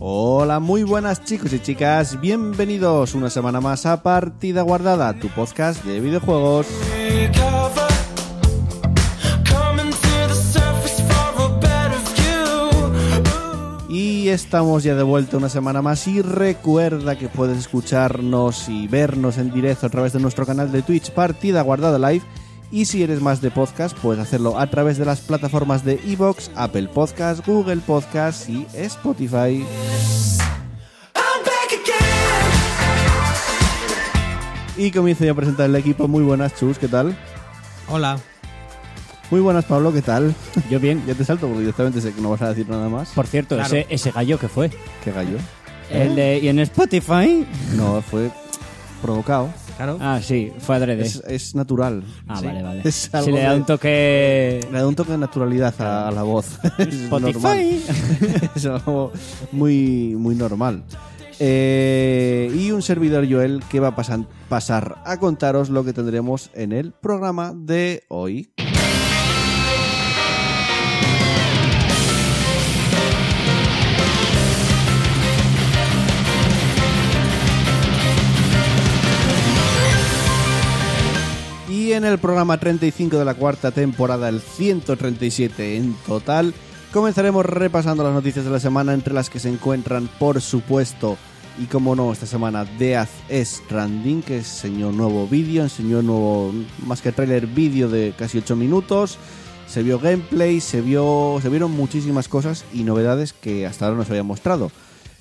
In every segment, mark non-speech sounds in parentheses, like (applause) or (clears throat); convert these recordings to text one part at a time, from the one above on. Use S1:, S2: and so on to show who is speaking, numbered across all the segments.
S1: Hola, muy buenas chicos y chicas, bienvenidos una semana más a Partida Guardada, tu podcast de videojuegos. Y estamos ya de vuelta una semana más y recuerda que puedes escucharnos y vernos en directo a través de nuestro canal de Twitch Partida Guardada Live. Y si eres más de podcast, puedes hacerlo a través de las plataformas de Evox, Apple Podcast, Google Podcast y Spotify. Y comienzo yo a presentar el equipo. Muy buenas, Chus, ¿qué tal?
S2: Hola.
S1: Muy buenas, Pablo, ¿qué tal?
S3: Yo bien.
S1: Ya te salto porque directamente sé que no vas a decir nada más.
S3: Por cierto,
S2: Claro. ¿Eh?
S3: ese, ese gallo que fue.
S1: ¿Qué gallo?
S3: El de, y en Spotify.
S1: No, fue provocado.
S2: Claro.
S3: Ah, sí, fue adrede.
S1: Es, es natural.
S3: ah,
S1: Sí.
S3: vale, vale.
S1: (laughs) Es
S3: si
S1: algo
S3: le da
S1: de-
S3: un toque.
S1: Le da un toque de naturalidad a, a la voz. (laughs) Es normal. (laughs)
S3: Spotify.
S1: es algo muy, muy normal. Eh, y un servidor Joel que va a pasan- pasar a contaros lo que tendremos en el programa de hoy. Y en el programa 35 de la cuarta temporada, el 137 en total, comenzaremos repasando las noticias de la semana entre las que se encuentran, por supuesto, y como no, esta semana Death Stranding, que enseñó nuevo vídeo, enseñó nuevo, más que trailer, vídeo de casi 8 minutos. Se vio gameplay, se, vio, se vieron muchísimas cosas y novedades que hasta ahora no se habían mostrado.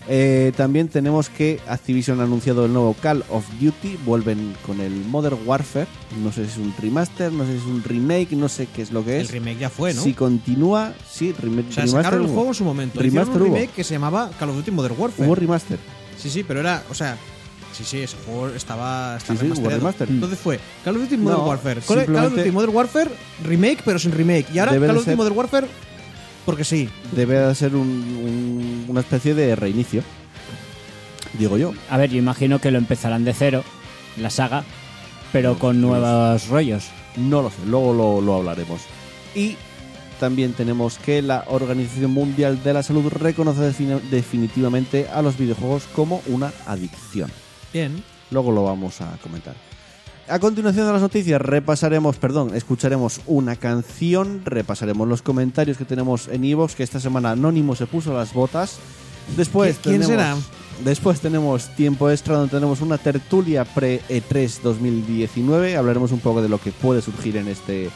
S1: Eh, también tenemos que Activision ha anunciado el nuevo Call of Duty. Vuelven con el Modern Warfare. No sé si es un remaster, no sé si es un remake, no sé qué es lo que
S2: El
S1: es.
S2: remake ya fue, ¿no?
S1: Si continúa, sí, remake.
S2: o sea,
S1: remaster
S2: sacaron el
S1: hubo.
S2: juego en su momento. Hicieron
S1: Remaster
S2: un
S1: hubo.
S2: remake que se llamaba Call of Duty Modern Warfare.
S1: Hubo remaster.
S2: Sí, sí, pero era, o sea, sí, sí, ese juego estaba,
S1: Sí,
S2: estaba
S1: sí, hubo
S2: remastereado.
S1: remaster.
S2: Entonces fue Call of Duty Modern
S1: No,
S2: Warfare. Call- Call of
S1: simplemente-
S2: Duty Modern Warfare remake, pero sin remake. Y ahora
S1: Debe de
S2: Call of Duty
S1: ser-
S2: Modern Warfare porque sí.
S1: Debe de ser un- un- una especie de reinicio. Digo yo.
S3: A ver, yo imagino que lo empezarán de cero, la saga, pero con nuevos rollos.
S1: No lo sé, luego lo, lo hablaremos. Y también tenemos que la Organización Mundial de la Salud reconoce defini- definitivamente a los videojuegos como una adicción.
S2: Bien.
S1: Luego lo vamos a comentar. A continuación de las noticias repasaremos, perdón, escucharemos una canción, repasaremos los comentarios que tenemos en Evox, que esta semana Anónimo se puso las botas. Después
S2: ¿Qui- quién
S1: tenemos,
S2: será?
S1: Después tenemos tiempo extra donde tenemos una tertulia E pre-E3 2019. Hablaremos un poco de lo que puede surgir en este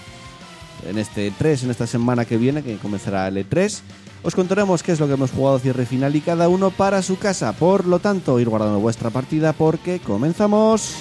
S1: en este E3, en esta semana que viene, que comenzará el E3. Os contaremos qué es lo que hemos jugado cierre final y cada uno para su casa. Por lo tanto, ir guardando vuestra partida porque comenzamos.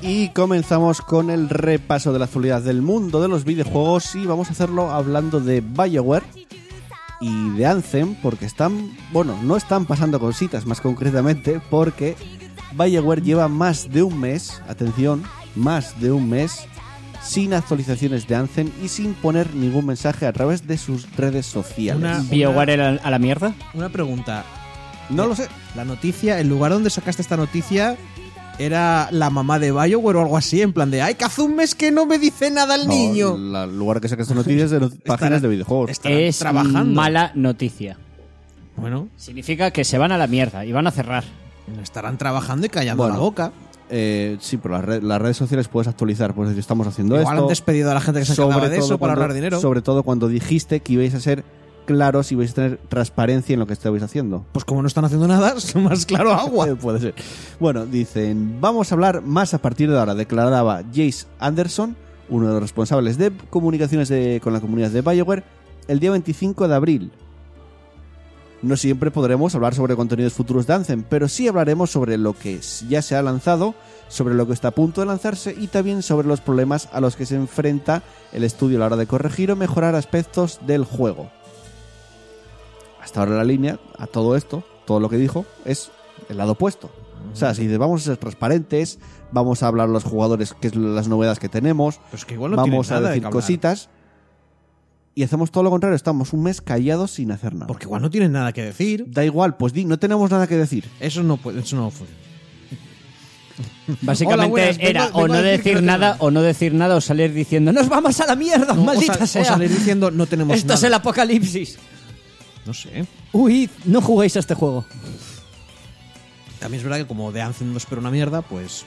S1: Y comenzamos con el repaso de la actualidad del mundo de los videojuegos y vamos a hacerlo hablando de BioWare y de Anthem porque están, bueno, no están pasando cositas más concretamente porque BioWare lleva más de un mes, atención, más de un mes sin actualizaciones de Anthem y sin poner ningún mensaje a través de sus redes sociales.
S2: Una-
S3: ¿Bioware a la- a la mierda?
S2: Una pregunta.
S1: No lo sé.
S2: La noticia, el lugar donde sacaste esta noticia era la mamá de Bioware o algo así, en plan de ¡Ay, que hace un mes que no me dice nada el
S1: No,
S2: niño!
S1: la- el lugar que sacas tus noticias de no- páginas de videojuegos.
S2: está- Estarán
S4: Es
S2: trabajando.
S4: mala noticia.
S2: Bueno,
S4: Significa que se van a la mierda y van a cerrar.
S2: estarán trabajando y callando
S1: Bueno,
S2: la boca.
S1: Eh, sí, pero las, red- las redes sociales puedes actualizar. Pues decir, estamos haciendo
S2: Igual
S1: esto.
S2: han despedido a la gente que se encargaba de eso para
S1: cuando-
S2: ahorrar dinero.
S1: Sobre todo cuando dijiste que ibais a ser claros y vais a tener transparencia en lo que estabais haciendo.
S2: Pues como no están haciendo nada, (laughs) es más claro agua.
S1: Eh, (laughs) puede ser. Bueno, dicen, vamos a hablar más a partir de ahora, declaraba Jace Anderson, uno de los responsables de comunicaciones de- con la comunidad de Bioware, el día 25 de abril. No siempre podremos hablar sobre contenidos futuros de Anthem, pero sí hablaremos sobre lo que s- ya se ha lanzado, sobre lo que está a punto de lanzarse y también sobre los problemas a los que se enfrenta el estudio a la hora de corregir o mejorar aspectos del juego. Hasta ahora la línea a todo esto, todo lo que dijo, es el lado opuesto. O sea, si dices, vamos a ser transparentes, vamos a hablar a los jugadores qué es las novedades que tenemos,
S2: Pues que igual no
S1: vamos
S2: tienen
S1: a
S2: nada de
S1: decir
S2: qué hablar.
S1: cositas y hacemos todo lo contrario, estamos un mes callados sin hacer nada.
S2: Porque igual no tienen nada que decir.
S1: Da igual, pues di, no tenemos nada que decir.
S2: Eso no puede, eso no funciona.
S4: Básicamente
S2: (laughs) Hola, buenas, vengo-
S4: era
S2: vengo
S4: o
S2: a
S4: no
S2: decir que
S4: decir
S2: no tengo
S4: nada
S2: nada.
S4: o no decir nada o salir diciendo nos vamos a la mierda,
S2: No,
S4: maldita
S2: o, sal-
S4: sea.
S2: o salir diciendo
S3: (laughs)
S2: no tenemos
S4: Esto es
S2: nada.
S4: el apocalipsis.
S2: No sé.
S4: Uy, no juguéis a este juego.
S2: También es verdad que como de Anthem no espero una mierda, pues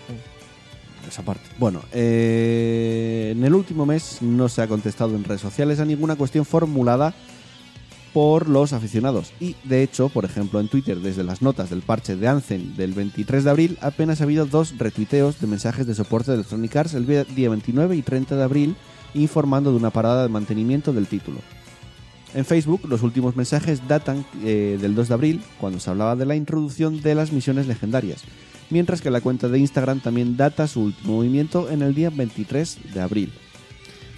S1: Esa parte. Bueno, eh, en el último mes no se ha contestado en redes sociales a ninguna cuestión formulada por los aficionados. Y de hecho, por ejemplo, en Twitter, desde las notas del parche de Anzen del 23 de abril, apenas ha habido dos retuiteos de mensajes de soporte de Electronic Arts el vi- día 29 y 30 de abril, informando de una parada de mantenimiento del título. En Facebook, los últimos mensajes datan eh, del 2 de abril, cuando se hablaba de la introducción de las misiones legendarias, mientras que la cuenta de Instagram también data su último movimiento en el día 23 de abril.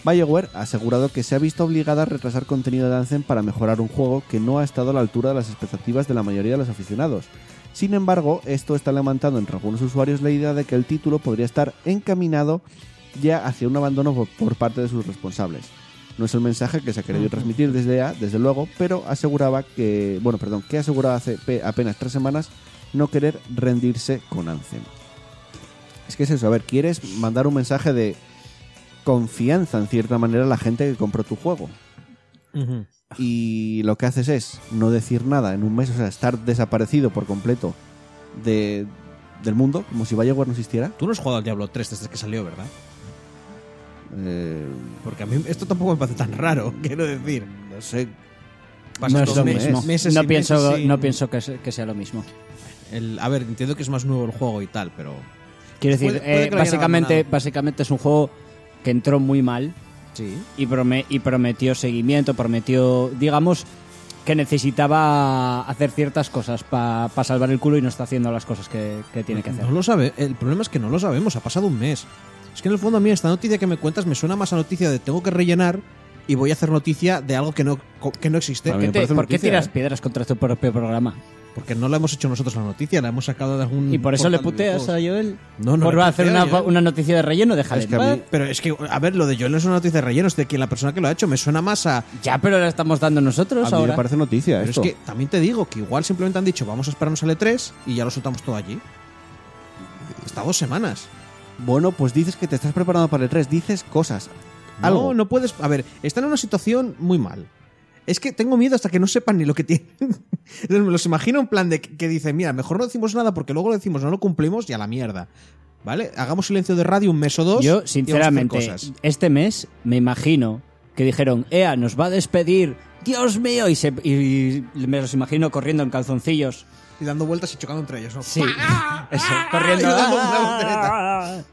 S1: BioWare ha asegurado que se ha visto obligada a retrasar contenido de Anthem para mejorar un juego que no ha estado a la altura de las expectativas de la mayoría de los aficionados. Sin embargo, esto está levantando entre algunos usuarios la idea de que el título podría estar encaminado ya hacia un abandono por- por parte de sus responsables. No es el mensaje que se ha querido transmitir desde EA, desde luego, pero aseguraba que, bueno, perdón, que aseguraba hace pe- apenas tres semanas no querer rendirse con Anthem. Es que es eso, a ver, quieres mandar un mensaje de confianza en cierta manera a la gente que compró tu juego. Y lo que haces es no decir nada en un mes, o sea, estar desaparecido por completo de, del mundo, como si Bioware no existiera.
S2: tú no has jugado al Diablo 3 desde que salió, ¿verdad?
S1: Eh,
S2: Porque a mí esto tampoco me parece tan raro, (laughs) quiero decir.
S1: no sé,
S2: Pasan
S4: no es
S2: dos
S4: lo
S2: meses-
S4: mismo.
S2: meses
S4: no,
S2: y
S4: pienso,
S2: meses sin-
S4: no pienso que, se- que sea lo mismo.
S2: El- a ver, entiendo que es más nuevo el juego y tal, pero.
S4: Quiero decir,
S2: Puede- puede
S4: eh,
S2: que lo hayan
S4: básicamente,
S2: abandonado.
S4: básicamente es un juego que entró muy mal
S2: Sí.
S4: y, prome- y prometió seguimiento, prometió, digamos, que necesitaba hacer ciertas cosas para salvar el culo y no está haciendo las cosas que, que tiene que hacer.
S2: No lo sabe. El problema es que no lo sabemos, ha pasado un mes. Es que en el fondo a mí esta noticia que me cuentas me suena más a noticia de tengo que rellenar y voy a hacer noticia de algo que no, que no existe.
S1: A
S4: ¿Por
S1: mí
S4: qué,
S1: me
S4: te-
S1: parece
S4: por qué
S1: noticia,
S4: tiras
S1: ¿eh?
S4: piedras contra tu propio programa?
S2: Porque no la hemos hecho nosotros la noticia, la hemos sacado de algún.
S4: ¿Y por eso le
S2: portal de
S4: puteas a
S2: videojuegos.
S4: Joel?
S2: No, no
S4: ¿Por
S2: le
S4: hacer
S2: puteo a
S4: una,
S2: Joel.
S4: una noticia de relleno? Déjale.
S1: Es que a
S4: en
S1: mí-
S4: paz.
S2: Pero es que, a ver, lo de Joel no es una noticia de relleno, es de que la persona que lo ha hecho me suena más a.
S4: Ya, pero la estamos dando nosotros
S1: a mí me
S4: ahora.
S1: parece noticia
S2: Pero
S1: esto.
S2: es que también te digo que igual simplemente han dicho vamos a esperarnos al E3 y ya lo soltamos todo allí. Hasta dos semanas.
S1: Bueno, pues dices que te estás preparando para el 3, dices cosas. Algo.
S2: No, no puedes. A ver, están en una situación muy mal. Es que tengo miedo hasta que no sepan ni lo que tienen. (laughs) Entonces me los imagino en plan de que, que dicen, mira, mejor no decimos nada porque luego lo decimos, no lo cumplimos y a la mierda. ¿Vale? Hagamos silencio de radio un mes o dos. y
S4: Yo,
S2: vamos a hacer
S4: sinceramente,
S2: cosas.
S4: este mes me imagino que dijeron, EA nos va a despedir, Dios mío, y, se- y me los imagino corriendo en calzoncillos.
S2: Y dando vueltas y chocando entre ellos, ¿no?
S4: Sí, (laughs)
S2: (laughs)
S4: eso, corriendo.
S2: Y dando una voltereta.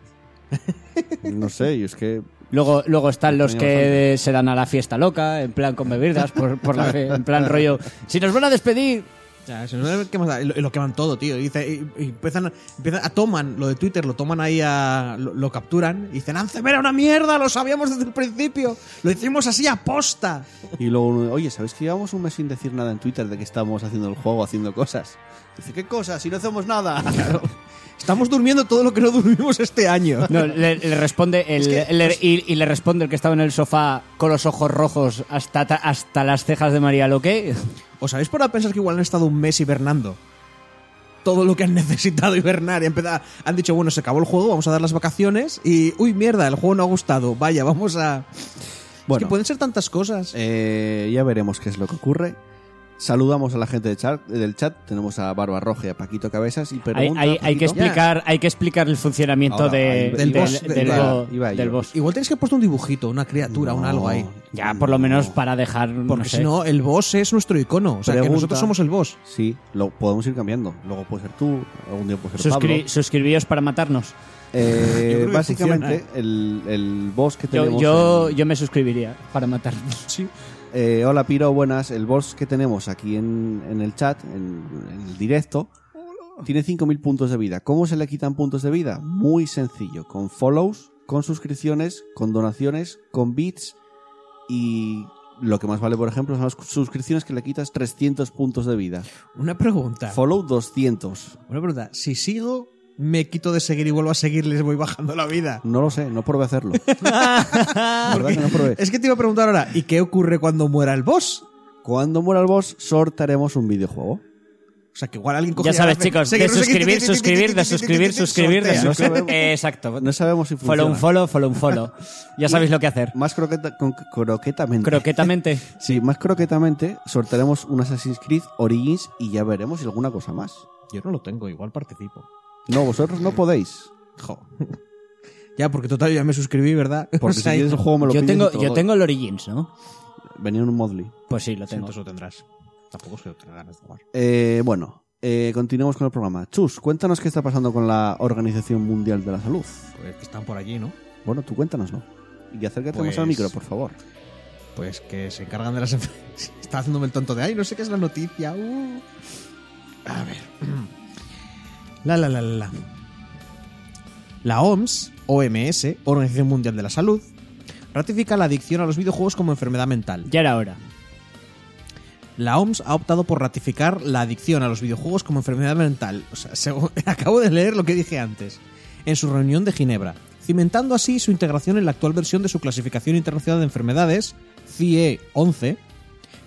S1: (laughs) No sé, y es que.
S4: Luego, luego están los
S1: Tenía
S4: que se dan a la fiesta loca, en plan con bebidas, por, por la fe, en plan rollo, si nos van a despedir,
S2: Ya, se nos da- ¿qué más da? Y lo, y lo queman todo, tío. Y, dice- y- y empiezan, empiezan a toman lo de Twitter, lo toman ahí a. lo, lo capturan y dicen, Anthem era una mierda, lo sabíamos desde el principio. Lo hicimos así a posta.
S1: Y luego, uno, oye, ¿sabéis que llevamos un mes sin decir nada en Twitter de que estamos haciendo el juego, haciendo cosas? Dice, ¿qué cosas? Si no hacemos nada.
S2: Estamos durmiendo todo lo que no (laughs) dormimos este año.
S4: No, le, le responde el, le- y, y le responde el que estaba en el sofá con los ojos rojos hasta, ta- hasta las cejas de María Loque.
S2: ¿Os habéis por pensar que igual han estado un mes hibernando? todo lo que han (laughs) necesitado hibernar y han, empezado- han dicho, bueno, se acabó el juego, vamos a dar las vacaciones y, uy, mierda, el juego no ha gustado, vaya, vamos a... es
S1: Bueno.
S2: que pueden ser tantas cosas.
S1: Eh, ya veremos qué es lo que ocurre. Saludamos a la gente del chat. Del chat. Tenemos a Barba Roja y a Paquito Cabezas. Y
S3: Hay,
S1: pregunta,
S3: hay- hay que
S1: Paquito.
S3: explicar, hay que explicar el funcionamiento
S1: Ahora,
S3: de-
S1: ahí-
S3: del,
S2: del
S3: del-
S2: boss, del-
S3: del
S1: iba-
S3: bo-
S1: iba yo.
S3: del boss.
S2: Igual tienes que haber puesto un dibujito, una criatura, un
S1: No,
S2: algo ahí.
S3: Ya, por lo menos para dejar. no
S2: Porque
S3: sé.
S2: si no, el boss es nuestro icono. O sea, que
S1: Pregunta.
S2: nosotros somos el boss.
S1: Sí, lo podemos ir cambiando. Luego puede ser tú, algún día puede ser
S3: Suscri-
S1: Pablo.
S3: suscribíos para matarnos.
S1: Eh,
S2: Yo creo que
S1: básicamente, el, el boss que
S3: ¿eh? Yo,
S1: tenemos.
S3: yo,
S1: en-
S3: yo me suscribiría para
S1: (laughs)
S3: matarnos.
S2: Sí.
S1: Eh, hola, Piro, buenas. El boss que tenemos aquí en, en el chat, en, en el directo, tiene 5.000 puntos de vida. ¿Cómo se le quitan puntos de vida? Muy sencillo. Con follows, con suscripciones, con donaciones, con bits y lo que más vale, por ejemplo, son las suscripciones que le quitas 300 puntos de vida.
S2: Una pregunta.
S1: Follow 200.
S2: Una pregunta. Si sigo, me quito de seguir y vuelvo a seguir, les voy bajando la vida.
S1: No lo sé, no probé hacerlo. ¿Verdad que no
S2: (laughs)
S1: probé?
S2: Es que te iba a preguntar ahora, ¿y qué ocurre cuando muera el boss?
S1: Cuando muera el boss, sortaremos un videojuego.
S2: O sea, que igual alguien coge
S3: Ya sabes, chicos, de suscribir, suscribir, de suscribir, suscribir, de
S1: sortea.
S3: suscribir. Eh, (laughs) Exacto.
S1: No sabemos si funciona.
S3: Follow un follow, follow un follow. Ya sabéis lo que
S1: (laughs)
S3: hacer.
S1: Más croqueta, con, croquetamente.
S3: Croquetamente.
S1: Sí, más croquetamente sortearemos un Assassin's Creed Origins y ya veremos si alguna cosa más.
S2: Yo no lo tengo, igual participo.
S1: No, vosotros no podéis.
S2: Jo. (laughs) Ya, porque total, yo ya me suscribí, ¿verdad? (laughs)
S3: (laughs)
S1: Porque si quieres el juego me lo
S3: Yo
S1: pides y
S3: tengo,
S1: te lo
S3: yo
S1: doy.
S3: tengo el Origins, ¿no?
S1: Venía en un modly.
S3: Pues sí, lo tengo.
S2: lo tendrás. Tampoco es que lo tenga ganas de jugar.
S1: Eh, bueno, eh, continuemos con el programa. Chus, cuéntanos qué está pasando con la Organización Mundial de la Salud.
S2: Pues que están por allí, ¿no?
S1: Bueno, tú cuéntanoslo. Y acércate más
S2: Pues-
S1: al micro, por favor.
S2: Pues que se encargan de las (laughs) enfermedades. Está haciéndome el tonto de ay, no sé qué es la noticia. uh". A ver. (clears throat) La la la la la. La OMS, OMS, Organización Mundial de la Salud, ratifica la adicción a los videojuegos como enfermedad mental.
S3: Ya era hora.
S2: La OMS ha optado por ratificar la adicción a los videojuegos como enfermedad mental. O sea, según- (laughs) acabo de leer lo que dije antes. En su reunión de Ginebra, cimentando así su integración en la actual versión de su clasificación internacional de enfermedades, E CIE-11,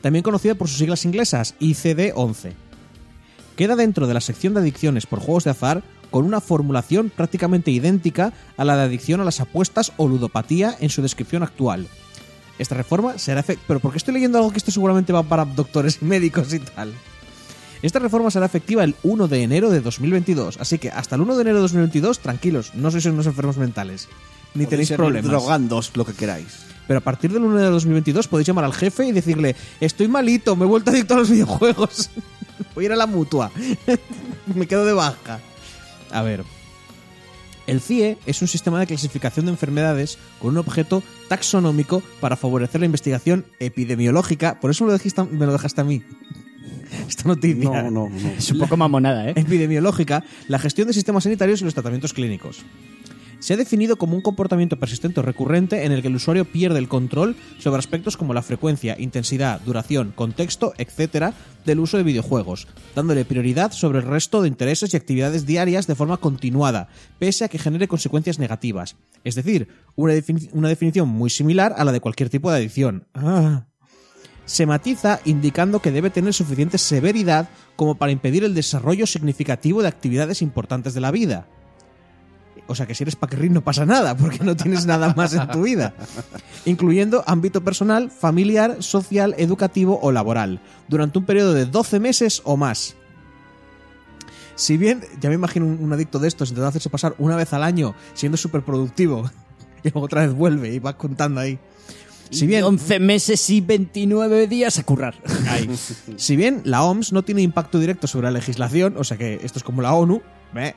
S2: también conocida por sus siglas inglesas, ICD-11. Queda dentro de la sección de adicciones por juegos de azar con una formulación prácticamente idéntica a la de adicción a las apuestas o ludopatía en su descripción actual, esta reforma será efe- Pero porque estoy leyendo algo que esto seguramente va para doctores y médicos y tal. Esta reforma será efectiva el 1 de enero de 2022. Así que hasta el 1 de enero de 2022, tranquilos, no sois unos enfermos mentales. Ni
S1: Podéis
S2: tenéis
S1: seguir
S2: problemas.
S1: Drogándoos lo que queráis.
S2: Pero a partir del 1 de 2022 podéis llamar al jefe y decirle, estoy malito, me he vuelto adicto a los videojuegos. (laughs) Voy a ir a la mutua. (laughs) me quedo de baja. A ver. El CIE es un sistema de clasificación de enfermedades con un objeto taxonómico para favorecer la investigación epidemiológica. Por eso me lo dijiste- me lo dejaste a mí. (laughs) Esta noticia
S1: No, no, no.
S3: Es un poco mamonada, ¿eh?
S2: epidemiológica, la gestión de sistemas sanitarios y los tratamientos clínicos. Se ha definido como un comportamiento persistente o recurrente en el que el usuario pierde el control sobre aspectos como la frecuencia, intensidad, duración, contexto, etc., del uso de videojuegos, dándole prioridad sobre el resto de intereses y actividades diarias de forma continuada, pese a que genere consecuencias negativas. Es decir, una, defini- una definición muy similar a la de cualquier tipo de adicción. Ah se matiza indicando que debe tener suficiente severidad como para impedir el desarrollo significativo de actividades importantes de la vida. O sea que si eres paquerrín no pasa nada, (laughs) porque no tienes nada más en tu vida. Incluyendo ámbito personal, familiar, social, educativo o laboral, durante un periodo de 12 meses o más. Si bien, ya me imagino un, un adicto de estos intentando hacerse pasar una vez al año siendo súper productivo, (laughs) y luego otra vez vuelve y va contando ahí. Si bien,
S3: 11 meses y 29 días a currar.
S2: Si bien la OMS no tiene impacto directo sobre la legislación, o sea que esto es como la ONU, meh,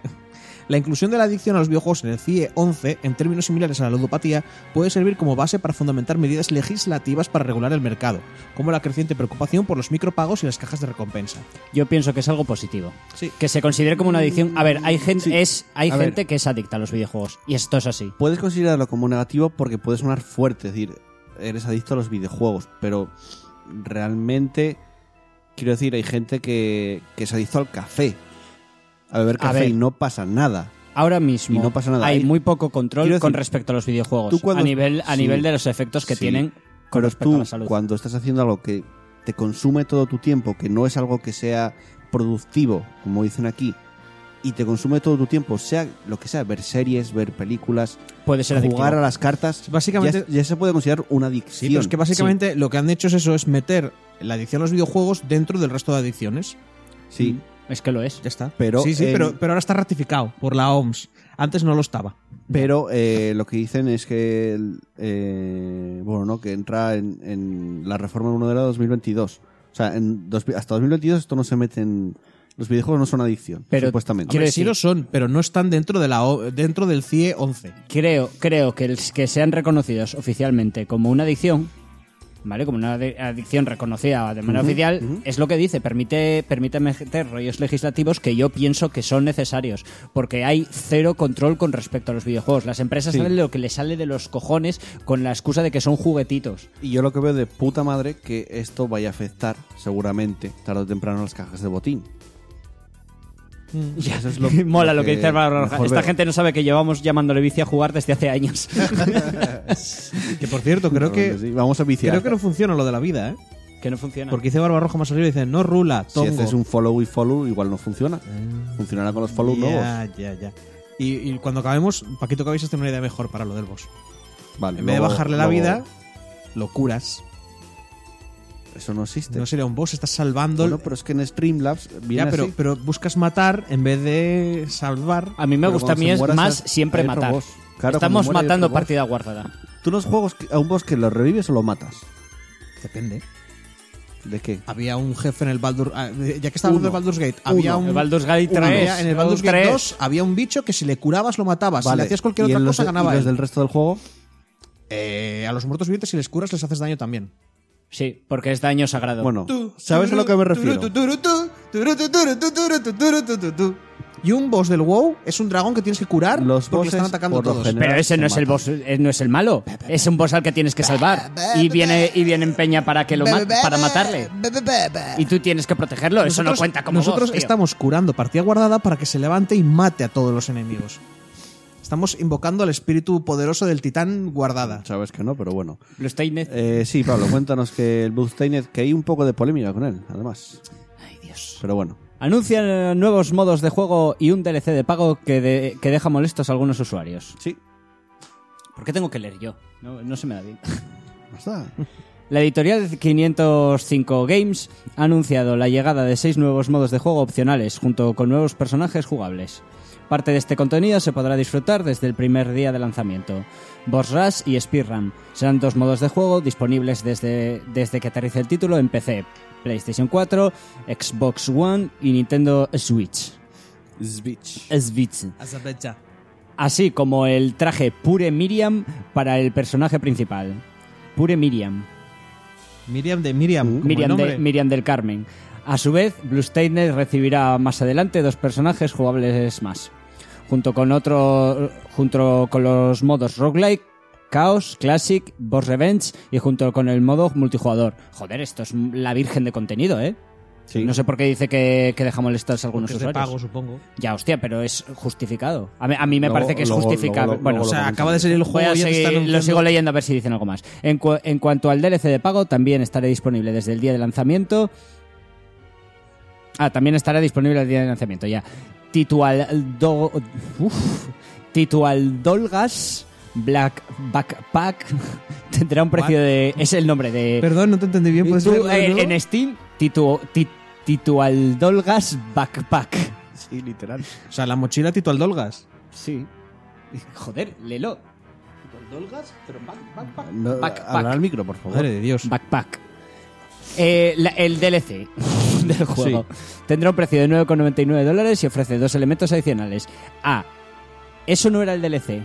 S2: la inclusión de la adicción a los videojuegos en el CIE 11, en términos similares a la ludopatía, puede servir como base para fundamentar medidas legislativas para regular el mercado, como la creciente preocupación por los micropagos y las cajas de recompensa.
S3: Yo pienso que es algo positivo.
S2: Sí.
S3: Que se considere como una adicción. A ver, hay gente,
S1: Sí.
S3: es, hay
S1: A ver.
S3: gente que es adicta a los videojuegos. Y esto es así.
S1: Puedes considerarlo como negativo porque puede sonar fuerte, es decir, eres adicto a los videojuegos, pero realmente, quiero decir, hay gente que, que es adicto al café, a beber
S3: A
S1: café
S3: ver.
S1: y no pasa nada.
S3: Ahora mismo
S1: Y no pasa nada.
S3: hay
S1: Y-
S3: muy poco control
S1: quiero decir,
S3: con respecto a los videojuegos.
S1: tú cuando-
S3: a nivel, a
S1: sí.
S3: nivel de los efectos que
S1: Sí.
S3: tienen con
S1: Pero
S3: respecto a
S1: tú,
S3: la salud.
S1: cuando estás haciendo algo que te consume todo tu tiempo, que no es algo que sea productivo, como dicen aquí, y te consume todo tu tiempo, sea lo que sea, ver series, ver películas,
S4: Puede ser adictivo.
S1: jugar a las cartas.
S2: Básicamente-
S1: ya, ya se puede considerar una adicción.
S2: Sí, pero es que básicamente lo que han hecho es eso, es meter la adicción a los videojuegos dentro del resto de adicciones.
S1: Sí.
S4: Es que lo es.
S2: Ya está.
S1: Pero,
S2: sí, sí,
S1: eh,
S2: pero, pero ahora está ratificado por la OMS. Antes no lo estaba.
S1: Pero eh, lo que dicen es que, el, eh, bueno, ¿no? que entra en, en la reforma 1 de la 2022. O sea, en dos- hasta 2022 esto no se mete en... Los videojuegos no son adicción,
S4: Pero-
S1: supuestamente.
S4: Quiero
S2: Hombre, sí
S4: decir-
S2: lo son, pero no están dentro, de la O- dentro del E CIE 11.
S4: Creo, creo que el- que sean reconocidos oficialmente como una adicción, ¿vale? Como una adi- adicción reconocida de manera oficial, es lo que dice, permite, permite meter rollos legislativos que yo pienso que son necesarios, porque hay cero control con respecto a los videojuegos. Las empresas
S1: Sí.
S4: saben lo que les sale de los cojones con la excusa de que
S1: (laughs)
S4: son juguetitos.
S1: Y yo lo que veo de puta madre que esto vaya a afectar seguramente tarde o temprano a las cajas de botín.
S4: Ya,
S1: Eso es lo-
S4: (laughs) Mola
S1: lo
S4: lo que,
S1: que
S4: dice Álvaro Roja.
S1: mejor
S4: Esta
S1: veo.
S4: gente no sabe que llevamos llamándole vicio a jugar desde
S1: (laughs)
S4: hace años. (laughs)
S2: Que por cierto, creo que,
S1: Sí, vamos a viciar.
S2: creo que no funciona lo de la vida, ¿eh?
S4: que no funciona.
S2: Porque dice Barba Roja más arriba y dice, no rula,
S1: si
S2: tongo.
S1: haces un follow y follow igual no funciona. Funcionará con los follow nuevos.
S2: ya, ya, ya. Y, y cuando acabemos, Paquito Cabezas tiene una idea mejor para lo del boss.
S1: Vale,
S2: En vez de
S1: luego-
S2: bajarle la
S1: luego-
S2: vida, lo curas.
S1: Eso no existe.
S2: No sería un boss, estás salvando.
S1: Bueno, pero es que en Streamlabs viene
S2: ya, pero,
S1: así. Ah,
S2: pero buscas matar en vez de salvar.
S4: a mí me
S1: Pero
S4: gusta a
S1: cuando
S4: mí
S1: se
S4: es
S1: muera,
S4: más
S1: sal-
S4: siempre
S1: hay otro
S4: matar.
S1: boss. Claro, cuando
S4: Estamos
S1: muere hay
S4: partida
S1: otro boss.
S4: partida guardada.
S1: ¿Tú los juegos que- a un boss que lo revives o lo matas?
S2: Depende.
S1: ¿De qué?
S2: Había un jefe en el Baldur. ah, Ya que estaba hablando de Baldur's Gate, había un.
S4: El Baldur's Gate
S2: Uno.
S4: 3.
S2: Había- en el Baldur's Gate
S4: Tres.
S2: 2 había un bicho que si le curabas lo matabas. Si
S1: Vale,
S2: le hacías cualquier
S1: ¿y
S2: otra
S1: en los
S2: cosa,
S1: de-
S2: ganaba
S1: ¿Y los
S2: él.
S1: del resto del juego?
S2: Eh, a los muertos vivientes, si les curas, les haces daño también.
S4: Sí, porque es daño sagrado.
S1: Bueno, ¿sabes a lo que me refiero?
S2: Y un boss del WoW es un dragón que tienes que curar
S1: Los
S2: porque le están
S1: bosses,
S2: atacando
S1: por lo
S2: todos.
S1: general-
S4: pero ese
S1: se
S4: no es el
S1: matan.
S4: boss, eh, no es el malo. Es un boss al que tienes que salvar. Y viene y viene en peña para que lo ma- para matarle. Y tú tienes que protegerlo. Eso no
S2: Nosotros-
S4: cuenta como
S2: Nosotros
S4: boss, tío.
S2: estamos curando partida guardada para que se levante y mate a todos los enemigos. Estamos invocando al espíritu poderoso del titán guardada.
S1: Ah, Sabes que no, pero bueno.
S4: Lo está Inés.
S1: Eh, sí, Pablo, cuéntanos que el Bloodstained, que hay un poco de polémica con él, además.
S4: Ay, Dios.
S1: Pero bueno.
S4: Anuncian eh, nuevos modos de juego y un DLC de pago que, de- que deja molestos a algunos usuarios.
S1: Sí.
S4: ¿Por qué tengo que leer yo? No, no se me da bien.
S1: Basta.
S4: La editorial 505 Games ha anunciado la llegada de seis nuevos modos de juego opcionales, junto con nuevos personajes jugables. Parte de este contenido se podrá disfrutar desde el primer día de lanzamiento. Boss Rush y Speedrun serán dos modos de juego disponibles desde, desde que aterrice el título en PC, PlayStation 4, Xbox One y Nintendo Switch.
S1: Switch.
S4: Switch así como el traje Pure Miriam para el personaje principal. Pure Miriam.
S2: Miriam de Miriam. como el
S4: Miriam,
S2: nombre.
S4: de- Miriam del Carmen. A su vez, Bluestainer recibirá más adelante dos personajes jugables más, junto con otro, junto con los modos roguelike, Chaos, Classic, Boss Revenge y junto con el modo multijugador. Joder, esto es la virgen de contenido, ¿eh?
S1: Sí.
S4: No sé por qué dice que, que deja molestarse a algunos
S2: Porque es de
S4: usuarios.
S2: pago, supongo.
S4: Ya, hostia, pero es justificado. A mí, a mí me
S1: Luego-
S4: parece que es
S1: luego-
S4: justificable.
S1: luego-
S4: bueno,
S1: luego
S2: O sea,
S1: comentamos.
S2: acaba de salir el
S4: Voy
S2: juego
S4: a
S2: y ya te
S4: seguir-
S2: están
S4: lo
S2: anunciando-
S4: sigo leyendo a ver si dicen algo más. En, cu- en cuanto al DLC de pago, también estará disponible desde el día de lanzamiento. Ah, también estará disponible el día de lanzamiento, ya. Titual do, uf. Titual Dolgas Black Backpack (laughs) tendrá un precio
S2: What?
S4: de es el nombre de
S2: Perdón, no te entendí bien. ¿puedes
S4: Tú,
S2: leerlo de
S4: eh,
S2: nuevo?
S4: en Steam titu, ti- Titual Dolgas Backpack.
S1: Sí, literal.
S2: O sea, la mochila Tito Aldolgas.
S4: Sí. (laughs) Joder, lelo. Titual Dolgas, pero backpack.
S1: No,
S4: Backpack.
S1: habla al micro,
S4: Oh,
S1: por favor.
S2: Madre de Dios.
S4: Backpack. Eh, la- el DLC (laughs) del juego tendrá un precio de 9,99 dólares y ofrece dos elementos adicionales. A. Eso no era el DLC.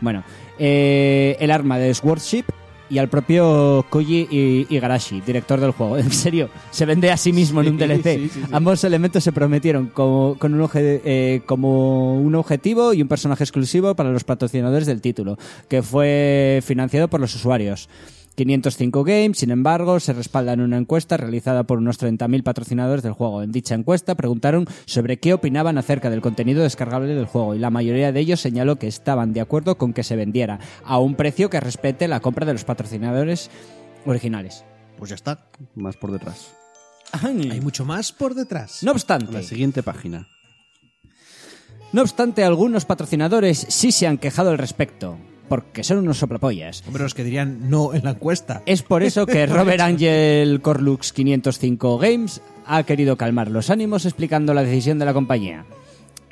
S4: Bueno, eh, el arma de Swordship y al propio Koji I- Igarashi, director del juego. (laughs) En serio, se vende a sí mismo en un DLC.
S1: sí, sí, sí.
S4: Ambos elementos se prometieron como, con un oje- eh, como un objetivo y un personaje exclusivo para los patrocinadores del título, que fue financiado por los usuarios. 505 Games, sin embargo, se respalda en una encuesta realizada por unos 30.000 patrocinadores del juego. En dicha encuesta preguntaron sobre qué opinaban acerca del contenido descargable del juego y la mayoría de ellos señaló que estaban de acuerdo con que se vendiera a un precio que respete la compra de los patrocinadores originales.
S2: Pues ya está.
S1: Más por detrás.
S2: Hay mucho más por detrás.
S4: No obstante,
S1: La siguiente página.
S4: No obstante, algunos patrocinadores sí se han quejado al respecto, porque son unos soplapollas.
S2: Hombre, los que dirían no en la encuesta.
S4: Es por eso que Robert Angel Corlux 505 Games ha querido calmar los ánimos explicando la decisión de la compañía.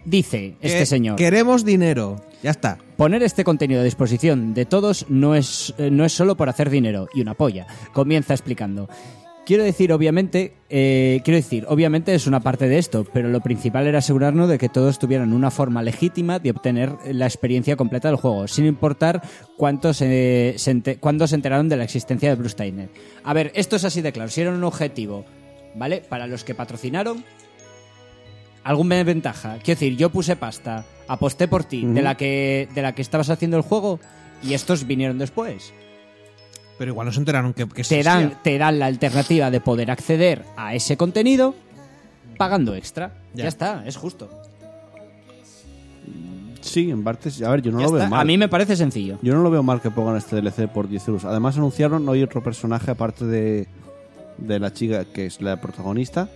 S4: Dice este
S2: Eh, Que-
S4: señor.
S2: Queremos dinero. Ya está.
S4: Poner este contenido a disposición de todos no es, eh, no es solo por hacer dinero y una polla. Comienza explicando. Quiero decir, obviamente, eh, quiero decir, obviamente es una parte de esto, pero lo principal era asegurarnos de que todos tuvieran una forma legítima de obtener la experiencia completa del juego, sin importar cuánto se, se ente- cuándo se enteraron de la existencia de Bruce Tyner. A ver, esto es así de claro, si era un objetivo, ¿vale? Para los que patrocinaron, alguna ventaja. Quiero decir, yo puse pasta, aposté por ti, de la que de la que estabas haciendo el juego y estos vinieron después.
S2: Pero igual no se enteraron que, que
S4: Te dan,
S2: existía.
S4: te dan la alternativa de poder acceder a ese contenido pagando extra. Ya,
S2: Ya.
S4: está, es justo.
S1: Sí, en parte. sí. A ver, yo no
S4: Ya
S1: lo veo
S4: está.
S1: mal.
S4: A mí me parece sencillo.
S1: Yo no lo veo mal que pongan este DLC por 10 euros. Además, anunciaron no hay otro personaje aparte de, de la chica que es la protagonista.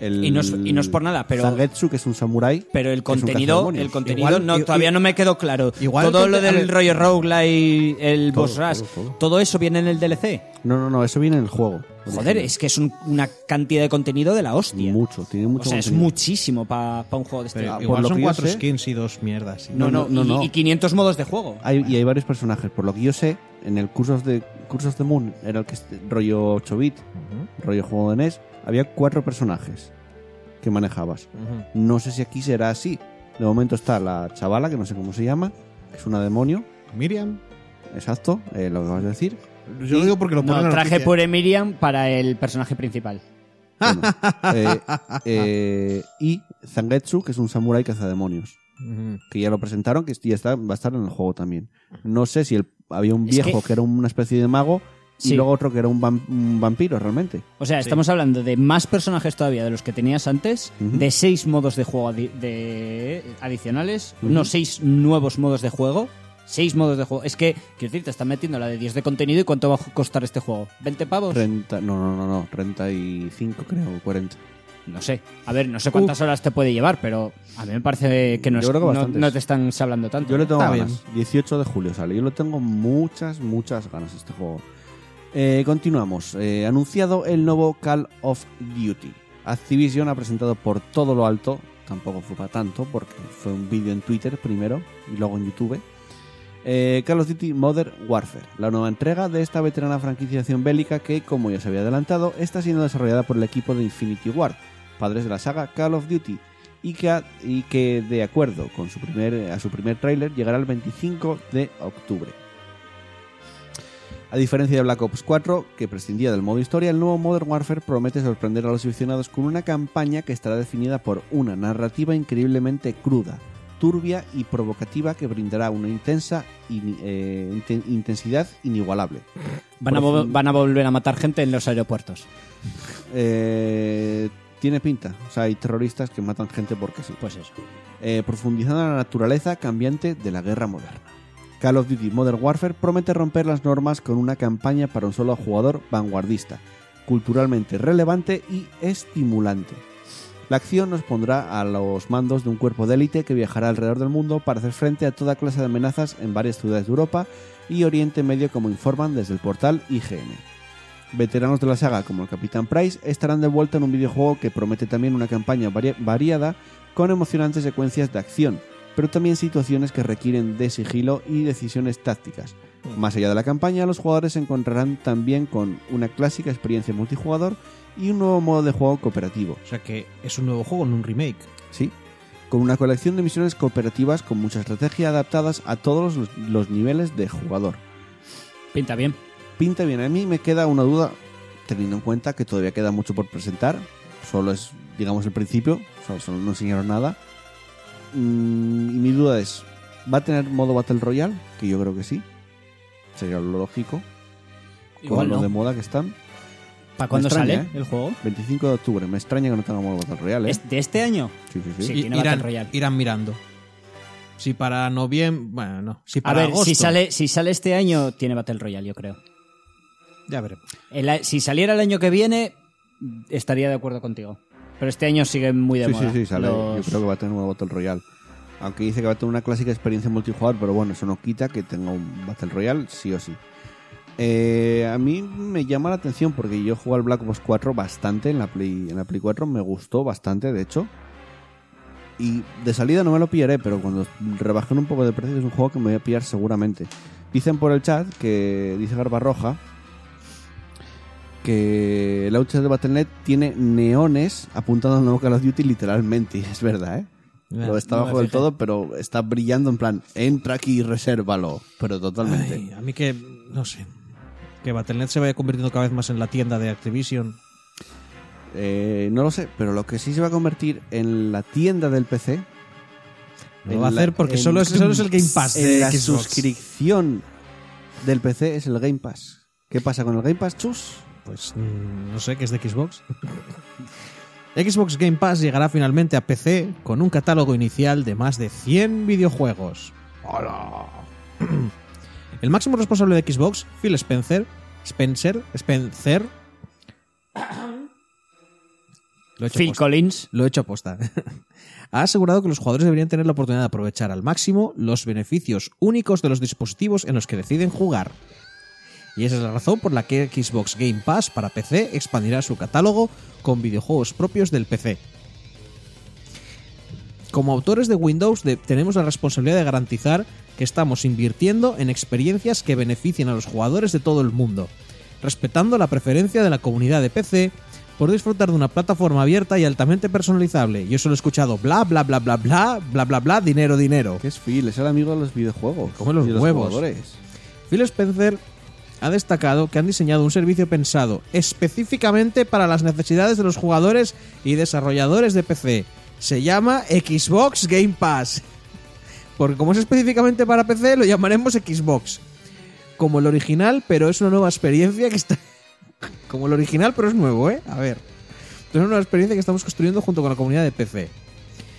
S1: El,
S4: Y no es- y no es por nada, pero-
S1: Zangetsu, que es un samurái.
S4: Pero el
S1: que es un
S4: contenido,
S1: cazademonios.
S4: el contenido
S2: Igual-
S4: no,
S2: i-
S4: todavía
S2: i-
S4: no me quedó claro.
S2: Igual el
S4: todo
S2: conte-
S4: lo
S2: a
S4: del
S2: ver.
S4: rollo roguelike, el boss
S1: todo,
S4: rush,
S1: todo.
S4: todo eso viene en el DLC.
S1: No, no, no, eso viene en el juego.
S4: Joder, es que es un- una cantidad de contenido de la hostia.
S1: Pues Mucho, tiene mucho
S4: o sea, es
S1: contenido.
S4: muchísimo para un juego de este
S2: Pero
S1: Ah, por
S2: igual
S1: lo que
S2: son
S1: yo
S2: cuatro
S1: sé-
S2: skins y dos mierdas.
S4: No, no,
S1: No, no,
S4: y,
S1: no.
S4: y 500 modos de juego.
S1: Hay- y hay varios personajes. Por lo que yo sé, en el Cursos de Cursos de Moon era el que es rollo 8 bit, rollo juego de NES, había cuatro personajes que manejabas. No sé si aquí será así. De momento está la chavala que no sé cómo se llama, es una demonio,
S2: Miriam.
S1: exacto, eh, lo que vas a decir.
S2: Yo lo digo porque lo ponen
S4: No,
S2: en la
S4: traje
S2: noticia.
S4: por Miriam para el personaje principal.
S1: Bueno, eh, eh, y Zangetsu, que es un samurái cazademonios,
S2: Ujú.
S1: que ya lo presentaron, que ya está, va a estar en el juego también. No sé si el- había un
S4: Es que-
S1: viejo que... era una especie de mago y
S4: Sí.
S1: luego otro que era un, vam- un vampiro realmente.
S4: O sea, estamos hablando de más personajes todavía de los que tenías antes,
S1: Ujú.
S4: de seis modos de juego adi- de- adicionales,
S1: Ujú.
S4: no seis nuevos modos de juego. Seis modos de juego. Es que, quiero decir, te están metiendo la de 10 de contenido y cuánto va a costar este juego. ¿20 pavos?
S1: 30, no, no, no, no, 35 creo, 40.
S4: No sé. A ver, no sé cuántas horas te puede llevar, pero a mí me parece que no,
S1: Yo
S4: es-
S1: creo que
S4: no-
S1: bastantes.
S4: no te están hablando tanto.
S1: Yo le tengo
S2: Está
S1: ganas. 18 de julio sale. Yo le tengo muchas, muchas ganas a este juego. Eh, continuamos. Eh, anunciado el nuevo Call of Duty. Activision ha presentado por todo lo alto, tampoco fue para tanto, porque fue un vídeo en Twitter primero y luego en YouTube. Eh, Call of Duty Modern Warfare, la nueva entrega de esta veterana franquiciación bélica que, como ya se había adelantado, está siendo desarrollada por el equipo de Infinity Ward, padres de la saga Call of Duty, y que, ha- y que, de acuerdo con su primer, a su primer tráiler llegará el 25 de octubre. A diferencia de Black Ops 4, que prescindía del modo historia, el nuevo Modern Warfare promete sorprender a los aficionados con una campaña que estará definida por una narrativa increíblemente cruda, turbia y provocativa que brindará una intensa in- eh, inten- intensidad inigualable.
S4: Van a,
S1: Por
S4: vo-
S1: fin.
S4: van a volver a matar gente en los aeropuertos.
S1: Eh, tiene pinta, o sea, hay terroristas que matan gente porque sí.
S4: Pues eso.
S1: eh, profundizando en la naturaleza cambiante de la guerra moderna. Call of Duty Modern Warfare promete romper las normas con una campaña para un solo jugador vanguardista, culturalmente relevante y estimulante. La acción nos pondrá a los mandos de un cuerpo de élite que viajará alrededor del mundo para hacer frente a toda clase de amenazas en varias ciudades de Europa y Oriente Medio como informan desde el portal IGN. Veteranos de la saga como el Capitán Price estarán de vuelta en un videojuego que promete también una campaña varia- variada con emocionantes secuencias de acción, pero también situaciones que requieren de sigilo y decisiones tácticas. Más allá de la campaña, los jugadores se encontrarán también con una clásica experiencia multijugador y un nuevo modo de juego cooperativo.
S2: O sea que es un nuevo juego, no un remake.
S1: Sí. Con una colección de misiones cooperativas con mucha estrategia adaptadas a todos los, los niveles de jugador.
S4: Pinta bien.
S1: Pinta bien, a mí me queda una duda, teniendo en cuenta que todavía queda mucho por presentar. Solo es, digamos, el principio, o sea, solo no enseñaron nada. Mm, y mi duda es, ¿va a tener modo Battle Royale? Que yo creo que sí. Sería lo lógico.
S4: Igual
S1: con lo de
S4: no.
S1: moda que están.
S4: ¿Para cuándo
S1: extraña,
S4: sale
S1: ¿eh?
S4: el juego?
S1: 25 de octubre. Me extraña que no tenga modo Battle Royale. ¿eh?
S4: ¿Es ¿De este año?
S1: Sí, sí, sí.
S4: Sí.
S2: I-
S4: tiene Battle
S2: irán,
S4: Royale.
S2: irán mirando. Si para noviembre. Bueno, no. Si
S4: A
S2: para
S4: ver,
S2: agosto,
S4: si sale si sale este año, tiene Battle Royale, yo creo.
S2: Ya veremos.
S4: El a- si saliera el año que viene, estaría de acuerdo contigo. Pero este año sigue muy de
S1: Sí,
S4: moda.
S1: sí, sí, sale.
S4: Los-
S1: Yo creo que va a tener modo Battle Royale. Aunque dice que va a tener una clásica experiencia multijugador, pero bueno, eso no quita que tenga un Battle Royale, sí o sí. Eh, a mí me llama la atención porque yo jugué al Black Ops 4 bastante en la Play, en la Play 4, me gustó bastante, de hecho. Y de salida no me lo pillaré, pero cuando rebajen un poco de precio es un juego que me voy a pillar seguramente. Dicen por el chat que dice Garba Roja que el outset de Battle.net tiene neones apuntando al nuevo Call of Duty literalmente, (laughs) y es verdad, ¿eh?
S2: Ya,
S1: lo está
S2: no me
S1: abajo del
S2: fijé.
S1: todo, pero está brillando en plan, entra aquí y resérvalo, pero totalmente.
S2: Ay, a mí que, no sé, que Battle.net se vaya convirtiendo cada vez más en la tienda de Activision.
S1: Eh, no lo sé, pero lo que sí se va a convertir en la tienda del PC.
S2: No
S1: en
S2: lo va a
S1: la-
S2: hacer porque
S1: en-
S2: solo, es, solo es el Game Pass de
S1: en la
S2: Xbox.
S1: suscripción del PC es el Game Pass. ¿Qué pasa con el Game Pass, chus?
S2: Pues mm, no sé, que es de Xbox. (laughs) Xbox Game Pass llegará finalmente a PC con un catálogo inicial de más de 100 videojuegos. (clears throat) El máximo responsable de Xbox, Phil Spencer, Spencer, Spencer. Lo he hecho
S3: Phil
S2: posta.
S3: Collins.
S2: Pues Lo he hecho aposta. (laughs) ha asegurado que los jugadores deberían tener la oportunidad de aprovechar al máximo los beneficios únicos de los dispositivos en los que deciden jugar. Y esa es la razón por la que Xbox Game Pass para PC expandirá su catálogo con videojuegos propios del PC. Como autores de Windows de- tenemos la responsabilidad de garantizar que estamos invirtiendo en experiencias que beneficien a los jugadores de todo el mundo, respetando la preferencia de la comunidad de PC por disfrutar de una plataforma abierta y altamente personalizable. Yo solo he escuchado bla bla bla bla bla bla bla bla dinero dinero.
S1: Que es Phil, es el amigo de los videojuegos.
S2: Come los
S1: y de
S2: huevos.
S1: jugadores.
S2: Phil Spencer ha destacado que han diseñado un servicio pensado específicamente para las necesidades de los jugadores y desarrolladores de PC. Se llama Xbox Game Pass. Porque como es específicamente para PC, lo llamaremos Xbox. Como el original, pero es una nueva experiencia que está... (laughs) Como el original, pero es nuevo, ¿eh? A ver. Es una nueva experiencia que estamos construyendo junto con la comunidad de PC.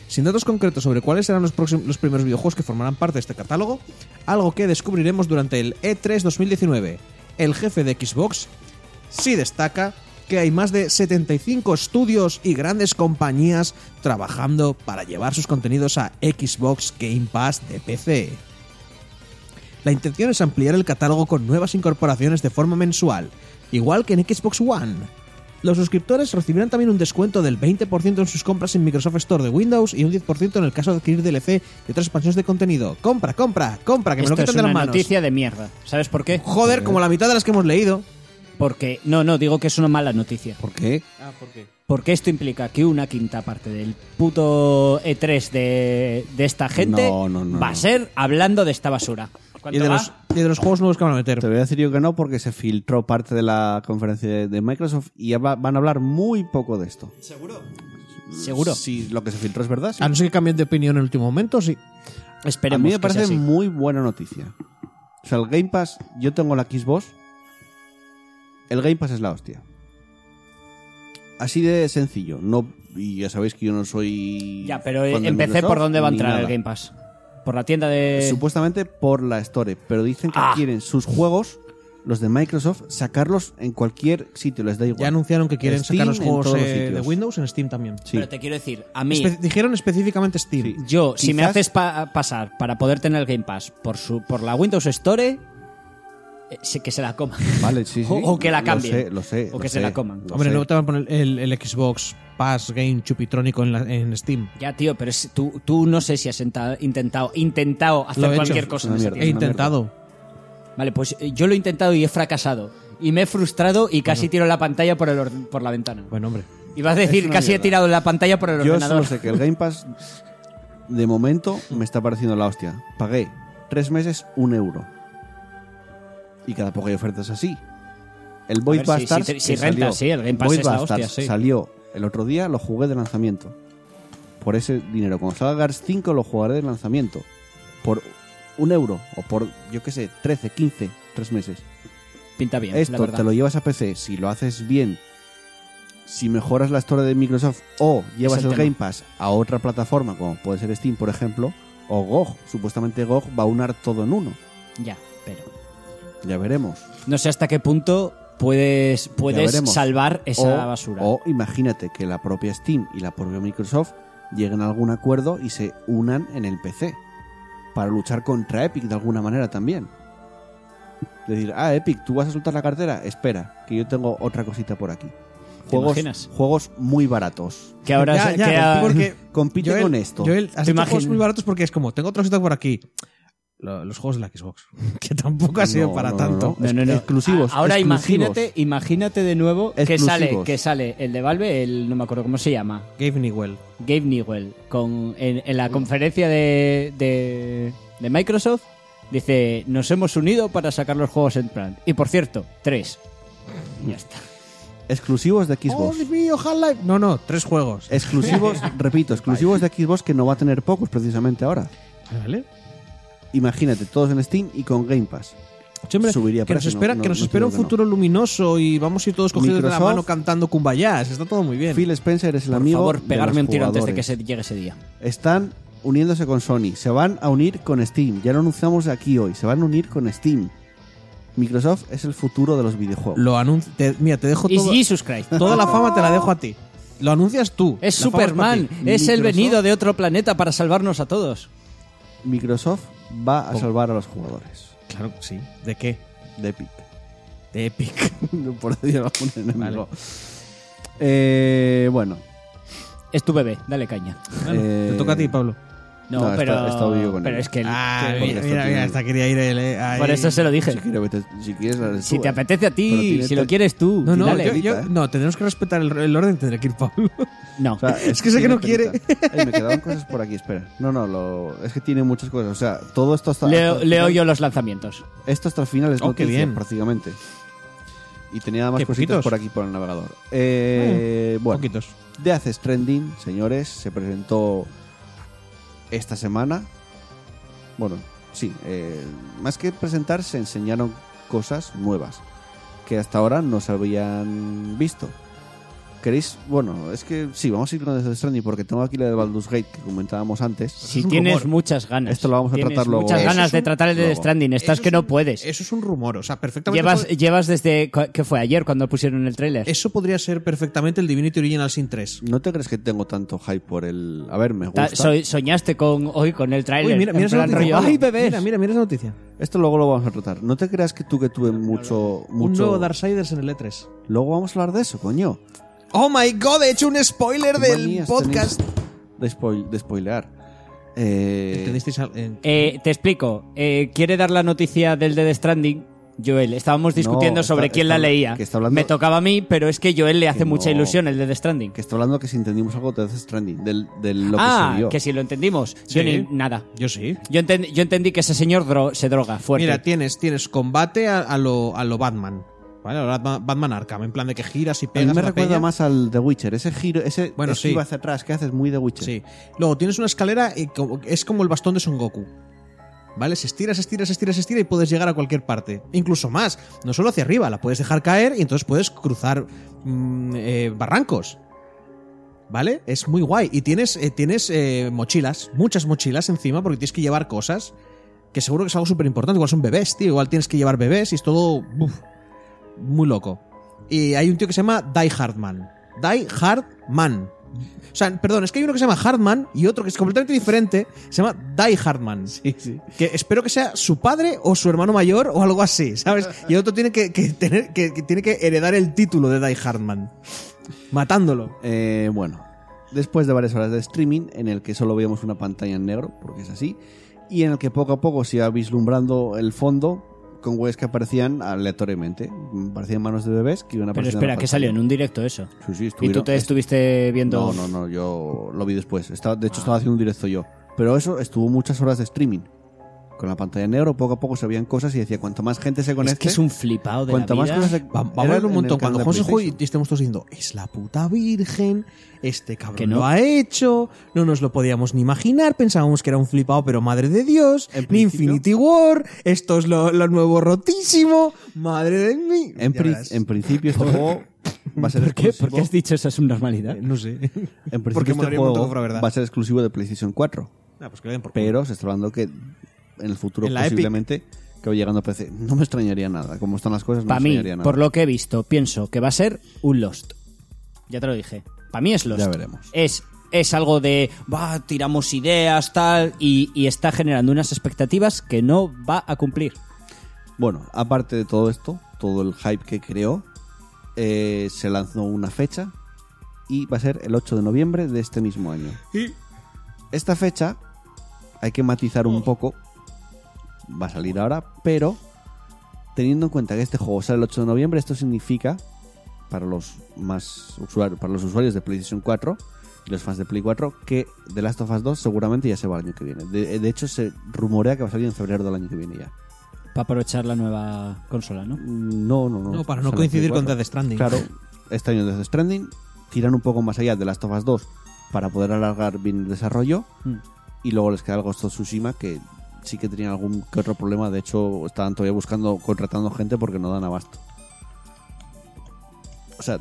S2: Sin datos concretos sobre cuáles serán los, próxim- los primeros videojuegos que formarán parte de este catálogo, algo que descubriremos durante el E E3 2019. El jefe de Xbox sí destaca que hay más de 75 estudios y grandes compañías trabajando para llevar sus contenidos a Xbox Game Pass de PC. La intención es ampliar el catálogo con nuevas incorporaciones de forma mensual, igual que en Xbox One. Los suscriptores recibirán también un descuento del 20% en sus compras en Microsoft Store de Windows y un 10% en el caso de adquirir DLC y otras expansiones de contenido. Compra, compra, compra, que me
S3: Esto
S2: lo quitan
S3: es
S2: de
S3: una
S2: las manos.
S3: noticia de mierda. ¿Sabes por qué?
S2: Joder, como la mitad de las que hemos leído.
S3: Porque, no, no, digo que es una mala noticia.
S1: ¿Por qué?
S3: Porque esto implica que una quinta parte del puto E3 de, de esta gente
S1: No, no, no,
S3: va a
S1: no.
S3: ser hablando de esta basura.
S2: Y de, los, y de los juegos nuevos que van a meter.
S1: Te voy a decir yo que no porque se filtró parte de la conferencia de, de Microsoft y va- van a hablar muy poco de esto.
S3: Seguro.
S1: Si lo que se filtró es verdad. sí.
S2: A no ser que cambien de opinión en el último momento, sí.
S1: A
S3: Esperemos
S1: mí me
S3: que sea
S1: parece
S3: así.
S1: muy buena noticia. O sea, el Game Pass, yo tengo la Xbox. El Game Pass es la hostia. Así de sencillo. No, y ya sabéis que yo no soy.
S3: Ya, pero eh,
S1: fan de
S3: empecé por
S1: Microsoft
S3: dónde va a
S1: ni
S3: entrar el
S1: nada.
S3: Game Pass. Por la tienda de...
S1: Supuestamente por la Store, pero dicen que
S3: Ah.
S1: quieren sus juegos, los de Microsoft, sacarlos en cualquier sitio, les da igual.
S2: Ya anunciaron que quieren
S1: Steam
S2: sacar los
S1: en
S2: juegos
S1: todos los
S2: eh, de
S1: sitios.
S2: Windows en Steam también.
S1: Sí.
S3: Pero te quiero decir, a mí...
S2: Espe- dijeron específicamente Steam.
S1: Sí.
S3: Yo, si me
S1: Quizás-
S3: haces pa- pasar para poder tener el Game Pass por, su, por la Windows Store, eh, sé que se la
S1: (laughs)
S3: coma.
S1: Vale, sí, sí.
S3: (laughs) O, o que la
S1: Lo
S3: cambien.
S1: sé, lo sé,
S3: O
S1: lo
S3: que se
S1: sé.
S3: la coman.
S1: Lo
S2: Hombre,
S1: sé.
S2: luego te van a poner el, el Xbox Pass Game Chupitrónico en, la- en Steam.
S3: Ya, tío, pero es- tú, tú no sé si has enta- intentado, intentado hacer
S2: Lo he hecho.
S3: cualquier cosa en
S1: Una
S3: esa tienda.
S1: mierda.
S2: He intentado.
S3: Vale, pues eh, yo lo he intentado y he fracasado. Y me he frustrado y casi tiro la pantalla por, el or- por la ventana.
S2: Bueno, hombre.
S3: Ibas a decir,
S1: una
S3: casi he
S1: mierda.
S3: tirado la pantalla por el
S1: Yo solo
S3: ordenador.
S1: sé que el Game Pass de momento me está pareciendo la hostia. Pagué tres meses un euro. Y cada poco hay ofertas así. El Void
S3: ver, sí,
S1: Bastards.
S3: sí, sí, sí,
S1: que
S3: renta,
S1: salió-
S3: sí, el Game Pass
S1: Void
S3: es la
S1: Bastards
S3: hostia, sí.
S1: Salió el otro día, lo jugué de lanzamiento. Por ese dinero. Cuando salga Gears 5 lo jugaré de lanzamiento. Por un euro. O por, yo qué sé, 13, 15, tres meses.
S3: Pinta bien, la
S1: Esto
S3: verdad.
S1: te lo llevas a PC si lo haces bien, si mejoras la Store de Microsoft o llevas
S3: Es
S1: el,
S3: el tema.
S1: Game Pass a otra plataforma como puede ser Steam, por ejemplo, o GOG. Supuestamente GOG va a unar todo en uno.
S3: Ya, pero...
S1: Ya veremos.
S3: No sé hasta qué punto puedes,
S1: Ya
S3: puedes
S1: veremos.
S3: salvar esa
S1: o,
S3: basura.
S1: O imagínate que la propia Steam y la propia Microsoft lleguen a algún acuerdo y se unan en el PC para luchar contra Epic de alguna manera también. Decir, ah, Epic, tú vas a soltar la cartera, espera, que yo tengo otra cosita por aquí. Juegos,
S4: imaginas?
S1: juegos muy baratos.
S4: Que ahora
S2: Ya,
S4: se-
S2: ya,
S4: que
S2: lo
S4: a-
S2: digo porque
S1: Compite
S2: Joel-
S1: con esto.
S2: Joel, has
S4: Te
S2: dicho
S4: imagino.
S2: juegos muy baratos porque es como, tengo otro sitio por aquí. Lo- Los juegos de la Xbox, (laughs) que tampoco ha sido
S1: No,
S2: para
S1: no, no,
S2: tanto.
S1: no. exclusivos,
S4: Ahora
S1: exclusivos.
S4: imagínate, imagínate de nuevo que
S1: Exclusivos.
S4: sale, que sale el de Valve, el no me acuerdo cómo se llama,
S2: Gabe Newell.
S4: Gabe Newell, con, en, en la conferencia de, de, de Microsoft, dice, nos hemos unido para sacar los juegos en plan. Y por cierto, tres. Ya está.
S1: Exclusivos de Xbox.
S2: Oh,
S1: Eh.
S2: mío, Half-Life! No, no, tres juegos.
S1: Exclusivos,
S4: (laughs)
S1: repito, exclusivos de Xbox que no va a tener pocos precisamente ahora.
S2: ¿Vale?
S1: Imagínate, todos en Steam y con Game Pass.
S2: Hombre,
S1: Subiría
S2: que nos
S1: precio, no-
S2: espera,
S1: no-
S2: que nos
S1: no
S2: espera un
S1: digo que no.
S2: futuro luminoso y vamos a ir todos cogidos de la
S1: Microsoft.
S2: mano cantando cumbayas. Está todo muy bien.
S1: Phil Spencer es el
S4: Por
S1: amigo.
S4: favor,
S1: de
S4: pegarme
S1: los
S4: un tiro antes de que
S1: jugadores.
S4: se llegue ese día.
S1: Están uniéndose con Sony. Se van a unir con Steam. Ya lo anunciamos aquí hoy. Se van a unir con Steam. Microsoft es el futuro de los videojuegos.
S2: Lo anuncio. mira, te
S1: Pues
S2: dejo
S4: Y
S2: todo,
S1: (laughs)
S4: Jesus Christ.
S2: toda la fama, te la dejo a ti. Lo anuncias tú.
S4: Es
S2: La fama para
S4: Superman,
S2: ti.
S4: es el
S1: Microsoft.
S4: venido de otro planeta para salvarnos a todos.
S1: Microsoft va a
S2: ¿Cómo?
S1: salvar a los jugadores
S2: Claro, que sí. ¿De qué?
S1: de Epic.
S2: De Epic.
S1: (laughs) Por decirlo algún enemigo. Eh, bueno.
S4: Es tu bebé, dale caña.
S2: Bueno,
S1: Eh,
S2: Te toca a ti, Pablo.
S4: No,
S1: No, está-
S4: pero,
S1: está obvio con
S4: pero
S1: él.
S4: es que... el-
S2: Ah,
S4: que-
S1: porque
S2: mira,
S1: esto
S2: mira,
S1: tiene-
S2: mira, hasta quería ir él. eh. Ay.
S4: por eso se lo dije.
S1: Si quieres, vete- si quieres, la-
S4: Si te
S1: tú-
S4: apetece a
S1: Pero
S4: ti,
S1: tiene
S4: si lo
S1: tan-
S4: quieres tú,
S2: No, no,
S4: dale.
S2: yo, yo-
S1: ¿eh?
S2: no, tenemos que respetar el, el orden, tendré que ir Pablo.
S4: No.
S1: O sea,
S2: Es que sé que no
S1: tiene
S2: quiere.
S1: penita. Ay, me quedaban cosas por aquí, espera. No, no, lo- es que tiene muchas cosas. O sea, todo esto hasta.
S4: leo,
S1: hasta el
S4: leo
S1: final-
S4: yo los lanzamientos.
S1: Esto hasta el final es
S2: Oh, qué
S1: noticia,
S2: bien.
S1: prácticamente. Y tenía más
S2: Qué
S1: cositas
S2: poquitos. Mm,
S1: por aquí por el navegador. Eh, bueno,
S2: Poquitos.
S1: Death Stranding, señores, se presentó esta semana. Bueno, sí, eh, más que presentar, se enseñaron cosas nuevas que hasta ahora no se habían visto. ¿Queréis? Bueno, es que sí, vamos a ir con Death Stranding porque tengo aquí la de Baldur's Gate que comentábamos antes.
S4: Si
S2: un
S4: tienes
S2: rumor.
S4: muchas ganas.
S1: Esto lo vamos a
S4: Tienes
S1: tratar luego.
S4: muchas
S1: Eso
S4: ganas
S1: es
S4: de
S1: un-
S4: tratar el
S1: luego.
S4: de Stranding. Estás
S2: Eso
S4: que
S2: es
S4: no
S2: un-
S4: puedes.
S2: Eso es un rumor, o sea, perfectamente.
S4: Llevas,
S2: puede-
S4: llevas desde... cu- ¿Qué fue? ¿Ayer cuando pusieron el tráiler?
S2: Eso podría ser perfectamente el Divinity Original Sin 3.
S1: ¿No te crees que tengo tanto hype por el... A ver, me
S4: Ta-
S1: gusta.
S4: so- soñaste con hoy con el tráiler.
S2: Uy, mira,
S4: en
S2: mira esa
S4: plan
S2: noticia.
S4: rollo, ¡Ay, bebés!
S2: Mira, mira, mira esa noticia.
S1: Esto luego lo vamos a tratar. No te creas que tú que tuve mucho... mucho...
S2: Un nuevo Darksiders en el E E3.
S1: Luego vamos a hablar de eso, coño.
S2: Oh my god, he hecho un spoiler
S1: Qué manías tenéis De, spoil- de spoilear. Eh,
S2: ¿Entendisteis? al- en-
S4: Eh, te explico. Eh, quiere dar la noticia del Dead Stranding. Joel, estábamos discutiendo
S1: está-
S4: sobre quién
S1: está-
S4: la leía.
S1: que está hablando-
S4: Me tocaba a mí, pero es que Joel le hace
S1: Que
S4: mucha
S1: no.
S4: ilusión el Dead Stranding.
S1: Que está hablando que si entendimos algo de Death Stranding, del, del lo que
S4: ah,
S1: subió.
S4: que si lo entendimos.
S2: Sí.
S4: Yo ni nada.
S2: Yo sí.
S4: Yo, enten- yo entendí que ese señor dro- se droga fuerte.
S2: Mira, tienes, tienes combate a, a lo, a lo Batman. ¿Vale? A lo Batman, Batman Arkham, en plan de que giras y
S1: A mí
S2: pegas.
S1: me
S2: a la
S1: recuerda
S2: peña.
S1: más al The Witcher. Ese giro, ese
S2: Bueno, sí.
S1: esquiva hacia atrás que haces muy The Witcher.
S2: Sí. Luego tienes una escalera y como- es como el bastón de Son Goku. ¿Vale? Se estira, se estira, se estira, se estira y puedes llegar a cualquier parte. Incluso más. No solo hacia arriba, la puedes dejar caer y entonces puedes cruzar mm, eh, barrancos. ¿Vale? Es muy guay. Y tienes, eh, tienes eh, mochilas, muchas mochilas encima porque tienes que llevar cosas que seguro que es algo súper importante. Igual son bebés, tío. Igual tienes que llevar bebés y es todo uf, muy loco. Y hay un tío que se llama Die Hardman. Die Hardman. O sea, perdón, es que hay uno que se llama Hardman y otro que es completamente diferente. Se llama Die Hardman.
S1: Sí, sí.
S2: Que espero que sea su padre o su hermano mayor o algo así, ¿sabes? Y el otro tiene que, que tener, que, que tiene que heredar el título de Die Hardman. Matándolo.
S1: Eh, bueno, después de varias horas de streaming, en el que solo veíamos una pantalla en negro, porque es así, y en el que poco a poco se iba vislumbrando el fondo con webs que aparecían aleatoriamente. Parecían manos de bebés que iban
S4: Pero
S1: apareciendo.
S4: espera, que salió en un directo eso.
S1: Sí, sí,
S4: Y tú
S1: estuvieron-
S4: te estuviste viendo.
S1: No, no, no, yo lo vi después. Estaba- de hecho, estaba haciendo un directo yo. Pero eso estuvo muchas horas de streaming. Con la pantalla en negro, poco a poco se veían cosas y decía, cuanto más gente se conecte...
S4: este? Es que es un flipado de
S1: cuanto
S4: la
S1: más
S4: vida.
S1: cosas se-
S2: Va- Vamos
S1: Era
S2: a verlo un
S1: en el
S2: montón.
S1: canal
S2: Cuando
S1: de
S2: jugamos el juego y
S1: PlayStation.
S2: estemos todos diciendo, es la puta virgen, este cabrón
S4: Que no.
S2: lo ha hecho, no nos lo podíamos ni imaginar, pensábamos que era un flipado, pero madre de Dios,
S1: En
S2: ni
S1: principio-
S2: Infinity War, esto es lo, lo nuevo rotísimo, madre de mí.
S1: En,
S2: Ya
S1: pri-
S2: verás.
S1: en (laughs) principio este juego va a ser
S4: ¿Por qué? ¿Por
S1: exclusivo.
S4: qué has dicho esa subnormalidad?
S2: Eh, No (laughs) sé.
S1: En principio
S2: Porque
S1: este
S2: molaría un
S1: juego
S2: montón que fuera verdad.
S1: va a ser exclusivo de PlayStation 4.
S2: Ah, pues que le den por culo.
S1: Pero se está hablando que en el futuro
S2: En la Epic.
S1: posiblemente que va llegando a PC. No me extrañaría nada. Como están las cosas, no
S4: Para
S1: me
S4: mí,
S1: extrañaría nada.
S4: por lo que he visto, pienso que va a ser un Lost. Ya te lo dije. Para mí es Lost.
S1: Ya veremos.
S4: Es
S3: es algo de, va, tiramos ideas, tal, y, y está generando unas expectativas que no va a cumplir.
S1: Bueno, aparte de todo esto, todo el hype que creó, eh, se lanzó una fecha y va a ser el 8 de noviembre de este mismo año. Esta fecha hay que matizar un poco, va a salir ahora, pero teniendo en cuenta que este juego sale el 8 de noviembre, esto significa para los más usuarios, para los usuarios de PlayStation 4 y los fans de Play 4 que The Last of Us 2 seguramente ya se va el año que viene. De, de hecho se rumorea que va a salir en febrero del año que viene ya.
S3: Para aprovechar la nueva consola, ¿no?
S1: No, no, no.
S2: No, para
S1: O
S2: no
S1: sea,
S2: coincidir
S1: la Play
S2: con
S1: 4.
S2: Death Stranding.
S1: Claro, este año Death Stranding. Tiran un poco más allá de Last of Us 2 para poder alargar bien el desarrollo.
S3: Mm.
S1: Y luego les queda el Ghost of Tsushima que sí que tenían algún que otro problema. De hecho, estaban todavía buscando, contratando gente porque no dan abasto. O sea,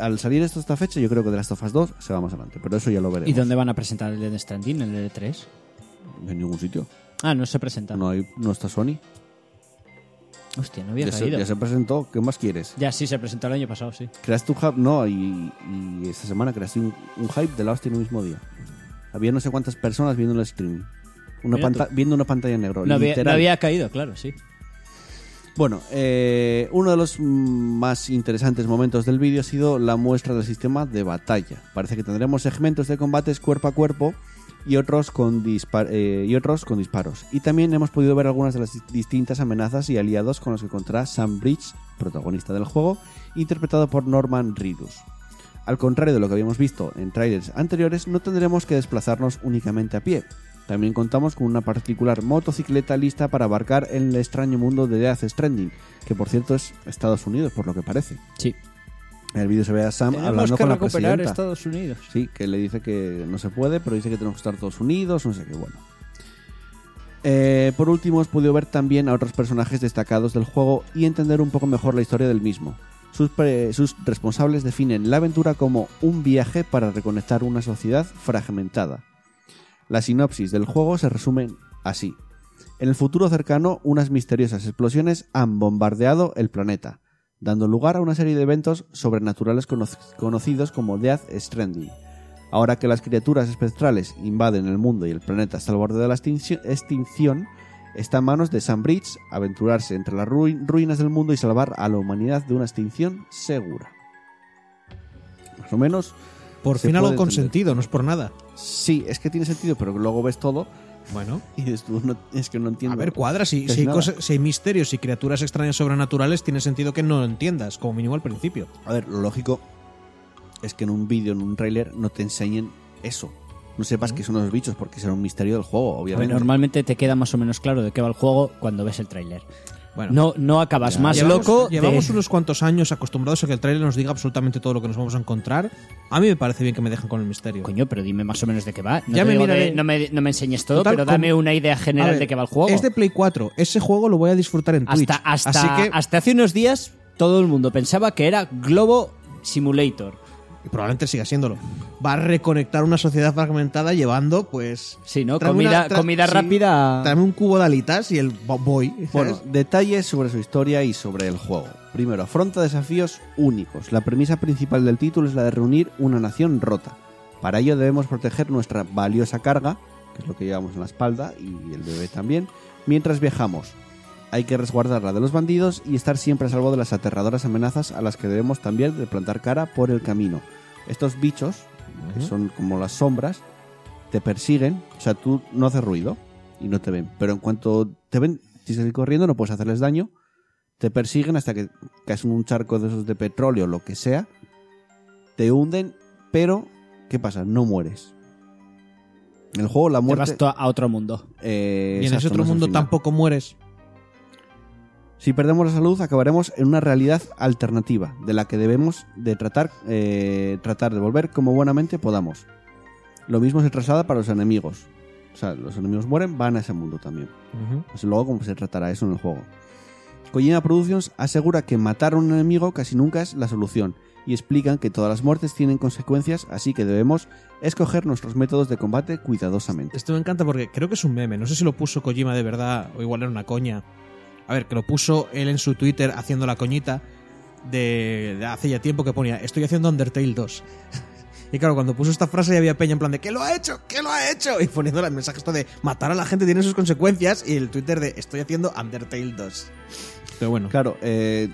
S1: al salir esto esta fecha, yo creo que The Last of Us 2 se va más adelante. Pero eso ya lo veremos.
S3: ¿Y dónde van a presentar el de Stranding, el de 3
S1: En ningún sitio.
S3: Ah, no se presenta.
S1: No, hay, no está Sony.
S3: Hostia, no había
S1: Ya se,
S3: caído.
S1: ya
S3: Ya,
S1: se presentó. ¿Qué más quieres?
S3: sí, se presentó el año pasado, sí.
S1: Creaste un hype, no, y, y esta semana creaste un, un hype de la hostia en un mismo día. Había no sé cuántas personas viendo el streaming.
S3: Mira
S1: Una
S3: tú.
S1: panta- viendo una pantalla negra.
S3: No había, no
S1: literal.
S3: había caído, claro, sí.
S1: Bueno, eh, uno de los mm, más interesantes momentos del vídeo ha sido la muestra del sistema de batalla. Parece que tendremos segmentos de combates cuerpo a cuerpo y otros con, dispar- eh, y otros con disparos. Y también hemos podido ver algunas de las dis- distintas amenazas y aliados con los que contará Sam Bridge, protagonista del juego, interpretado por Norman Reedus. Al contrario de lo que habíamos visto en trailers anteriores, no tendremos que desplazarnos únicamente a pie. También contamos con una particular motocicleta lista para abarcar el extraño mundo de Death Stranding, que por cierto es Estados Unidos, por lo que parece.
S3: Sí.
S1: En el vídeo se ve a Sam
S3: Tenemos
S1: hablando
S3: que
S1: con la
S3: recuperar
S1: presidenta.
S3: Estados Unidos.
S1: Sí, que le dice que no se puede, pero dice que tenemos que estar todos unidos, no sé qué, bueno. Eh, por último, hemos podido ver también a otros personajes destacados del juego y entender un poco mejor la historia del mismo. Sus, pre- sus responsables definen la aventura como un viaje para reconectar una sociedad fragmentada. La sinopsis del juego se resume así. En el futuro cercano, unas misteriosas explosiones han bombardeado el planeta, dando lugar a una serie de eventos sobrenaturales cono- conocidos como Death Stranding. Ahora que las criaturas espectrales invaden el mundo y el planeta hasta el borde de la extinci- extinción, está en manos de Sam Bridge aventurarse entre las rui- ruinas del mundo y salvar a la humanidad de una extinción segura. Más o menos,
S2: Por
S1: Se
S2: fin
S1: puede
S2: algo
S1: entender.
S2: consentido, no es por nada.
S1: sí, es que tiene sentido, pero luego ves todo
S2: Bueno.
S1: y dices, tú, no- es que no entiendo.
S2: A ver, cuadra, si,
S1: Pues
S2: si hay
S1: nada.
S2: cosas- si hay misterios y criaturas extrañas sobrenaturales, tiene sentido que no lo entiendas, como mínimo al principio.
S1: A ver, lo lógico es que en un vídeo, en un tráiler, no te enseñen eso. No sepas que son los bichos porque será un misterio del juego, obviamente.
S3: Normalmente te queda más o menos claro de qué va el juego cuando ves el tráiler.
S2: Bueno.
S3: No, no acabas
S1: Ya.
S3: más
S2: Llevamos-
S3: loco. de-
S2: Llevamos unos cuantos años acostumbrados a que el tráiler nos diga absolutamente todo lo que nos vamos a encontrar. A mí me parece bien que me dejan con el misterio.
S3: Coño, pero dime más o menos de qué va. No,
S2: Ya
S3: te
S2: me
S3: digo de-
S2: miraré.
S3: no, me, no me enseñes todo,
S2: Total,
S3: pero dame
S2: como-
S3: una idea general
S2: A ver,
S3: de qué va el juego.
S2: Es de Play 4. Ese juego lo voy a disfrutar en Twitch.
S3: hasta, hasta,
S2: Así que
S3: hasta hace unos días todo el mundo pensaba que era Globo Simulator.
S2: y probablemente siga siéndolo. Va a reconectar una sociedad fragmentada llevando, pues.
S3: Sí, ¿no?
S2: tráeme
S3: Comida-
S2: tra-
S3: comida rápida.
S2: Tráeme un cubo de alitas y el bo- boy.
S1: Bueno,
S2: ¿sabes?
S1: detalles sobre su historia y sobre el juego. Primero, afronta desafíos únicos. La premisa principal del título es la de reunir una nación rota. Para ello debemos proteger nuestra valiosa carga, que es lo que llevamos en la espalda, y el bebé también, mientras viajamos. Hay que resguardarla de los bandidos y estar siempre a salvo de las aterradoras amenazas a las que debemos también de plantar cara por el camino. Estos bichos, que son como las sombras, te persiguen, o sea, tú no haces ruido y no te ven, pero en cuanto te ven, tienes que ir corriendo, no puedes hacerles daño, te persiguen hasta que caes en un charco de esos de petróleo o lo que sea, te hunden, pero ¿qué pasa? No mueres. En el juego la
S3: Te
S1: muerte...
S3: vas to- a otro mundo.
S1: eh,
S2: y en ese
S1: exacto, no
S2: otro
S1: es el
S2: mundo
S1: final.
S2: tampoco mueres.
S1: Si perdemos la salud, acabaremos en una realidad alternativa, de la que debemos de tratar, eh, tratar de volver como buenamente podamos. Lo mismo se traslada para los enemigos. O sea, los enemigos mueren, van a ese mundo también. Pues luego cómo se tratará eso en el juego. Kojima Productions asegura que matar a un enemigo casi nunca es la solución y explican que todas las muertes tienen consecuencias, así que debemos escoger nuestros métodos de combate cuidadosamente.
S2: Esto me encanta porque creo que es un meme. No sé si lo puso Kojima de verdad o igual era una coña. A ver, que lo puso él en su Twitter haciendo la coñita de, de hace ya tiempo que ponía estoy haciendo Undertale 2. (laughs) Y claro, cuando puso esta frase ya había Peña en plan de ¿Qué lo ha hecho? ¿Qué lo ha hecho? Y poniendo el mensaje esto de matar a la gente tiene sus consecuencias y el Twitter de estoy haciendo Undertale 2. Pero bueno.
S1: Claro, eh,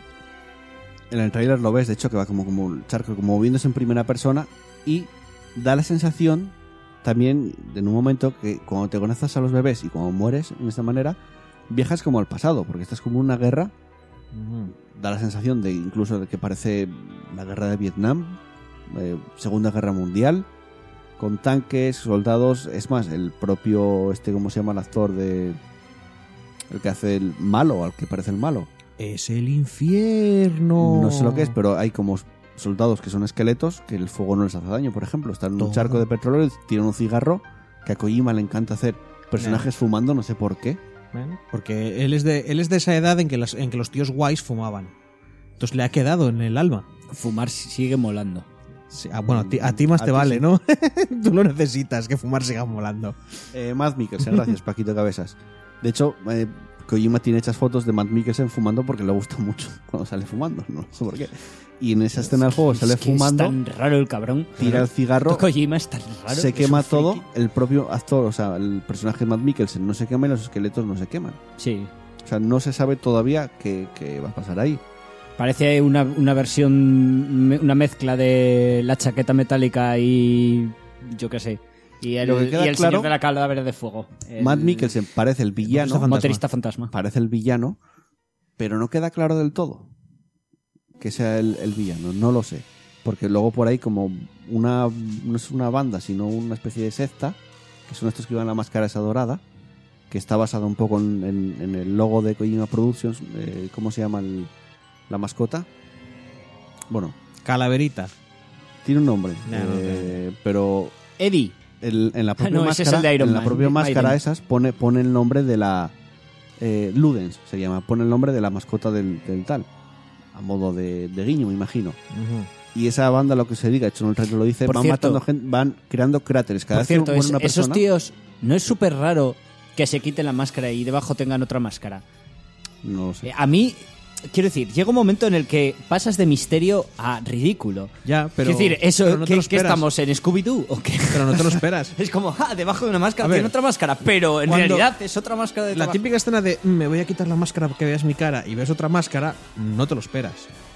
S1: en el trailer lo ves, de hecho, que va como, como un charco, como moviéndose en primera persona y da la sensación también en un momento que cuando te conectas a los bebés y cuando mueres de esta manera, viajas como al pasado, porque estás como en una guerra, da la sensación de incluso de que parece la guerra de Vietnam, eh, Segunda Guerra Mundial, con tanques, soldados, es más, el propio, este, ¿cómo se llama el actor de... El que hace el malo, al que parece el malo.
S2: Es el infierno.
S1: No sé lo que es, pero hay como soldados que son esqueletos que el fuego no les hace daño, por ejemplo. Están en un
S2: Todo.
S1: charco de petróleo, tiran un cigarro, que a Kojima le encanta hacer personajes fumando, no sé por qué.
S2: Bueno, Porque él es de, él es de esa edad en que, las- en que los tíos guays fumaban. Entonces le ha quedado en el alma.
S4: Fumar sigue molando.
S2: Sí, ah, bueno, a ti, a ti más
S1: A
S2: te
S1: ti
S2: vale,
S1: sí.
S2: ¿no? (laughs) Tú lo necesitas, que fumar siga volando.
S1: Eh, Matt Mikkelsen,
S4: (laughs)
S1: gracias, Paquito Cabezas. De hecho, eh, Kojima tiene hechas fotos de Matt Mikkelsen fumando porque le gusta mucho (laughs) cuando sale fumando, no sé por qué. Y en esa escena del juego sale
S4: Es que
S1: fumando,
S4: Es tan raro el cabrón.
S1: tira
S3: (laughs)
S1: el cigarro,
S4: Kojima es tan raro.
S1: se
S4: es
S1: quema
S4: un
S1: todo,
S4: friki.
S1: el propio actor, o sea, el personaje de Matt Mikkelsen no se quema y los esqueletos no se queman.
S4: Sí.
S1: O sea, no se sabe todavía qué, qué va a pasar ahí.
S4: Parece una, una versión, me- una mezcla de la chaqueta metálica y yo qué sé. Y el,
S1: Lo que
S4: y
S1: queda
S4: el
S1: claro-
S4: señor de la calavera de fuego. El
S1: Matt Mikkelsen parece el
S4: motorista
S1: villano,
S4: fantasma.
S1: motorista
S4: motorista fantasma.
S1: parece el villano, pero no queda claro del todo que sea el, el villano, no lo sé. Porque luego por ahí como una, no es una banda, sino una especie de secta, que son estos que llevan la máscara esa dorada, que está basada un poco en, en- en el logo de Kojima Productions, eh, ¿cómo se llama el- la mascota? Bueno,
S2: Calaverita.
S1: tiene un nombre,
S2: No, no,
S1: eh, pero
S4: Eddie.
S1: el- en la propia
S4: Ah, no, ese es
S1: máscara,
S4: el de Iron
S1: en la
S4: Man,
S1: propia
S4: de
S1: máscara
S4: Biden.
S1: esas pone, pone el nombre de la eh, Ludens se llama, pone el nombre de la mascota del, del tal, a modo de, de guiño, me imagino. Y esa banda lo que se diga, de hecho en el trailer lo dice,
S4: Por
S1: van
S4: cierto-
S1: matando gente, van creando cráteres cada
S4: Por
S1: vez que
S4: cierto,
S1: muere
S4: es-
S1: una
S4: esos
S1: persona.
S4: tíos, ¿no es súper raro que se quiten la máscara y debajo tengan otra máscara?
S1: No lo sé.
S4: Eh, A mí, quiero decir, llega un momento en el que pasas de misterio a ridículo.
S2: Ya, pero.
S4: quiero decir, eso,
S2: pero no te
S4: ¿qué,
S2: lo
S4: qué
S2: esperas.
S4: estamos en Scooby-Doo? ¿O qué?
S2: Pero no te lo esperas.
S4: (laughs) Es como, ah, debajo de una máscara
S2: A ver,
S4: tiene otra máscara, pero en
S2: cuando-
S4: realidad es otra máscara de
S2: La
S4: trabajo.
S2: típica escena de "Mm, me voy a quitar la máscara para que veas mi cara y ves otra máscara, no te lo esperas.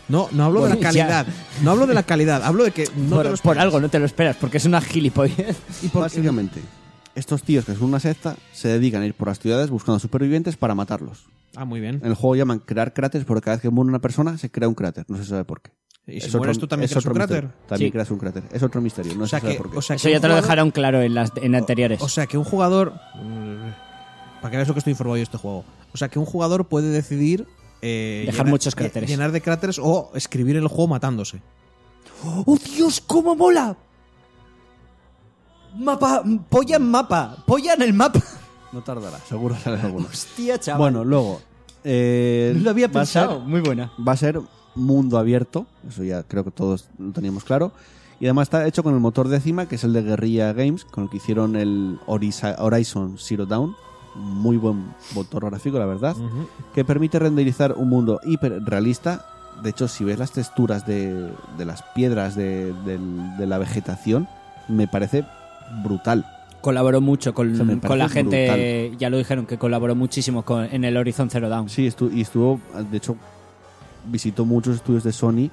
S2: No, no hablo de la
S4: Bueno,
S2: calidad. No hablo de la calidad, hablo de que no te lo
S4: por,
S2: esperas.
S4: por algo no te lo esperas, porque es una (laughs) gilipollez.
S2: Y por-
S1: Básicamente, estos tíos que son una secta se dedican a ir por las ciudades buscando supervivientes para matarlos.
S2: Ah, muy bien.
S1: En el juego llaman crear cráteres porque cada vez que muere una persona se crea un cráter, no se sabe por qué.
S2: Y si
S1: Es otro-
S2: mueres tú también
S1: es
S2: creas un
S1: otro
S2: cráter.
S1: misterio. También
S4: Sí.
S1: creas un cráter. Es otro misterio, no
S2: O sea
S1: se sabe
S2: que,
S1: por qué.
S2: o sea que
S4: Eso
S2: un
S4: ya te lo
S2: jugador-
S4: dejaron claro en, las, en anteriores.
S2: O sea que un jugador. mm, Para que veas lo que estoy informado yo de este juego. O sea que un jugador puede decidir. eh,
S4: Dejar muchos cráteres.
S2: Llenar de cráteres o escribir el juego matándose.
S4: ¡Oh, Dios, cómo mola! Mapa, polla en mapa, polla en el mapa. (laughs)
S1: No tardará, (laughs) seguro sale
S2: (laughs)
S1: alguno.
S4: Hostia, chaval.
S1: Bueno, luego. eh,
S4: no lo había
S1: va a ser-
S4: pensado. Muy buena.
S1: Va a ser mundo abierto, eso ya creo que todos lo teníamos claro. Y además está hecho con el motor décima, que es el de Guerrilla Games, con el que hicieron el Horisa- Horizon Zero Dawn. Muy buen motor gráfico, la verdad. Que permite renderizar un mundo hiperrealista. De hecho, si ves las texturas de, de las piedras, de, del- de la vegetación, me parece brutal.
S4: Colaboró mucho con,
S1: O sea, me parece
S4: con la gente, ya lo dijeron, que colaboró muchísimo con- en el Horizon Zero Dawn.
S1: Sí, estu- y estuvo, de hecho, visitó muchos estudios de Sony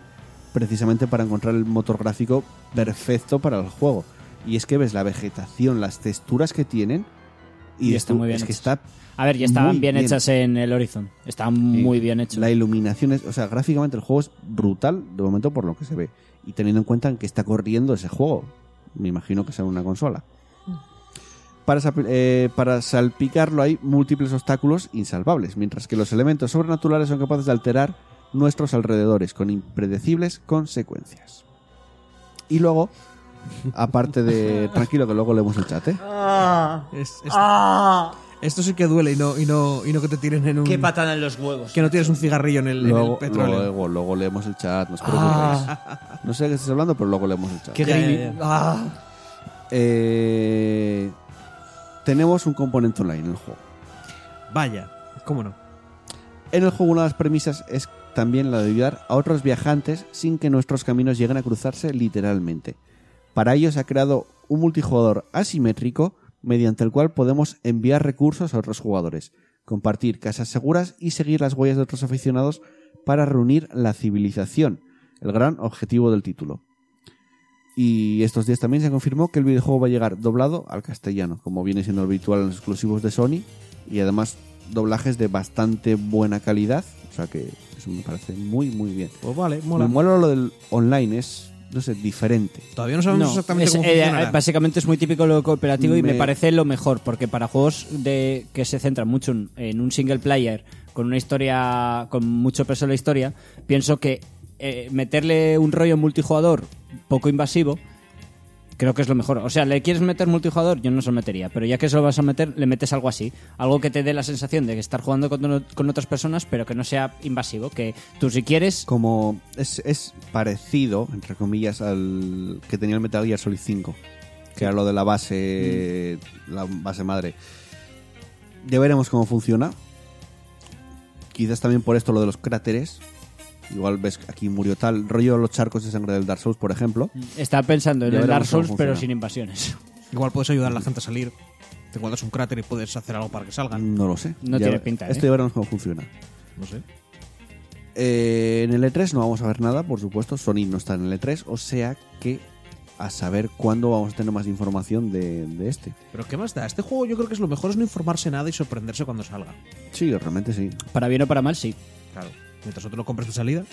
S1: precisamente para encontrar el motor gráfico perfecto para el juego. Y es que ves la vegetación, las texturas que tienen. Y,
S4: Y está
S1: estu-
S4: muy bien
S1: es que está
S4: hechas. A ver, ya estaban
S1: Muy
S4: bien,
S1: bien.
S4: hechas en el Horizon. Estaban muy bien hechas.
S1: La iluminación es, o sea, gráficamente el juego es brutal de momento por lo que se ve. Y teniendo en cuenta en que está corriendo ese juego, me imagino que será una consola. Para, sap- eh, para salpicarlo hay múltiples obstáculos insalvables, mientras que los elementos sobrenaturales son capaces de alterar nuestros alrededores con impredecibles consecuencias. Y (laughs) luego, aparte de... Tranquilo que luego leemos el chat, ¿eh?
S2: Es- es- Esto sí que duele y no, y no, y no que te tiren en un.
S4: ¡Ah! Qué patada en los huevos.
S2: que no tienes un cigarrillo en el, en el
S1: Luego,
S2: petróleo.
S1: luego, eh, luego leemos el chat, no os preocupéis.
S4: Ah.
S1: No sé de qué estás hablando, pero luego leemos el chat.
S4: Qué
S2: Ya, ya,
S4: grini-
S2: ya.
S4: Ah.
S1: Eh, tenemos un componente online en el juego.
S2: Vaya, cómo no.
S1: En el juego una de las premisas es también la de ayudar a otros viajantes sin que nuestros caminos lleguen a cruzarse literalmente. Para ello se ha creado un multijugador asimétrico mediante el cual podemos enviar recursos a otros jugadores, compartir casas seguras y seguir las huellas de otros aficionados para reunir la civilización, el gran objetivo del título. Y estos días también se confirmó que el videojuego va a llegar doblado al castellano, como viene siendo habitual en los exclusivos de Sony, y además doblajes de bastante buena calidad, o sea que eso me parece muy, muy bien.
S2: Pues vale,
S1: Me mola lo del online, es, no sé, diferente.
S2: Todavía no sabemos
S4: No,
S2: exactamente
S4: es-
S2: cómo
S4: eh,
S2: funcionará.
S4: Básicamente es muy típico lo cooperativo y
S1: Me-
S4: me parece lo mejor, porque para juegos de que se centran mucho en, en un single player, con una historia, con mucho peso en la historia, pienso que eh, meterle un rollo multijugador poco invasivo. Creo que es lo mejor. O sea, ¿le quieres meter multijugador? Yo no se lo metería. Pero ya que se lo vas a meter, le metes algo así. Algo que te dé la sensación de que estar jugando con, con otras personas, pero que no sea invasivo. Que tú, si quieres,
S1: Como es, es parecido, entre comillas, al que tenía el Metal Gear Solid 5, que era lo de la base, la base madre. Ya veremos cómo funciona. Quizás también por esto lo de los cráteres. Igual ves que aquí murió tal rollo los charcos de sangre del Dark Souls, por ejemplo.
S4: está pensando en
S1: Ya
S4: el Dark
S1: veremos cómo
S4: Souls, pero
S1: funciona.
S4: sin invasiones. (laughs)
S2: Igual puedes ayudar a la gente a salir. Te guardas un cráter y puedes hacer algo para que
S4: Mm.
S2: salgan.
S1: No lo sé.
S4: No
S1: Ya
S4: tiene
S1: ve- este
S4: pinta, ¿eh?
S1: Esto ya veremos cómo funciona.
S2: No sé.
S1: Eh, en el E3 no vamos a ver nada, por supuesto. Sony no está en el E3, o sea que a saber cuándo vamos a tener más información de, de este.
S2: Pero ¿qué más da? Este juego yo creo que es lo mejor es no informarse nada y sorprenderse cuando salga.
S1: Sí, realmente sí.
S4: Para bien o para mal, sí.
S2: Claro. Mientras otro lo compres de salida.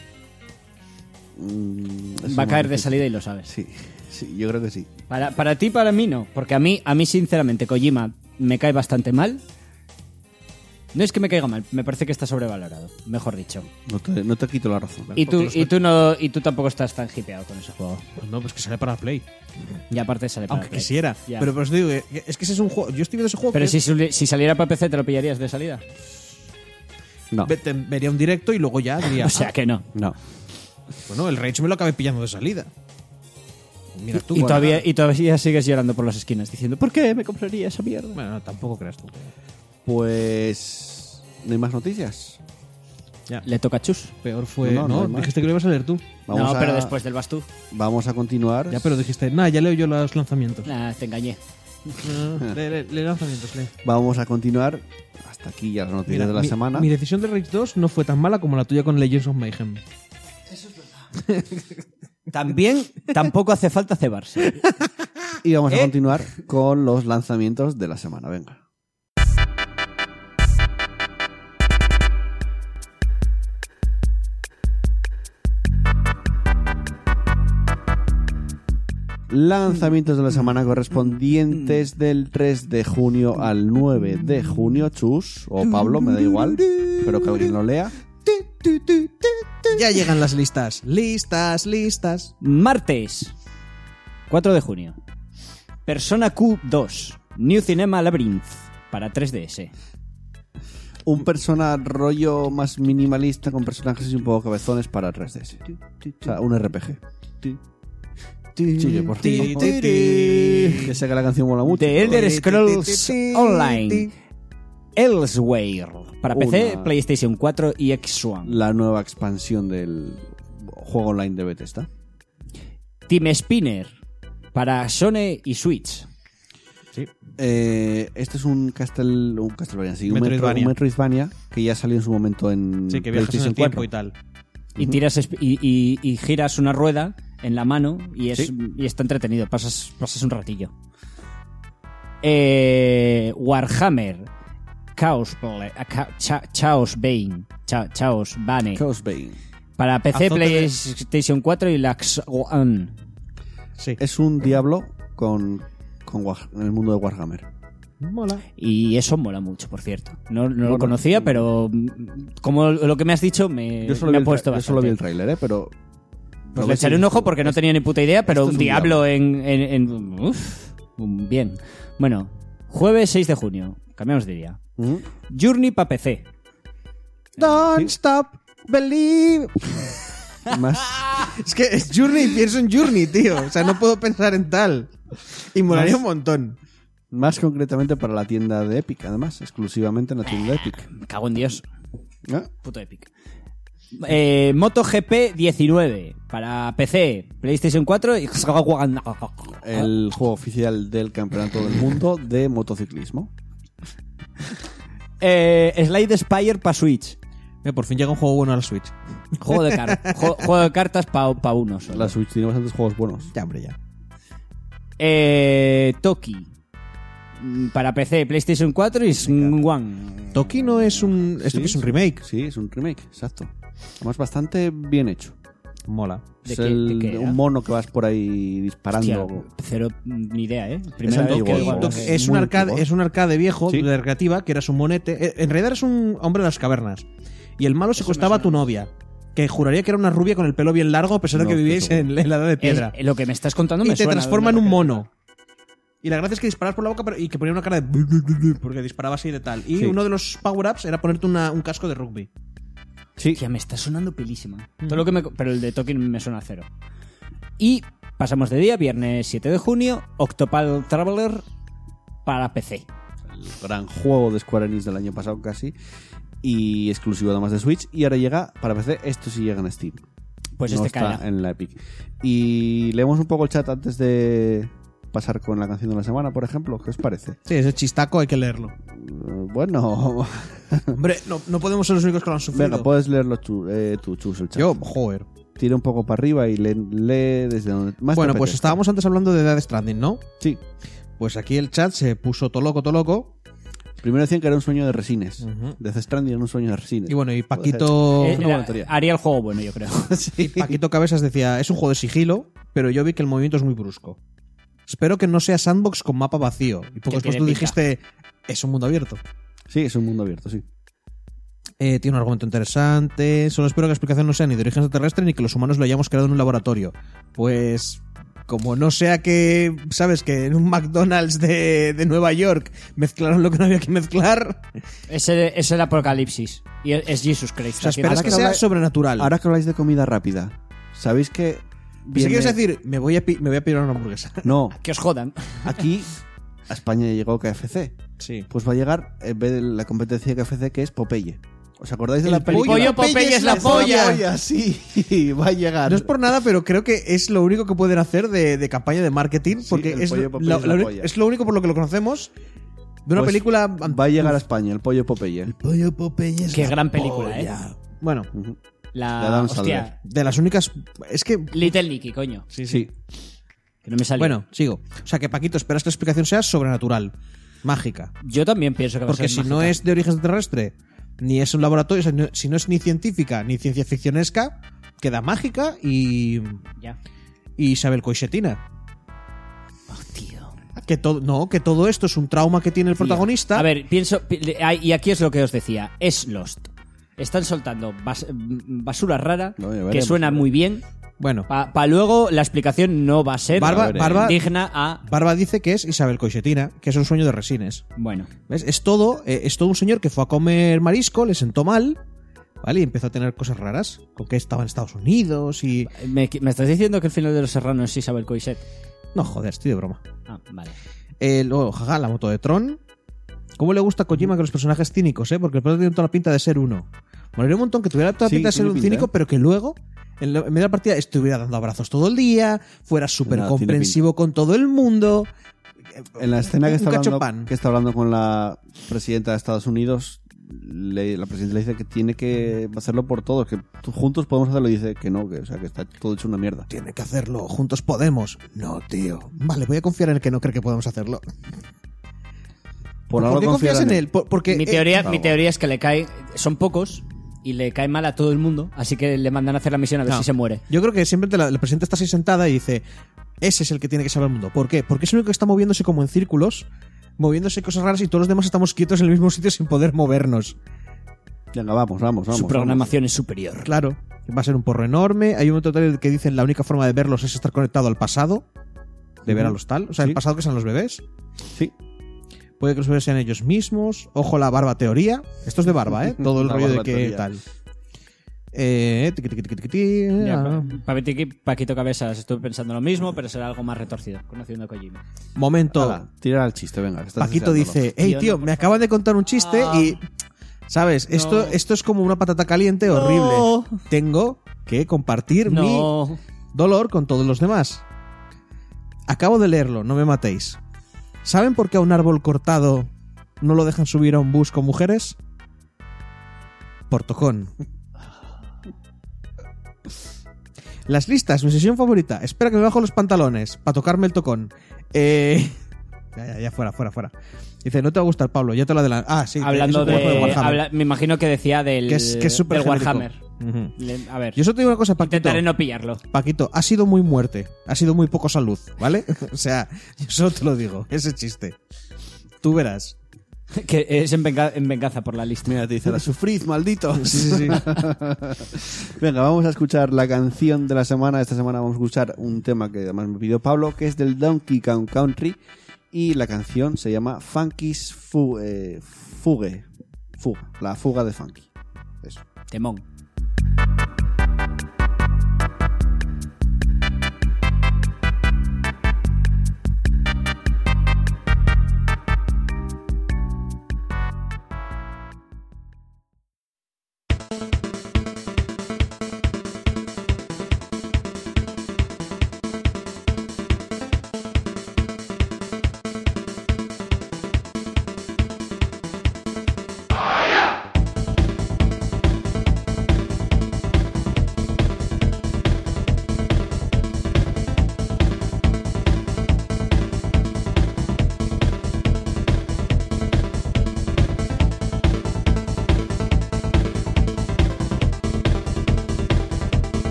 S1: Mm, es
S4: Va a
S1: un
S4: caer de
S1: difícil.
S4: salida y lo sabes.
S1: Sí, sí, yo creo que sí.
S4: Para, para ti, para mí no. Porque a mí, a mí sinceramente, Kojima me cae bastante mal. No es que me caiga mal, me parece que está sobrevalorado, mejor dicho.
S1: No te, no te quito la razón.
S4: Y
S2: porque
S4: tú,
S2: los-
S4: y tú no, y tú tampoco estás tan hipeado con ese juego.
S2: Pues no, pues que sale para Play.
S4: Y aparte sale para
S2: Aunque
S4: Play.
S2: quisiera.
S4: Ya.
S2: Pero pues digo, que- es que ese es un juego. Yo estoy viendo ese juego.
S4: Pero
S2: que
S4: si,
S2: es-
S4: suli- si saliera para PC, ¿te lo pillarías de salida?
S1: No,
S2: ve- te- vería un directo y luego (laughs) ya diría.
S4: O sea
S2: "Ah,
S4: que no.
S1: no.
S2: Bueno, el Rage me lo acabé pillando de salida. Mira tú.
S4: Y
S2: bueno,
S4: todavía, y todavía sigues llorando por las esquinas diciendo, ¿por qué me compraría esa mierda?
S2: Bueno, no, tampoco creas tú.
S1: Pues. ¿No hay más noticias?
S2: Ya.
S4: Le toca a Chus.
S2: Peor fue.
S1: No,
S2: No,
S1: no, no hay más.
S2: dijiste que lo ibas a leer tú.
S4: no,
S1: a-
S4: pero después del Bastú.
S1: Vamos a continuar.
S2: Ya, pero dijiste, nada, ya leo yo
S4: (laughs)
S2: los lanzamientos. Ah,
S4: Nah, te engañé.
S2: No, no, lee, lee- lee lanzamientos, lee.
S1: Vamos a continuar. Hasta aquí ya las noticias de la
S2: mi,
S1: semana.
S2: mi decisión de Rage 2 no fue tan mala como la tuya con Legends of Mayhem.
S4: También tampoco hace falta cebarse.
S1: Y vamos a
S4: ¿Eh?
S1: continuar con los lanzamientos de la semana. Venga. Lanzamientos de la semana correspondientes del 3 de junio al 9 de junio. Chus o Pablo, me da igual, pero que alguien lo lea.
S2: Ya llegan las listas. Listas, listas.
S4: Martes 4 de junio. Persona Q2. New Cinema Labyrinth para 3DS.
S1: Un persona rollo más minimalista con personajes así un poco cabezones para 3DS. O sea, un RPG. Chillo, por
S2: ti,
S1: favor.
S2: ti, ti.
S1: Que sé que la canción mola mucho.
S4: The
S1: pero-
S4: Elder Scrolls Online. Elsewhere para PC,
S1: Una-
S4: PlayStation 4 y X1.
S1: La nueva expansión del juego online de Bethesda.
S4: Team Spinner para Sony y Switch.
S1: Eh, este es un castel, un Castlevania, sí, un, Metro-
S2: Metroidvania.
S1: un Metroidvania que ya salió en su momento en
S2: Sí, que viajas en el
S1: Mm, PlayStation
S2: tiempo
S1: 4.
S2: y tal.
S4: Y, tiras esp- y, y- y giras una rueda en la mano y, es,
S1: Sí.
S4: y está entretenido. Pasas, pasas un ratillo. Eh, Warhammer. Chaos, Bla- a Cha- Cha- Chaos Bane. Cha- Chaos Bane.
S1: Chaos Bane.
S4: Para PC,
S2: Azote de-
S4: PlayStation 4 y la X One.
S2: Sí.
S1: Es un diablo con, con War- en el mundo de Warhammer.
S2: Mola.
S4: Y eso mola mucho, por cierto. No, no
S1: Bueno,
S4: lo conocía,
S1: mm.
S4: pero mm, como lo que me has dicho me,
S1: Yo solo, vi,
S4: me ha
S1: el tra-
S4: puesto
S1: yo solo vi el
S4: bastante.
S1: tráiler, ¿eh? pero...
S4: Pues le echaré un ojo porque no tenía ni puta idea, pero
S1: Esto es
S4: un
S1: un diablo.
S4: diablo en... en- en- uf, bien. Bueno, jueves 6 de junio. Cambiamos de día.
S1: Ujú.
S4: Journey para PC.
S1: ¿Mm? Don't stop,
S4: (laughs)
S1: believe. Más.
S2: Es que es Journey, pienso en Journey, tío. O sea, no puedo pensar en tal. Y molaría un montón.
S1: Más concretamente para la tienda de Epic, además, exclusivamente en la tienda de Epic.
S4: Me cago en Dios.
S1: ¿Eh?
S4: Puto Epic. Eh, MotoGP 19 para PC, PlayStation 4 y... (laughs) Ah.
S1: El juego oficial del Campeonato del Mundo de Motociclismo.
S4: Eh, Slide Spire para Switch.
S2: Mira, por fin llega un juego bueno a la Switch.
S4: Juego de, car- (laughs) jo- juego de cartas para uno solo.
S1: La Switch tiene bastantes juegos buenos.
S2: Ya, hombre, ya.
S4: Eh, Toki. Mm, Para PC, PlayStation 4 y One.
S2: Toki no es un. Esto
S1: Sí.
S2: que es un remake.
S1: Sí, es un remake, exacto. Además, bastante bien hecho.
S2: Mola.
S4: ¿De
S1: es
S4: qué-
S1: el-
S4: de qué era?
S1: un mono que vas por ahí
S4: Hostia,
S1: disparando.
S4: cero ni idea, ¿eh?
S1: Es
S4: Primero
S1: antiguo,
S4: que
S1: igual,
S2: Toki
S1: es
S2: es, un
S1: muy
S2: arcade,
S1: antiguo.
S2: es un arcade viejo
S1: Sí.
S2: de recreativa que eras un monete. eh, En realidad eras un hombre de las cavernas. Y el malo secuestraba a tu novia. Que juraría que era una rubia con el pelo bien largo, a pesar de
S1: No,
S2: que
S1: estoy
S2: vivíais
S1: seguro.
S2: en la en la edad de
S4: Es-
S2: piedra.
S4: Eh, lo que me estás contando
S2: y
S4: me
S2: te
S4: suena de ¿eh?
S2: transforma en
S4: una
S2: un
S4: receta.
S2: mono. Y la gracia es que disparabas por la boca pero- y que ponía una cara de. Porque disparaba así de tal. Y
S1: Sí.
S2: uno de los power-ups era ponerte una- un casco de rugby.
S1: Sí,
S4: Hostia, me está sonando pilísima. Todo lo que me- pero el de Toki me suena a cero. Y pasamos de día, viernes 7 de junio, Octopal Traveler para PC.
S1: el gran juego de Square Enix del año pasado casi. Y exclusivo además de Switch. Y ahora llega para PC. Esto sí llega en Steam.
S4: Pues
S1: no
S4: este
S1: está
S4: caerá.
S1: en la Epic. Y leemos un poco el chat antes de pasar con la canción de la semana, por ejemplo. ¿Qué os parece?
S2: Sí, ese chistaco hay que leerlo.
S1: Eh,
S2: (laughs)
S1: Bueno,
S2: Hombre, no, no podemos ser los únicos que lo han sufrido.
S1: venga, pues, puedes leerlo tú, eh, tú, Chus, el chat.
S2: Yo, joder.
S1: Tira un poco para arriba y lee, lee desde donde más te
S2: Bueno, pues
S1: apetezca.
S2: estábamos antes hablando de Dead Stranding, ¿no?
S1: Sí.
S2: Pues aquí el chat se puso toloco, toloco.
S1: Primero decían que era un sueño de resines.
S2: Ujú.
S1: De Stranding era un sueño de resines.
S2: Mm. Y bueno, (laughs) y
S1: Puede ser.
S2: Paquito,
S4: Eh,
S1: una buena
S4: la-
S1: teoría.
S4: haría el juego bueno,
S2: (laughs)
S4: yo creo.
S2: y Paquito Cabezas decía, es un juego de sigilo, pero yo vi que el movimiento es muy brusco. Espero que no sea sandbox con mapa vacío. Y
S4: Que
S2: poco después
S4: tiene
S2: tú
S4: pinta.
S2: dijiste, es un mundo abierto.
S1: Sí, es un mundo abierto, sí.
S2: Eh, tiene un argumento interesante. Solo espero que la explicación no sea ni de origen extraterrestre ni que los humanos lo hayamos creado en un laboratorio. Pues. Como no sea que, ¿sabes? Que en un McDonald's de, de Nueva York mezclaron lo que no había que mezclar.
S4: Ese es el apocalipsis. Y es es Jesus Christ.
S2: O sea,
S4: Aquí
S2: esperas
S4: la-
S2: que
S1: que
S2: sea
S1: habla-
S2: sobrenatural.
S1: Ahora que habláis de comida rápida, ¿sabéis que
S2: Pues si
S1: viene-
S2: quieres decir, me voy, a pi- me voy a pedir una hamburguesa.
S1: No,
S4: que os jodan.
S1: aquí a España ya llegó KFC.
S2: Sí.
S1: Pues va a llegar, en vez de la competencia de KFC, que es Popeye. ¿Os acordáis de la
S4: pollo
S1: película?
S4: Popeye es la polla.
S1: sí, (laughs) va a llegar.
S2: No es por nada, pero creo que es lo único que pueden hacer de, de campaña de marketing.
S1: Sí,
S2: Porque
S1: el
S2: es,
S1: pollo Popeye
S2: la-
S1: es la
S2: la-
S1: polla.
S2: es lo único por lo que lo conocemos de una
S1: Pues
S2: película.
S1: Va a llegar a España, el pollo Popeye.
S2: Pollo Popeye es
S4: Qué
S2: la
S4: gran película, ¿eh?
S2: polla. Bueno,
S1: Ujú. De
S4: La,
S1: Adam
S4: hostia,
S2: de las únicas. Es que.
S4: Little Nicky, coño.
S1: Sí.
S4: Que no me salió.
S2: Bueno, sigo. O sea que Paquito, esperas que la explicación sea sobrenatural, mágica.
S4: yo también pienso que va a
S2: Porque
S4: ser
S2: si
S4: mágica.
S2: no es de origen extraterrestre, ni es un laboratorio, o sea, no- si no es ni científica, ni ciencia ficcionesca, queda mágica y.
S4: Ya.
S2: y Isabel Coixetina.
S4: Oh, tío.
S2: Que todo, no, que todo esto es un trauma que tiene el protagonista.
S4: A ver, pienso. pi- le- ay, Y aquí es lo que os decía: es Lost. Están soltando bas- m- basura rara
S1: No, ya veremos,
S4: que suena
S1: ya
S4: muy bien.
S2: Bueno,
S4: Para luego la explicación no va a ser
S2: Barba-
S4: digna
S2: Barba-
S4: a.
S2: Barba dice que es Isabel Coixetina, que es un sueño de resines.
S4: Bueno,
S2: ¿Ves? Es todo, eh, es todo un señor que fue a comer marisco, le sentó mal, ¿vale? Y empezó a tener cosas raras, con que estaba en Estados Unidos y.
S4: ¿me, me estás diciendo que el final de Los Serranos es Isabel Coixet?
S2: No, joder, estoy de broma.
S4: Ah, vale.
S2: Eh, luego, jaja, la moto de Tron. ¿Cómo le gusta a Kojima que los personajes cínicos, eh? Porque el prota tiene toda la pinta de ser uno. Molaría un montón que tuviera toda la
S1: Sí,
S2: pinta de ser
S1: tiene
S2: un
S1: pinta,
S2: cínico,
S1: ¿eh?
S2: pero que luego, en, la- en medio de la partida, estuviera dando abrazos todo el día, fuera súper comprensivo con todo el mundo.
S1: En la escena que
S2: Un
S1: está,
S2: cachopán.
S1: hablando, que está hablando con la presidenta de Estados Unidos, le- la presidenta le dice que tiene que hacerlo por todos, que t- juntos podemos hacerlo. Y dice que no, que, o sea, que está todo hecho una mierda.
S2: Tiene que hacerlo, juntos podemos. No, tío. Vale, voy a confiar en el que no cree que podemos hacerlo.
S1: Por, algo
S2: qué
S1: confiar
S2: confías en él? Por- porque
S4: Mi
S2: eh,
S4: teoría, mi
S1: vamos.
S4: teoría es que le cae. Son pocos y le cae mal a todo el mundo, así que le mandan a hacer la misión a ver
S2: No.
S4: si se muere.
S2: Yo creo que siempre te la, la presidenta está así sentada y dice, ese es el que tiene que salvar el mundo. ¿Por qué? Porque es el único que está moviéndose como en círculos, moviéndose cosas raras y todos los demás estamos quietos en el mismo sitio sin poder movernos.
S1: Venga, vamos, vamos, vamos.
S4: Su programación es superior.
S2: Claro, va a ser un porro enorme. Hay un tutorial que dicen la única forma de verlos es estar conectado al pasado, de ver a los tal, o sea,
S1: Sí.
S2: el pasado que sean los bebés.
S1: vamos. Sí.
S2: Puede que los bebés sean ellos mismos. Ojo la barba teoría. Esto es de barba,
S1: (laughs)
S2: ¿eh? Todo el
S1: La
S2: rollo de
S1: barba
S2: que
S1: teoría.
S2: tal. Eh, tiqui, tiqui, tiqui, tiqui, tiqui,
S4: Ya,
S2: ah.
S4: pa- Paquetiqui, Paquito Cabezas, estuve pensando lo mismo, pero será algo más retorcido, conociendo a Kojima.
S2: Momento.
S1: Hala, tira al chiste, venga. que estás
S2: Paquito
S1: deseándolo.
S2: dice, hey
S4: Tío,
S2: tío,
S4: no, por
S2: me acaban de contar un chiste
S4: Ah.
S2: y ¿Sabes? Esto, esto es como una patata caliente
S3: Oh.
S2: horrible. Tengo que compartir mi
S3: No.
S2: dolor con todos los demás. Acabo de leerlo, no me matéis. ¿Saben por qué a un árbol cortado no lo dejan subir a un bus con mujeres? Por tocón. Las listas, mi sesión favorita. Espera que me bajo los pantalones para tocarme el tocón. Eh... (laughs) Ya, ya, ya, fuera, fuera, fuera. Dice, no te va a gustar, Pablo, ya te lo adelanto. Ah, sí. que
S3: Hablando
S2: es un
S3: de.
S2: juego Warhammer.
S3: habla- me imagino que decía del.
S2: Que es- que es
S3: del
S2: súper genérico.
S3: Warhammer.
S2: Ujú.
S3: Le- a ver.
S2: Yo solo te digo una cosa, Paquito.
S3: intentaré no pillarlo.
S2: Paquito, ha sido muy muerte, ha sido muy poco salud, (laughs) ¿vale? O sea, yo solo te lo digo, ese chiste. Tú verás.
S3: (laughs) Que es en, venga- en venganza por la lista.
S1: Mira, te dice, la sufrid, (laughs) maldito.
S2: Sí, sí, (laughs) sí.
S1: Venga, vamos a escuchar la canción de la semana. Esta semana vamos a escuchar un tema que además me pidió Pablo, que es del Donkey Kong Country. Y la canción se llama Funky's Fu- eh, Fugue. Fuga, la fuga de Funky. Eso.
S3: Temón.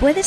S5: Puedes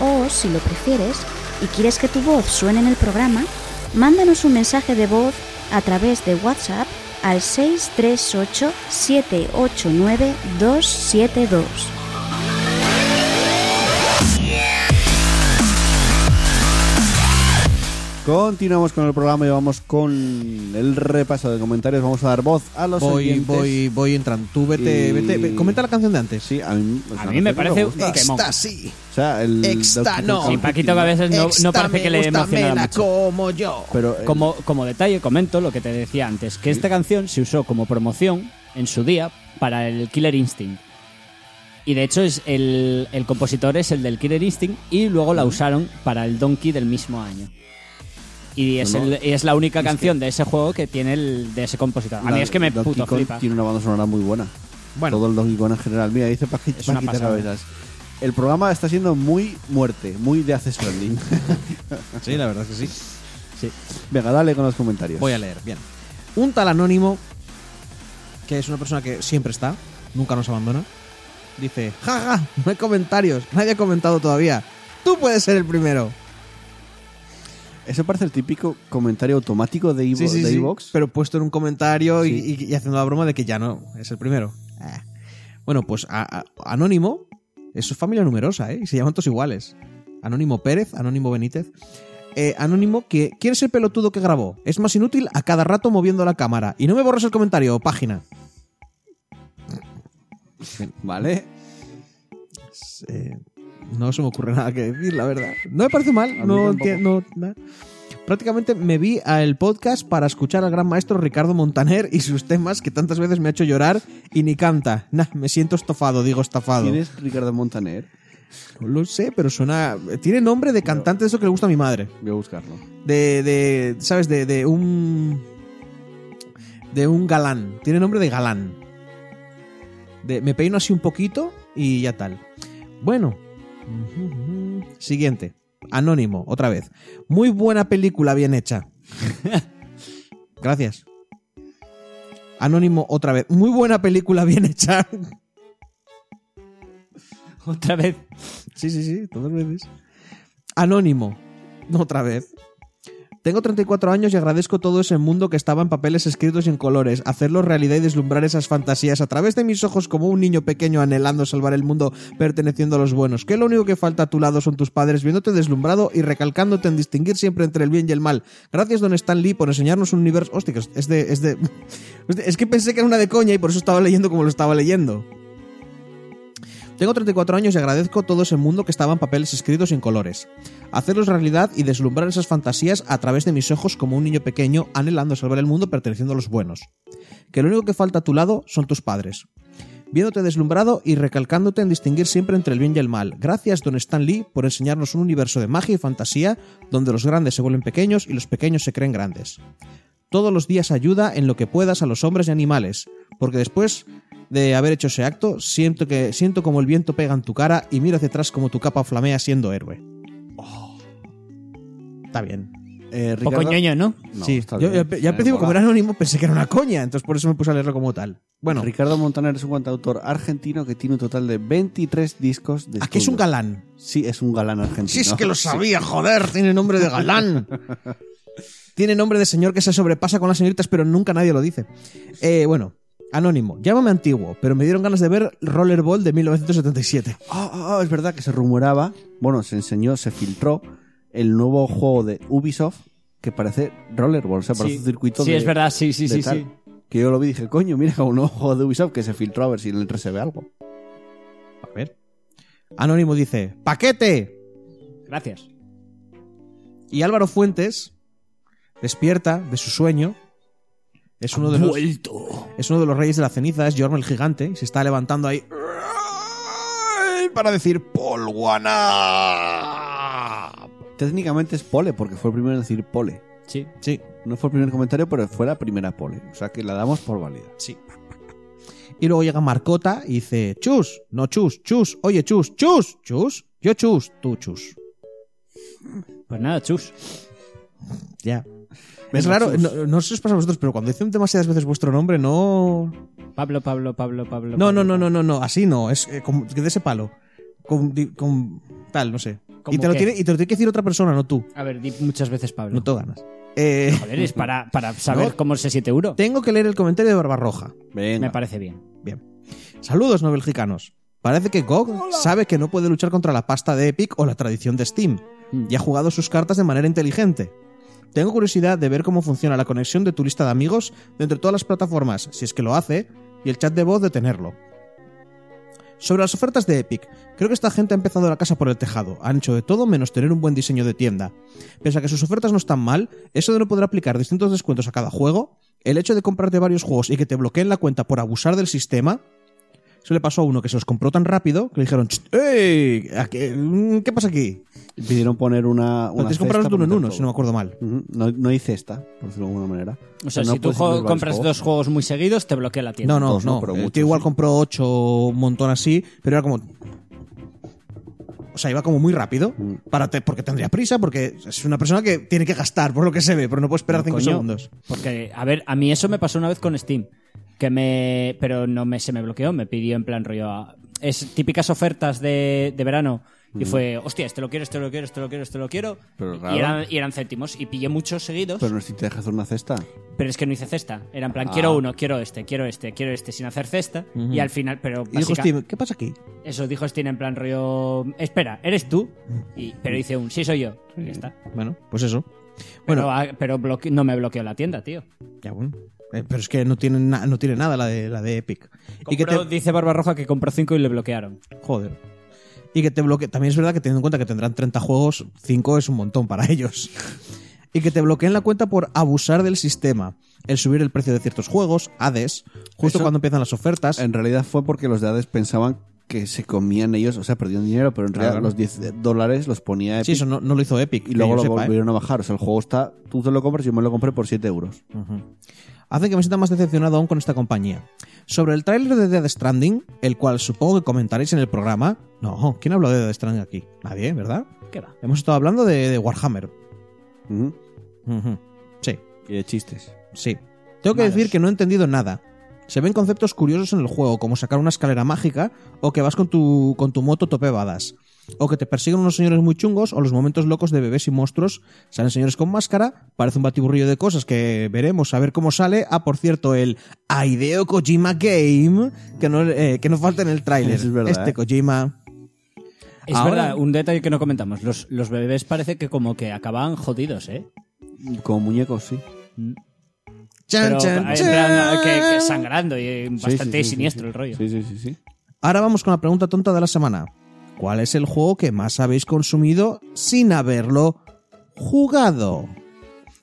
S5: o, si lo prefieres, y quieres que tu voz suene en el programa, mándanos un mensaje de voz a través de WhatsApp al 638 789 272.
S1: Continuamos con el programa y vamos con el repaso de comentarios. Vamos a dar voz a los
S2: Voy,
S1: oyentes.
S2: voy, voy entrando. Tú vete,
S1: Y-
S2: vete, ve- Comenta la canción de antes.
S1: Sí, a mí, o sea,
S3: A mí me
S1: no
S3: parece
S1: gusta.
S3: un temón.
S2: Éxtasis.
S1: O sea, el
S2: Exta-
S1: Donkey Kong
S2: no.
S1: Country
S3: Y Paquito que a veces no, no
S2: Esta
S3: parece
S2: me
S3: que le
S2: gusta,
S3: emocionara
S2: mela
S3: mucho.
S2: como yo.
S1: Pero eh,
S3: Como, como detalle, comento lo que te decía antes, que esta canción se usó como promoción en su día para el Killer Instinct. Y de hecho es el, el compositor es el del Killer Instinct y luego la usaron para el Donkey del mismo año. Y es,
S1: No, no.
S3: el- y es la única canción de ese juego que tiene el de ese compositor. A mí
S1: La-
S3: es que me
S1: Donkey
S3: puto
S1: Kong
S3: flipa.
S1: Tiene una banda sonora muy buena.
S2: Bueno.
S1: Todo el Donkey Kong en general. Mira, dice
S3: Es
S1: Paquita
S3: una
S1: Paquita
S3: pasada.
S1: Cabezas. El programa está siendo muy muerte, muy de haces Stranding. (laughs)
S2: Sí, la verdad es que sí.
S1: Venga, dale con los comentarios.
S2: Voy a leer, bien. Un tal anónimo, que es una persona que siempre está, nunca nos abandona, dice, jaja, no hay comentarios, nadie ha comentado todavía. Tú puedes ser el primero.
S1: Eso parece el típico comentario automático de Ivo- de iVoox.
S2: Pero puesto en un comentario y-
S1: Sí.
S2: y, y haciendo la broma de que ya no, es el primero. Ah. Bueno, pues a- a- Anónimo es su familia numerosa, ¿eh? Y se llaman todos iguales. Anónimo Pérez, Anónimo Benítez. Eh, anónimo que... ¿Quién es el pelotudo que grabó? Es más inútil a cada rato moviendo la cámara. Y no me borres el comentario o página.
S1: Vale.
S2: Es, eh, no se me ocurre (laughs) nada que decir, la verdad. No me parece mal,
S1: mí
S2: no
S1: tampoco.
S2: entiendo nada. Prácticamente me vi al podcast para escuchar al gran maestro Ricardo Montaner y sus temas que tantas veces me ha hecho llorar y ni canta. Nah, me siento estofado, digo estafado.
S1: ¿Quién es Ricardo Montaner?
S2: No lo sé, pero suena. Tiene nombre de cantante de eso que le gusta a mi madre.
S1: Voy a buscarlo.
S2: De. de ¿Sabes? De, de un. De un galán. Tiene nombre de galán. De, me peino así un poquito y ya tal. Bueno. Siguiente. Anónimo, otra vez. Muy buena película bien hecha. (laughs) Gracias. Anónimo, otra vez. Muy buena película bien hecha.
S3: (laughs) Otra vez.
S2: Sí, sí, sí, todas veces. Anónimo, otra vez. Tengo 34 años y agradezco todo ese mundo que estaba en papeles escritos y en colores, hacerlo realidad y deslumbrar esas fantasías a través de mis ojos como un niño pequeño anhelando salvar el mundo perteneciendo a los buenos, que lo único que falta a tu lado son tus padres viéndote deslumbrado y recalcándote en distinguir siempre entre el bien y el mal. Gracias, don Stan Lee, por enseñarnos un universo... Hostia, que es de... Es, de... (laughs) es que pensé que era una de coña y por eso estaba leyendo como lo estaba leyendo. Tengo 34 años y agradezco todo ese mundo que estaba en papeles escritos y en colores. Hacerlos realidad y deslumbrar esas fantasías a través de mis ojos como un niño pequeño anhelando salvar el mundo perteneciendo a los buenos. Que lo único que falta a tu lado son tus padres. Viéndote deslumbrado y recalcándote en distinguir siempre entre el bien y el mal. Gracias, don Stan Lee, por enseñarnos un universo de magia y fantasía donde los grandes se vuelven pequeños y los pequeños se creen grandes. Todos los días ayuda en lo que puedas a los hombres y animales, porque después de haber hecho ese acto, siento, que, siento como el viento pega en tu cara y miro hacia atrás como tu capa flamea siendo héroe. Está bien.
S1: Eh,
S3: Poco
S1: Ricardo-
S3: ñoño, ¿no?
S1: No,
S2: sí,
S1: está
S2: yo
S1: bien. Eh,
S2: ya al ya al
S1: Me
S2: principio, como
S1: mola.
S2: era anónimo, pensé que era una coña, entonces por eso me puse a leerlo como tal. Bueno,
S1: Ricardo Montaner es un cantautor argentino que tiene un total de 23 discos de
S2: aquí Ah, es un
S1: estudio.
S2: galán.
S1: Sí, es un galán argentino.
S2: Si es que lo sabía, joder, tiene nombre de galán.
S1: (laughs)
S2: tiene nombre de señor que se sobrepasa con las señoritas, pero nunca nadie lo dice. Eh, bueno, anónimo. Llámame antiguo, pero me dieron ganas de ver Rollerball de 1977.
S1: Ah, ah, ah, es verdad que se rumoraba, bueno, se enseñó, se filtró el nuevo juego de Ubisoft que parece Rollerball, o sea, parece
S3: Sí.
S1: un circuito
S3: Sí,
S1: de-
S3: es verdad, sí, sí,
S1: de
S3: sí,
S1: tal.
S3: sí.
S1: Que yo lo vi y dije, coño, mira, un nuevo juego de Ubisoft que se filtró a ver si en el 3 se ve algo.
S2: A ver. Anónimo dice, ¡paquete!
S3: Gracias.
S2: Y Álvaro Fuentes despierta de su sueño. Es uno de los, es uno de los reyes de la ceniza, es Jorm el gigante, y se está levantando ahí para decir Polwana.
S1: Técnicamente es pole, porque fue el primero en decir pole.
S3: Sí.
S2: Sí,
S1: No fue el primer comentario, pero fue la primera pole. O sea que la damos por válida.
S2: sí. Y luego llega Marcota y dice, chus, no chus, chus, oye chus, chus, chus, yo chus, tú chus.
S3: Pues nada, chus.
S2: Ya.
S1: Venga,
S2: es raro,
S1: chus.
S2: no, no sé si os pasa a vosotros, pero cuando dicen demasiadas veces vuestro nombre, no...
S3: Pablo, Pablo, Pablo, Pablo.
S2: No, no,
S3: Pablo,
S2: no, no,
S3: Pablo.
S2: no, no, así no, es eh, como que de ese palo. Con, di- con- tal, no sé.
S3: ¿Cómo
S2: Y te, lo
S3: qué?
S2: tiene, y te lo tiene que decir otra persona, no tú.
S3: A ver, di muchas veces Pablo.
S2: No te ganas. Eh,
S3: Joder, es para, para saber
S2: No.
S3: cómo se siente uno.
S2: tengo que leer el comentario de Barbarroja.
S1: Venga.
S3: Me parece bien.
S2: Saludos, no belgicanos. Parece que GOG sabe que no puede luchar contra la pasta de Epic o la tradición de Steam,
S3: Mm.
S2: y ha jugado sus cartas de manera inteligente. Tengo curiosidad de ver cómo funciona la conexión de tu lista de amigos de entre todas las plataformas, si es que lo hace, y el chat de voz de tenerlo. Sobre las ofertas de Epic, creo que esta gente ha empezado la casa por el tejado, han hecho de todo menos tener un buen diseño de tienda. Pese a que sus ofertas no están mal, eso de no poder aplicar distintos descuentos a cada juego, el hecho de comprarte varios juegos y que te bloqueen la cuenta por abusar del sistema, Eso le pasó a uno que se los compró tan rápido que le dijeron, "Chst, ¡Ey! ¿a qué, mm, ¿Qué pasa aquí?
S1: Pidieron poner una.
S2: Pero
S1: una
S2: tienes que comprarlos
S1: cesta
S2: de uno en
S1: para meter
S2: uno,
S1: todo.
S2: si no me acuerdo mal.
S1: Ujú, No, no hay cesta, por decirlo de alguna manera.
S4: O sea,
S1: no
S4: si tú
S1: puedes
S4: jo-
S1: incluir varios
S4: compras
S1: juegos.
S4: dos juegos muy seguidos, te bloquea la tienda.
S2: No, no,
S1: todos, ¿no?
S2: no.
S1: Pero
S2: El
S1: muchos,
S2: tío igual
S1: sí.
S2: compró ocho, un montón así, pero era como. O sea, iba como muy rápido,
S1: Mm.
S2: para te- porque tendría prisa, porque es una persona que tiene que gastar, por lo que se ve, pero no puede esperar
S4: No,
S2: cinco
S4: coño,
S2: segundos.
S4: Porque, a ver, a mí eso me pasó una vez con Steam. Que me. Pero no me, se me bloqueó, me pidió en plan rollo. a- es típicas ofertas de, de verano. Y fue, hostia, este lo quiero, este lo quiero, este lo quiero, este lo quiero.
S1: Pero
S4: y,
S1: raro.
S4: eran, y eran céntimos. Y pillé muchos seguidos.
S1: Pero
S4: Pero,
S1: no si te dejas hacer una cesta.
S4: es que no hice cesta. Era en plan,
S1: Ah.
S4: quiero uno, quiero este, quiero este, quiero este, sin hacer cesta. Y al final, pero.
S2: Y dijo
S4: básica-
S2: Steam, ¿qué pasa aquí?
S4: Eso dijo Steam en plan rollo. Espera, ¿eres tú? Y, pero hice un, sí, soy yo. Y ya está.
S2: Bueno, pues eso.
S4: Bueno,
S2: Bueno,
S4: pero, ah, pero bloque- no me bloqueó la tienda, tío.
S2: ya bueno. Eh, pero es que no tiene, na- no tiene nada la de, la de Epic. y que
S4: Compró-
S2: te,
S4: Dice Barbarroja que compró 5 y le bloquearon.
S2: joder. Y que te bloqueen. También es verdad que teniendo en cuenta que tendrán 30 juegos, 5 es un montón para (laughs) ellos. Y que te bloqueen la cuenta por abusar del sistema. El subir el precio de ciertos juegos, Hades, justo
S1: Eso-
S2: cuando empiezan las ofertas.
S1: En realidad fue porque los de Hades pensaban que se comían ellos, o sea, perdían dinero, pero en realidad
S4: Ah,
S2: Claro.
S1: los 10 dólares los ponía Epic
S2: Sí, eso no, no lo hizo Epic.
S1: y luego
S2: que
S1: lo
S2: yo sepa, ¿eh?
S1: volvieron a bajar. O sea, el juego está, tú te lo compras, yo me lo compré por 7 euros.
S2: hace que me sienta más decepcionado aún con esta compañía. Sobre el tráiler de Dead Stranding, el cual supongo que comentaréis en el programa. No, ¿quién habló de Dead Stranding aquí? Nadie, ¿verdad?
S4: ¿Qué va?
S2: Hemos estado hablando de, de Warhammer.
S1: Ujú.
S2: Ujú. Sí,
S1: Y de chistes.
S2: sí. Tengo que
S4: Malos.
S2: decir que no he entendido nada. Se ven conceptos curiosos en el juego, como sacar una escalera mágica, o que vas con tu, con tu moto tope badas, o que te persiguen unos señores muy chungos, o los momentos locos de bebés y monstruos, salen señores con máscara, parece un batiburrillo de cosas que veremos a ver cómo sale. Ah, por cierto, el Aideo Kojima Game, que no, eh, que no falta en el tráiler.
S1: Eso es verdad,
S2: este
S1: ¿eh?
S2: Kojima...
S4: Es
S2: Ahora-
S4: verdad, un detalle que no comentamos. Los, los bebés parece que como que acaban jodidos, ¿eh?
S1: Como muñecos, sí.
S2: Chan,
S4: Pero,
S2: chan,
S4: en plan,
S2: chan.
S4: que, que sangrando y
S1: Sí,
S4: bastante
S1: sí, sí, sí,
S4: siniestro
S1: sí.
S4: el rollo.
S1: Sí, sí, sí, sí.
S2: Ahora vamos con la pregunta tonta de la semana. ¿Cuál es el juego que más habéis consumido sin haberlo jugado?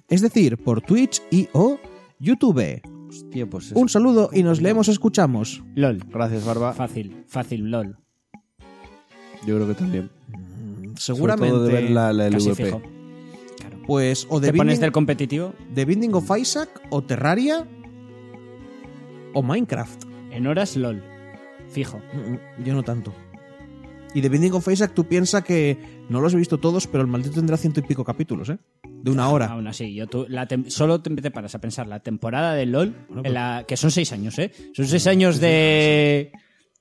S2: Es decir, por Twitch y o YouTube.
S1: Hostia, pues eso.
S2: Un saludo y nos leemos, escuchamos.
S4: LOL.
S1: Gracias, Barba.
S4: Fácil, fácil, LOL.
S1: Yo creo que también.
S2: Seguramente.
S1: Sobre todo de ver la, la
S4: Casi
S1: LVP.
S4: fijo. Claro.
S2: Pues o
S4: ¿Te
S2: de
S4: pones
S2: Binding,
S4: del competitivo?
S2: The Binding of Isaac o Terraria o Minecraft.
S4: En horas, LOL. Fijo.
S2: Mm, Yo no tanto. Y The Binding of Isaac, tú piensas que no los he visto todos, pero el maldito tendrá ciento y pico capítulos, ¿eh? De una
S1: Ah,
S2: hora.
S4: Aún así, yo tú- la tem- solo te, te paras a pensar la temporada de LOL,
S1: pues
S4: en la, que son seis años, ¿eh? Son seis años de...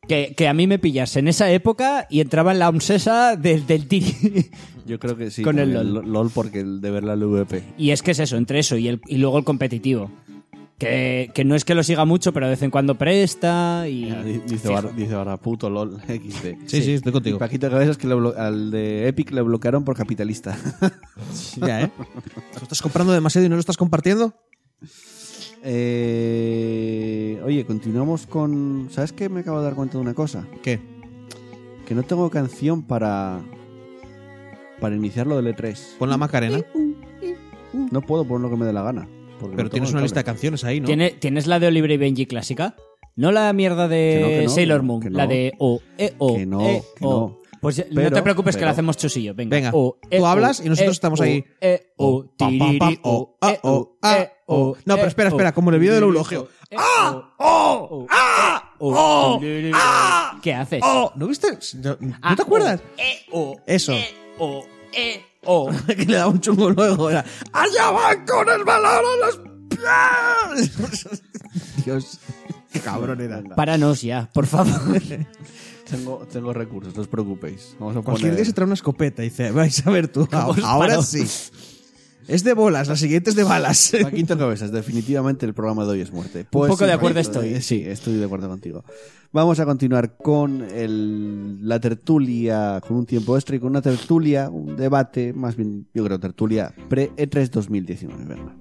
S4: Que, que a mí me pillas en esa época y entraba en la obsesa del, del tiri.
S1: Yo creo que sí.
S4: Con el
S1: también,
S4: LOL.
S1: LOL porque el de ver la LVP.
S4: (laughs) Y es que es eso, entre eso y, el, y luego el competitivo. Que, que no es que lo siga mucho, pero de vez en cuando presta y...
S1: Di- Dice,
S4: Fijo.
S1: Bar- dice Barba, puto LOL (laughs) XD.
S2: Sí, sí, estoy contigo.
S1: Y Paquito Cabezas que le blo- al de Epic le bloquearon por
S2: (laughs)
S1: capitalista.
S2: Ya, ¿eh? ¿Lo estás comprando demasiado y no lo estás compartiendo?
S1: Eh, oye, continuamos con. ¿Sabes qué? Me acabo de dar cuenta de una cosa.
S2: ¿Qué?
S1: Que no tengo canción para. Para iniciar lo del E3.
S2: Pon la Macarena.
S1: No puedo poner lo que me dé la gana. porque
S2: Pero
S1: no
S2: tienes
S1: tengo
S2: una
S1: el
S2: lista de
S1: cable.
S2: canciones ahí, ¿no?
S4: ¿Tiene- ¿Tienes la de Oliver y Benji clásica? No la mierda de
S1: Que no, que no,
S4: Sailor
S1: que no,
S4: Moon,
S1: que
S4: la
S1: no.
S4: de O, E, O,
S1: Que no,
S4: E,
S1: que
S4: O. Pues ya- no
S1: Pero-
S4: te preocupes que
S1: pero-
S4: la hacemos chusillo, venga.
S2: Venga,
S4: O,
S2: tú hablas y nosotros estamos ahí.
S4: O, E, O,
S2: Pam, pam, pam,
S4: tiriri,
S2: o,
S4: O,
S2: ah,
S4: E,
S2: o,
S4: O,
S2: ah,
S4: E, O.
S2: o. No, pero espera,
S4: E, O,
S2: espera, como en el vídeo del ¡Ah!
S4: tiriri,
S2: eulogio.
S4: E, O, O, E, O, tiriri, ¿Qué haces?
S2: ¡Oh! ¿No viste? ¿No, ¡Ah! no
S4: Ah,
S2: te acuerdas?
S4: O, E, O,
S2: Eso.
S4: E, O, E, O.
S2: (laughs) que le daba un chungo luego. Era, ¡Allá van con el balón a
S4: (laughs)
S2: los pies!
S1: (laughs)
S2: Dios, qué cabrón era.
S4: Páranos ya, por favor.
S2: (laughs)
S1: Tengo, tengo recursos, no os preocupéis. Vamos a
S2: Cualquier
S1: poner-
S2: día se trae una escopeta y dice, vais a ver tú,
S4: os
S2: ahora
S4: paro.
S2: sí. Es de bolas, la siguiente es de balas.
S4: (laughs)
S1: Paquito Cabezas, definitivamente el programa de hoy es muerte. Pues sí,
S4: poco de acuerdo
S1: Paquito,
S4: estoy.
S1: eh, Sí, estoy de acuerdo contigo. Vamos a continuar con el- la tertulia, con un tiempo extra y con una tertulia, un debate, más bien, yo creo, tertulia E pre-E3 2019, ¿verdad?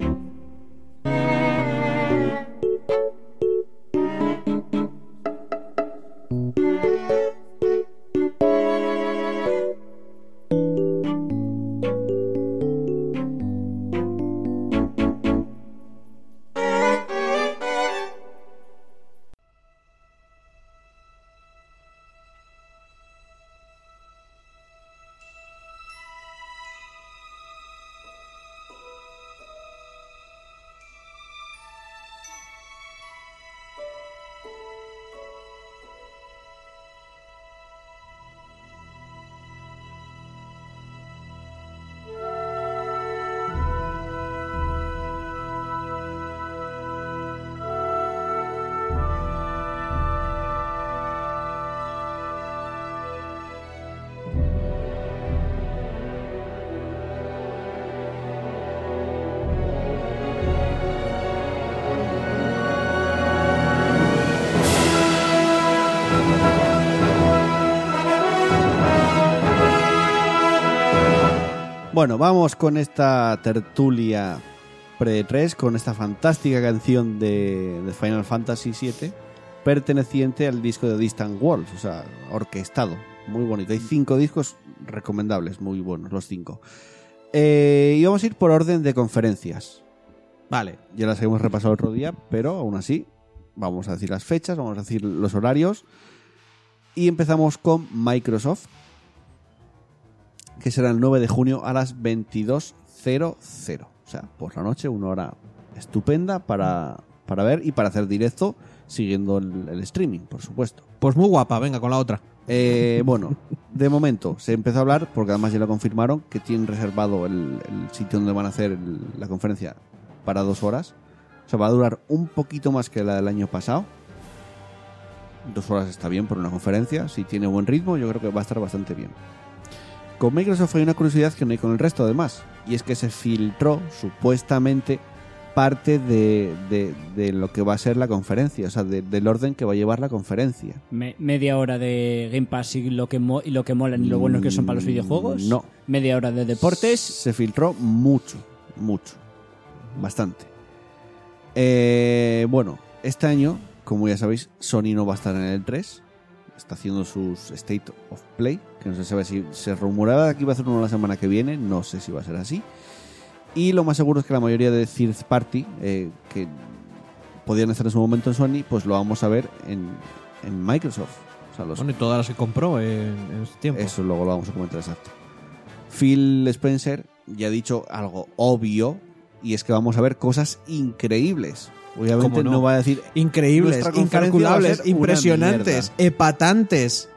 S1: Bueno, vamos con esta tertulia pre-3, con esta fantástica canción de, de Final Fantasy VII, perteneciente al disco de Distant Worlds, o sea, orquestado. Muy bonito. Hay cinco discos recomendables, muy buenos, los cinco. Eh, y vamos a ir por orden de conferencias.
S2: Vale.
S1: Ya las hemos repasado otro día, pero aún así vamos a decir las fechas, vamos a decir los horarios. Y empezamos con Microsoft, que será el 9 de junio a las 22.00. O sea, por la noche, una hora estupenda para, para ver y para hacer directo siguiendo el, el streaming, por supuesto.
S2: Pues muy guapa, venga, con la otra.
S4: Pues
S1: Eh, bueno, de momento se empezó a hablar, porque además ya lo confirmaron, que tienen reservado el, el sitio donde van a hacer el- la conferencia para dos horas. O sea, va a durar un poquito más que la del año pasado. Dos horas está bien por una conferencia. Si tiene buen ritmo, yo creo que va a estar bastante bien. Con Microsoft hay una curiosidad que no hay con el resto, además. Y es que se filtró, supuestamente, parte de, de- de lo que va a ser la conferencia. O sea, de- del orden que va a llevar la conferencia.
S4: Me- media hora de Game Pass y lo que mo- y lo que molan y lo bueno que son para los
S1: Mm,
S4: videojuegos.
S1: no.
S4: Media hora de deportes.
S1: Se filtró mucho, mucho, bastante. Eh, bueno, este año, como ya sabéis, Sony no va a estar en el 3. Está haciendo sus State of Play, que no se sabe si se rumoraba que iba a hacer uno la semana que viene, no sé si va a ser así. Y lo más seguro es que la mayoría de third party eh, que podían estar en su momento en Sony, pues lo vamos a ver en, en Microsoft. O sea, los
S2: Bueno, y todas las que compró en, en este tiempo.
S1: eso luego lo vamos a comentar exacto. Phil Spencer ya ha dicho algo obvio y es que vamos a ver cosas increíbles. Obviamente
S2: ¿Cómo
S1: no?
S2: no?
S1: va a decir
S2: Increíbles,
S1: Nuestra conferencia va a
S2: incalculables,
S1: ser una
S2: impresionantes, epatantes,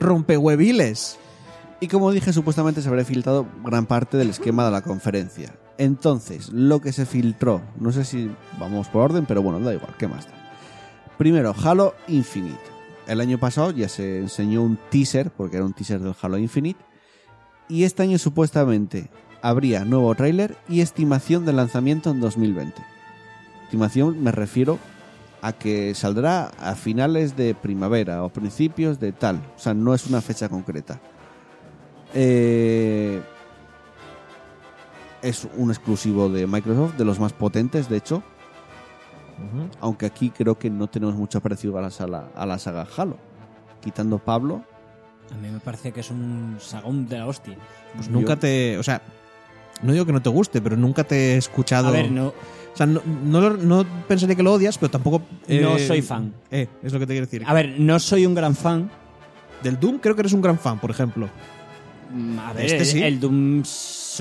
S2: rompehueviles.
S1: y como dije supuestamente se habrá filtrado gran parte del esquema de la conferencia. Entonces, lo que se filtró, no sé si vamos por orden, pero bueno, da igual, ¿qué más da? Primero, Halo Infinite. El año pasado ya se enseñó un teaser, porque era un teaser del Halo Infinite. Y este año supuestamente habría nuevo tráiler y estimación del lanzamiento en 2020. Estimación me refiero a que saldrá a finales de primavera o principios de tal. O sea, no es una fecha concreta. Eh, es un exclusivo de Microsoft, de los más potentes, de hecho. Aunque aquí creo que no tenemos mucho parecido a la, sala, a la saga Halo. Quitando Pablo.
S4: A mí me parece que es un sagón de la hostia.
S2: Pues nunca te. O sea, no digo que no te guste, pero nunca te he escuchado.
S4: A ver, no,
S2: O sea, no, no lo- no pensaría que lo odias, pero tampoco.
S4: No soy fan.
S2: Eh, es lo que te quiero decir.
S4: a ver, no soy un gran fan.
S2: Del Doom creo que eres un gran fan, por ejemplo.
S4: Mm, A ver,
S2: Este
S4: el,
S2: sí.
S4: el Doom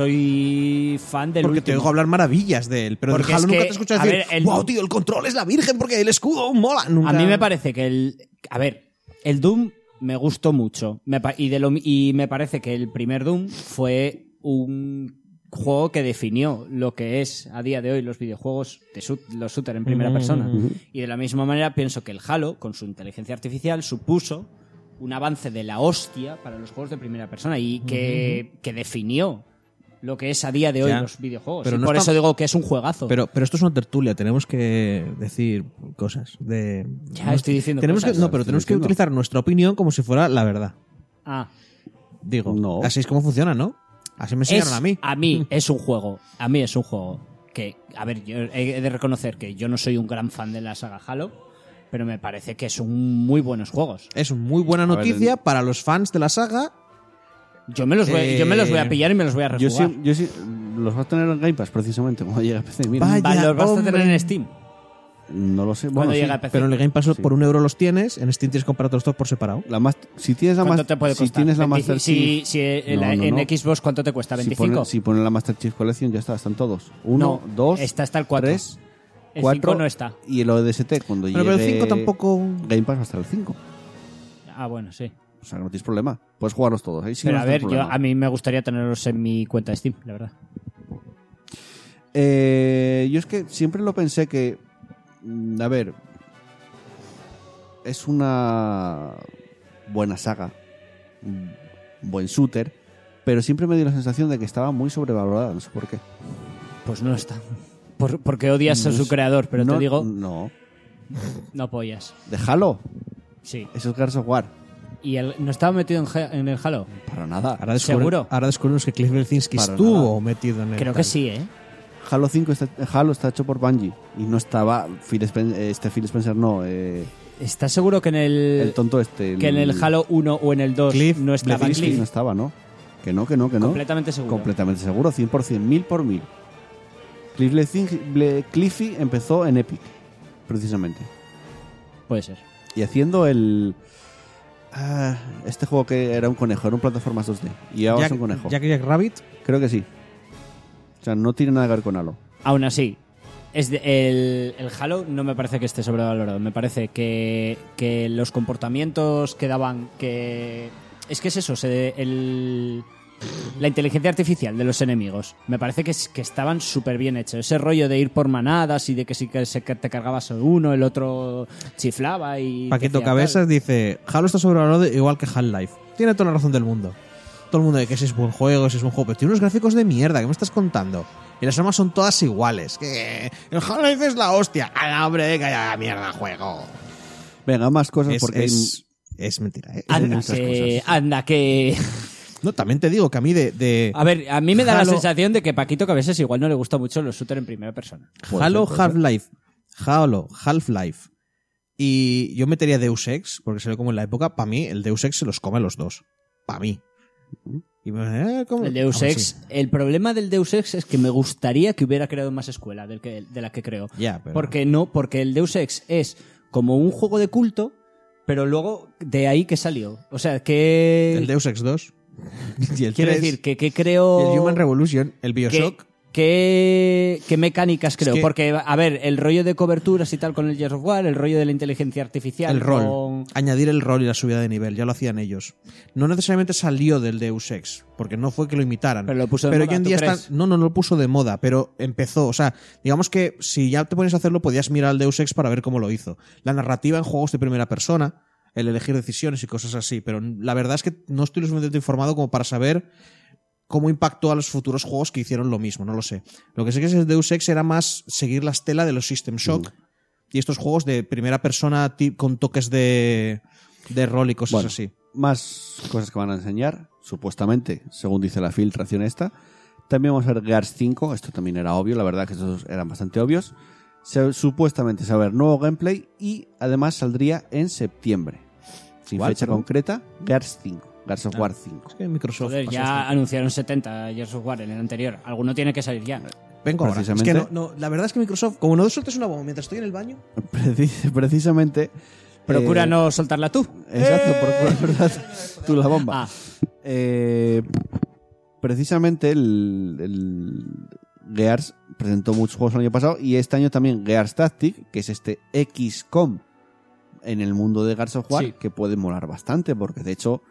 S4: soy fan del
S2: porque te
S4: último.
S2: oigo hablar maravillas de él. Pero del
S4: Porque
S2: Halo
S4: es
S2: nunca
S4: que,
S2: te he escuchado
S4: a
S2: decir.
S4: ver, el-
S2: ¡Wow, tío! El control es la virgen porque el escudo mola. Nunca-
S4: A mí me parece que el. A ver, el Doom me gustó mucho. Me pa- y, de lo, y me parece que el primer Doom fue un juego que definió lo que es a día de hoy los videojuegos de shoot- los shooter
S2: Mm.
S4: en primera persona. Y de la misma manera pienso que el Halo, con su inteligencia artificial, supuso un avance de la hostia para los juegos de primera persona y que, que definió lo que es a día de hoy
S2: Ya.
S4: los videojuegos.
S2: Pero
S4: Y
S2: no
S4: por
S2: está-
S4: eso digo que es un juegazo.
S2: Pero, pero esto es una tertulia, tenemos que decir cosas de.
S4: Ya, estoy diciendo
S2: tenemos
S4: cosas.
S2: que- no, pero
S1: Estoy
S2: tenemos que
S1: diciendo.
S2: utilizar nuestra opinión como si fuera la verdad.
S4: Ah.
S2: Digo,
S1: No.
S2: así es como funciona, ¿no? Así me enseñaron
S4: Es-
S2: a mí. (laughs)
S4: es un juego. A mí es un juego que, a ver, yo he de reconocer que yo no soy un gran fan de la saga Halo, pero me parece que son muy buenos juegos.
S2: Es muy buena
S1: ver,
S2: noticia
S1: el-
S2: para los fans de la saga.
S4: Yo me los voy,
S2: Eh,
S4: yo me los voy a pillar y me los voy a
S1: Yo
S4: rejugar.
S1: sí, yo sí- los vas a tener en Game Pass precisamente cuando llegue a PC. Mira,
S2: Vaya.
S4: Va- los vas a tener
S2: hombre.
S4: en Steam.
S1: no lo sé.
S4: Cuando
S1: Bueno, sí.
S4: llegue a PC.
S2: Pero en el Game Pass
S1: Sí.
S2: por un euro los tienes, en Steam tienes que comprar todos por separado.
S1: La mas- si tienes la,
S4: ¿Cuánto
S1: mas-
S4: te puede
S1: si
S4: costar?
S1: tienes la
S4: 25.
S1: Master
S4: si,
S1: Chief-
S4: si en,
S1: No, no,
S4: en
S1: no.
S4: Xbox, ¿cuánto te cuesta?
S1: Si
S4: ¿25?
S1: ponen, si ponen la Master Chief Collection ya está, están todos. Uno,
S4: No,
S1: dos,
S4: está hasta el cuatro.
S1: tres,
S4: El
S1: cuatro,
S4: cinco no está.
S1: Y el ODST cuando
S2: Bueno,
S1: llegue.
S2: pero el 5 tampoco.
S1: Game Pass va a estar el 5.
S4: Ah, bueno, sí.
S1: O sea, no tienes problema. Puedes jugarlos todos. Ahí sí
S4: pero
S1: no
S4: a
S1: tienes
S4: ver, yo,
S1: problema.
S4: a mí me gustaría tenerlos en mi cuenta de Steam, la verdad.
S1: Eh, yo es que siempre lo pensé que. mm, A ver. Es una buena saga. un Buen shooter. Pero siempre me dio la sensación de que estaba muy sobrevalorada. No sé por qué.
S4: Pues no está. Por- porque odias a su creador, pero
S1: no,
S4: te digo,
S1: No.
S4: no apoyas.
S1: De Halo.
S4: Sí.
S1: Eso es Gears of War.
S4: ¿Y el- no estaba metido en, ge- en el Halo?
S1: Para nada.
S2: Ahora, descubre-
S4: ¿Seguro?
S2: ahora descubrimos que Cliff Belzinski
S1: Para
S2: estuvo metido en el.
S4: Creo
S2: tal.
S4: que sí, ¿eh?
S1: Halo 5 está, Halo está hecho por Bungie y no estaba Phil Spen- este Phil Spencer no, eh,
S4: ¿Estás seguro que en el,
S1: el tonto este.
S4: Eh, que en el Halo 1 o en el 2
S2: Cliff
S4: no estaba
S1: Levinsky
S4: Cliff?
S1: no estaba, ¿no? Que no, que no, que no.
S4: Completamente seguro.
S1: Completamente seguro, 100%, mil por mil. Cliff Levinsky- Le- Cliffy empezó en Epic, precisamente.
S4: Puede ser.
S1: Y haciendo el... ah, este juego que era un conejo, era un plataforma 2D. Y ahora es un conejo.
S2: Jack, Jack, Jack Rabbit.
S1: Creo que sí. O sea, no tiene nada que ver con Halo.
S4: Aún así, es de- el, el Halo no me parece que esté sobrevalorado. Me parece que, que los comportamientos que daban, que... Es que es eso, se- el, la inteligencia artificial de los enemigos. Me parece que, es- que estaban súper bien hechos. Ese rollo de ir por manadas y de que si que se- que te cargabas a uno, el otro chiflaba y... te hacía
S2: Paquito
S4: tal.
S2: Cabezas dice: Halo está sobrevalorado igual que Half-Life. Tiene toda la razón del mundo. Todo el mundo de que ese es buen juego, ese es buen juego, pero tiene unos gráficos de mierda, ¿qué me estás contando? Y las armas son todas iguales. Que el Half-Life es la hostia. ¡Ah, hombre, calla la mierda, juego!
S1: Venga, más cosas
S2: Es,
S1: porque...
S2: es- es mentira. ¿eh?
S4: Anda
S1: muchas
S4: que, anda que...
S2: No, también te digo que a mí de, de
S4: A ver, a mí me da la
S2: Halo-
S4: sensación de que Paquito Cabezas igual no le gusta mucho los shooters en primera persona.
S1: Puede
S2: Halo
S1: ser, puede ser.
S2: Half-Life, Halo Half-Life y yo metería Deus Ex, porque se ve como en la época, para mí el Deus Ex se los come a los dos. Para mí. Y me- eh, ¿cómo?
S4: El Deus
S2: Ah,
S4: Ex,
S2: sí.
S4: el problema del Deus Ex es que me gustaría que hubiera creado más escuela del que, de la que creo.
S2: Ya, pero-
S4: Porque no, porque el Deus Ex es como un juego de culto, pero luego de ahí que salió. O sea, que
S2: El Deus Ex 2. (laughs) Y el
S4: quiero
S2: 3,
S4: decir que, que
S2: y
S4: creo
S2: el Human Revolution, el
S4: que,
S2: Bioshock.
S4: que- qué mecánicas creo,
S2: que-
S4: porque a ver, el rollo de coberturas y tal con el Gears of War, el rollo de la inteligencia artificial
S2: El rol.
S4: con-
S2: Añadir el rol y la subida de nivel, ya lo hacían ellos. No necesariamente salió del Deus Ex, porque no fue que lo imitaran.
S4: Pero lo puso de
S2: Pero
S4: moda,
S2: hoy en
S4: ¿tú
S2: día
S4: crees?
S2: están- No, no, no lo puso de moda, pero empezó. O sea, digamos que si ya te pones a hacerlo, podías mirar al Deus Ex para ver cómo lo hizo. La narrativa en juegos de primera persona, el elegir decisiones y cosas así, pero la verdad es que no estoy lo suficientemente informado como para saber cómo impactó a los futuros juegos que hicieron lo mismo, no lo sé. Lo que sé que es el Deus Ex era más seguir la estela de los System Shock y estos juegos de primera persona ti- con toques de, de rol y cosas
S1: Bueno.
S2: así.
S1: más cosas que van a enseñar, supuestamente, según dice la filtración esta. También vamos a ver Gears 5, esto también era obvio, la verdad que estos eran bastante obvios. Se- supuestamente se va a ver nuevo gameplay y además saldría en septiembre. Sin
S2: ¿Cuál,
S1: fecha
S2: perdón?
S1: concreta, Gears 5, Gears of War 5.
S2: Es que Microsoft
S4: Joder,
S2: pasa
S4: ya
S2: esto.
S4: anunciaron 70 Gears of War en el anterior. Alguno tiene que salir ya.
S2: Vengo ahora. Es que
S1: precisamente-
S2: no, no, la verdad es que Microsoft, como no sueltes una bomba mientras estoy en el baño,
S1: (laughs) Precis- precisamente.
S4: Procura
S1: eh,
S4: no soltarla tú.
S1: Exacto, procura
S4: (laughs)
S1: no soltar tú la bomba.
S4: Eh. Ah,
S1: Eh, precisamente el, el Gears presentó muchos juegos el año pasado y este año también Gears Tactic, que es este XCOM en el mundo de Gears of War,
S4: Sí.
S1: que puede molar bastante porque de hecho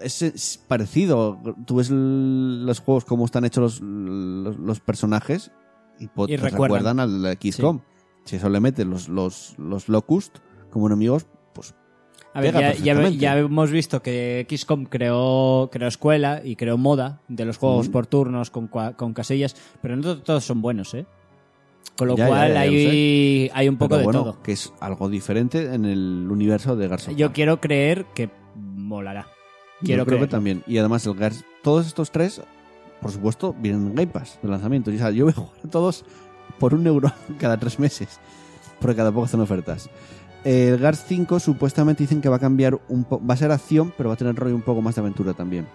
S1: es, es parecido. Tú ves l- los juegos cómo están hechos los, los- los personajes y, po-
S4: Y
S1: te
S4: recuerdan.
S1: recuerdan al XCOM. Si eso le metes los, los, los Locust como enemigos, pues
S4: a ver,
S1: Pega
S4: ya, ya ve-
S1: perfectamente.
S4: ya hemos visto que XCOM creó, creó escuela y creó moda de los juegos por turnos con, cua- con casillas, pero no to- todos son buenos, ¿eh? Con lo
S1: Ya, ya, ya,
S4: cual
S1: ya lo
S4: hay, hay un poco
S1: Pero
S4: de
S1: bueno,
S4: todo.
S1: que es algo diferente en el universo de Gears of
S4: Yo
S1: War.
S4: quiero creer que molará.
S1: Yo
S4: Quiero
S1: creo que
S4: creerlo.
S1: también. Y además el Gears, todos estos tres, por supuesto, vienen en Game Pass de lanzamiento. O sea, yo voy a jugar a todos por un euro (laughs) cada tres meses, porque cada poco hacen ofertas. El Gears 5 supuestamente dicen que va a cambiar un poco, va a ser acción, pero va a tener rollo un poco más de aventura también.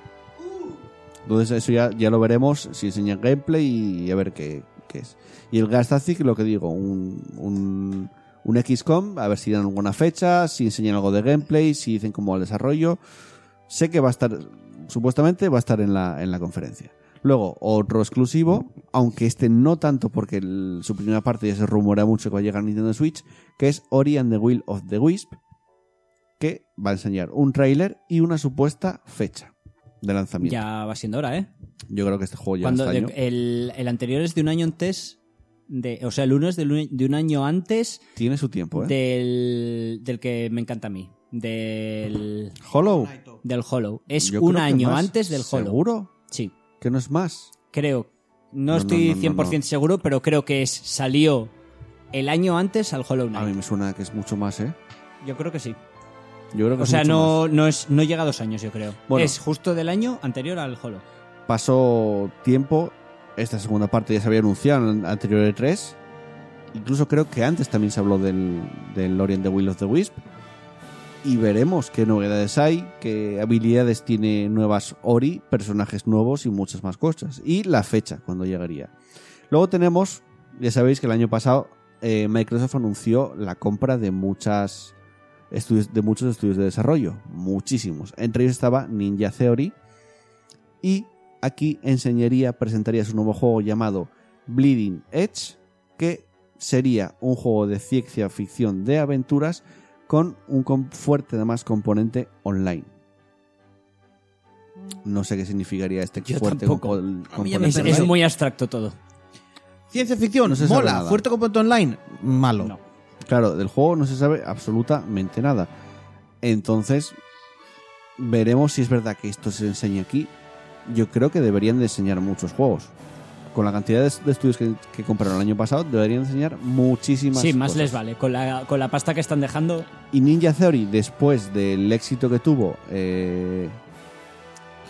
S1: Entonces eso ya, ya lo veremos si enseñan gameplay y a ver qué, qué es. Y el Gears Tactics, lo que digo, un, un, un XCOM, a ver si dan alguna fecha, si enseñan algo de gameplay, si dicen cómo va el desarrollo. Sé que va a estar, supuestamente va a estar en la, en la conferencia. Luego, otro exclusivo, aunque este no tanto porque el- su primera parte ya se rumorea mucho que va a llegar a Nintendo Switch, que es Ori and the Will of the Wisp, que va a enseñar un tráiler y una supuesta fecha de lanzamiento.
S4: Ya va siendo hora, ¿eh?
S1: Yo creo que este juego ya
S4: Cuando
S1: este
S4: de-
S1: año
S4: el, el anterior es de un año antes. De, o sea, el uno es del un- de un año antes
S1: tiene su tiempo, ¿eh?
S4: del, del que me encanta a mí. Del,
S1: Hollow.
S4: del Hollow. Es
S1: Yo creo
S4: un
S1: que
S4: año
S1: más.
S4: antes del Hollow.
S1: ¿Seguro?
S4: Sí,
S1: Que no es más.
S4: creo. No,
S1: No, no,
S4: estoy
S1: no, no,
S4: 100%
S1: no.
S4: seguro, pero creo que es, salió el año antes al Hollow
S1: A mí
S4: Knight.
S1: me suena que es mucho más, ¿eh?
S4: Yo creo que sí.
S1: Yo creo que
S4: O
S1: es
S4: sea,
S1: mucho más.
S4: no, no, es, no llega a dos años, yo creo.
S1: Bueno.
S4: Es justo del año anterior al Hollow.
S1: pasó tiempo. Esta segunda parte ya se había anunciado en el anterior E3. Incluso creo que antes también se habló del, del Orient the Will of the Wisp. Y veremos qué novedades hay, qué habilidades tiene nuevas Ori, personajes nuevos y muchas más cosas. Y la fecha, cuando llegaría. Luego tenemos, ya sabéis que el año pasado eh, Microsoft anunció la compra de muchas estudios, de muchos estudios de desarrollo, muchísimos. Entre ellos estaba Ninja Theory, y aquí enseñaría, presentaría su nuevo juego llamado Bleeding Edge, que sería un juego de ciencia ficción de aventuras con un com- fuerte además componente online. No sé qué significaría este
S4: Yo
S1: fuerte
S4: tampoco.
S1: compo- componente.
S4: Es,
S2: Pero
S4: es
S2: no hay-
S4: muy abstracto todo.
S2: Ciencia ficción,
S1: No se sabe
S2: mola.
S1: nada.
S2: Fuerte componente online, malo.
S4: No.
S1: Claro, del juego no se sabe absolutamente nada. Entonces, veremos si es verdad que esto se enseña aquí. Yo creo que deberían de enseñar muchos juegos. Con la cantidad de, de estudios que, que compraron el año pasado, deberían enseñar muchísimas
S4: sí, más
S1: cosas.
S4: les vale. Con la, con la pasta que están dejando,
S1: Y Ninja Theory, después del éxito que tuvo eh,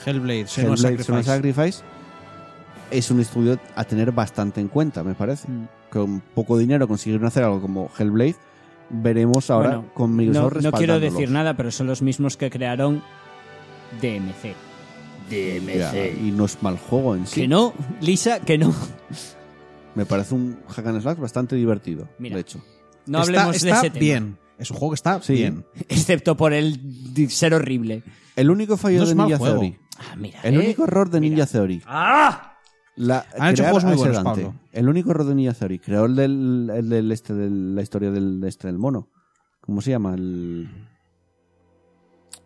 S2: Hellblade, Senua's
S1: Hellblade Senua's
S2: Sacrifice.
S1: Sacrifice, es un estudio a tener bastante en cuenta, me
S4: Mm.
S1: parece. Con poco dinero consiguieron hacer algo como Hellblade. Veremos ahora
S4: Bueno,
S1: con
S4: no,
S1: Microsoft
S4: no quiero
S1: respaldándolos.
S4: decir nada, pero son los mismos que crearon DMC.
S1: Ya, y no es mal juego en sí.
S4: Que no, Lisa, que no.
S1: Me parece un hack and slash bastante divertido,
S4: Mira.
S1: de hecho.
S4: No
S2: Está-
S4: hablemos
S2: está
S4: de ese
S2: bien. Es un juego que está
S1: Sí.
S2: bien.
S4: tema. Excepto por el di- ser horrible.
S1: El único fallo
S2: No es
S1: de
S2: mal
S1: Ninja
S2: juego.
S1: Theory.
S4: Ah, mira.
S1: El
S4: eh.
S1: único error de Ninja Theory.
S4: ¡Ah!
S1: La,
S2: Han hecho
S1: crear
S2: juegos muy
S1: a ese
S2: buenos,
S1: Dante.
S2: Pablo.
S1: El único error de Ninja Theory. Creó el del, el del este, de la historia del, de este del mono. ¿Cómo se llama? El...